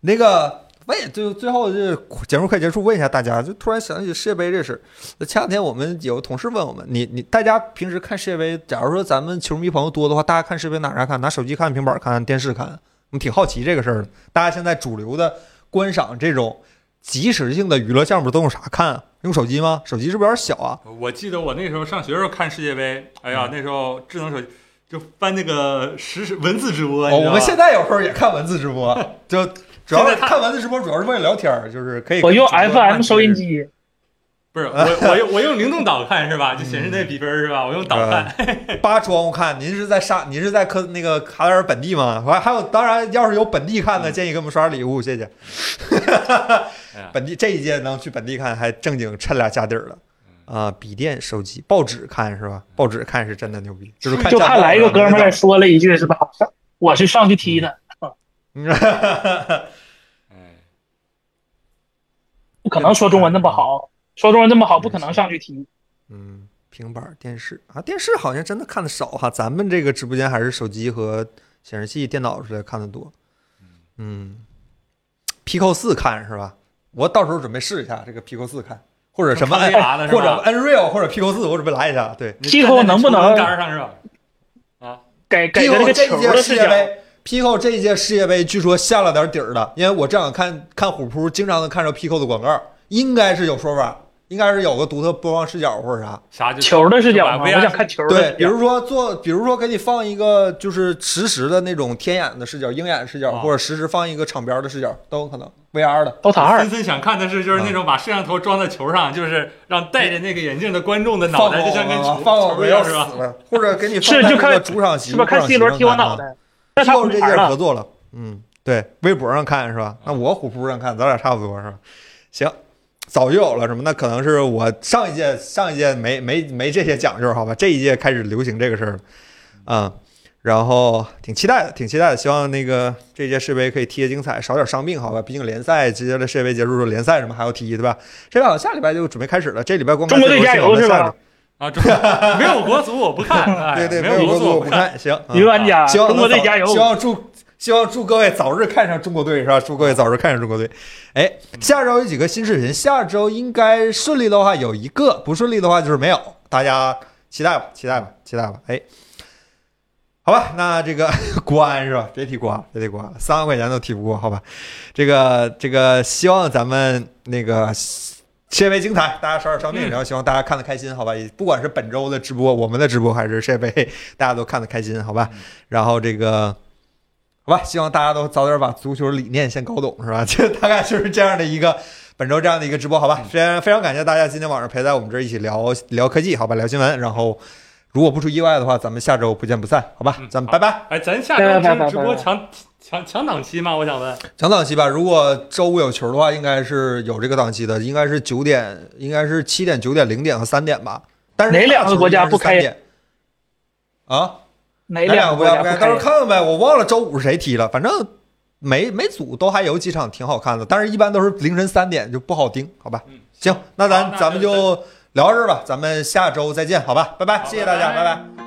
A: 那个问，就最后就节目快结束，问一下大家，就突然想起世界杯这事儿。前两天我们有同事问我们，你你大家平时看世界杯，假如说咱们球迷朋友多的话，大家看世界杯拿啥看？拿手机看、平板看、电视看？我们挺好奇这个事儿的。大家现在主流的观赏这种即时性的娱乐项目都用啥看啊？用手机吗？手机是不是有点小啊？
B: 我记得我那时候上学时候看世界杯，哎
A: 嗯
B: 呀，那时候智能手机就翻那个实时文字直播，
A: 哦，我们现
B: 在
A: 在有时候也看文字直播，就主要
B: 现在
A: 是
B: 看
A: 看文字直播，主要是为了聊天儿，就是可以跟
C: 我用
A: 主播慢慢
C: FM 收音机，
B: 不是我我用我用灵动导看是吧？就显示那比分是吧？我用
A: 呃
B: 导看，
A: 扒窗户看，您是在沙，您是在科那个卡塔尔本地吗？完还有，当然要是有本地看的，建议给我们刷点礼物，谢谢。
B: 哎呀
A: 本地这一届能去本地看，还正经趁俩家底儿了。啊、笔电、手机、报纸看是吧？报纸看是真的牛逼，就是看
C: 就
A: 战
C: 看
A: 报
C: 来一个
A: 是吧
C: 哥们儿说了一句是吧？我是上去踢的，
A: 嗯
B: 哎，
C: 不可能说中文那么好，说中文那么好，不可能上去踢。
A: 嗯，平板儿电视啊，电视好像真的看的少哈，咱们这个直播间还是手机和显示器、电脑之类看的多。嗯，Pico 四看是吧？我到时候准备试一下这个 Pico 四看，或者什么哎
B: 看 VR 的是吧
A: 或者 Unreal 或者 Pico 四，我准备来一下。对
B: 你
C: Pico
B: 站在那
C: 能不能
B: 球杆上是吧？啊，
C: 改改个那
A: ，Pico
C: 个
A: 这
C: 球
A: 一
C: 的
A: 届
C: 视
A: 世
C: 角
A: 界，杯。Pico 这一届世界杯据说下了点底儿的，因为我这两天看看虎扑，经常能看着 Pico 的广告，应该是有说法，应该是有个独特播放视角或者啥。
B: 啥就
C: 球的视角
B: 就
C: 嘛，
B: 把
C: 我
B: VR
C: 想看球的
A: 对，
C: 视
A: 比
C: 角。
A: 如说做，比如说给你放一个就是实时的那种天眼的视角、鹰眼视角，
B: 啊
A: 或者实时放一个场边的视角都有可能。VR 的，
C: 刀塔二
B: 森，森想看的是，
A: 嗯
B: 就是那种把摄像头装在球上，就是让戴着那个眼镜的观众的脑
A: 放
B: 袋就像跟球
A: 我放我
B: 球
A: 我
B: 一
A: 要
B: 样
A: 死
B: 是吧？
A: 了，或者给你放
C: 是
A: 在
C: 就
A: 那
C: 看
A: 个主场席
C: 是不是看 C 罗踢我脑？袋？那
A: 主
C: 他
A: 场席上看啊 Pico
C: 红
A: 这届合
C: 牌了，嗯
A: 作了，嗯，对，微博上看是吧？那我虎扑上看，咱俩差不多是吧？行。早就有了什么？那可能是我上一届上一届没没没这些讲究，好吧？这一届开始流行这个事儿了，嗯，然后挺期待的，挺期待的，希望那个这届世杯可以踢得精彩，少点伤病，好吧？毕竟联赛接下来世界杯结束之后，联赛什么还要踢，对吧？这边好像下礼拜就准备开始了，这礼拜光看
C: 中国队
A: 这个
C: 加油
A: 世界杯
C: 是
A: 赛
C: 吧
A: 了？？
B: 啊，中没有国足我不看，哎
A: 对对，
B: 没
A: 有
B: 国
A: 国
B: 足我
A: 足
B: 不
A: 不
B: 看。
A: 看，行，嗯
C: 女玩家，
A: 希望
C: 中国队加油！
A: 希望祝希望祝各位早日看上中国队是吧？祝各位早日看上中国队。哎，下周有几个新视频，下周应该顺利的话有一个，不顺利的话就是没有。大家期待吧，期待吧，期待吧。哎，好吧，那这个 国安是吧？别提国安了，别提国安了，三万块钱都提不过，好吧？这个这个，希望咱们那个。世界杯精彩，大家少点伤病，
B: 嗯
A: 然后希望大家看得开心，好吧？也不管是本周的直播，我们的直播，还是世界杯，大家都看得开心，好吧？然后这个，好吧，希望大家都早点把足球理念先搞懂，是吧？ 这大概就是这样的一个本周这样的一个直播，好吧？非常非常感谢大家今天晚上陪在我们这儿一起聊聊科技，好吧？聊新闻，然后如果不出意外的话，咱们下周不见不散，好吧？
B: 嗯
A: 咱们拜拜。
B: 哎，咱下
C: 拜拜拜
B: 周
C: 拜
B: 直直播
C: 拜拜
B: 抢抢抢档期吗？我想问。
A: 抢档期吧，如果周五有球的话，应该是有这个档期的，应该是九点，应该是七点、九点、零点和三点吧。但是
C: 哪两个国家不开
A: 大球应该是3点？啊？
C: 哪
A: 哪两个
C: 个
A: 国
C: 国
A: 家不
C: 不
A: 看？
C: 开
A: 到时候
C: 眼？
A: 看看呗，我忘了周五是谁踢了，反正每每组都还有几场挺好看的，但是一般都是凌晨三点就不好盯，好吧？
B: 嗯
A: 行，那咱
B: 好那
A: 咱们
B: 就
A: 就聊到这儿吧，咱们下周再见，好吧？拜拜，
B: 好
A: 谢谢大家，
B: 拜拜
A: 拜拜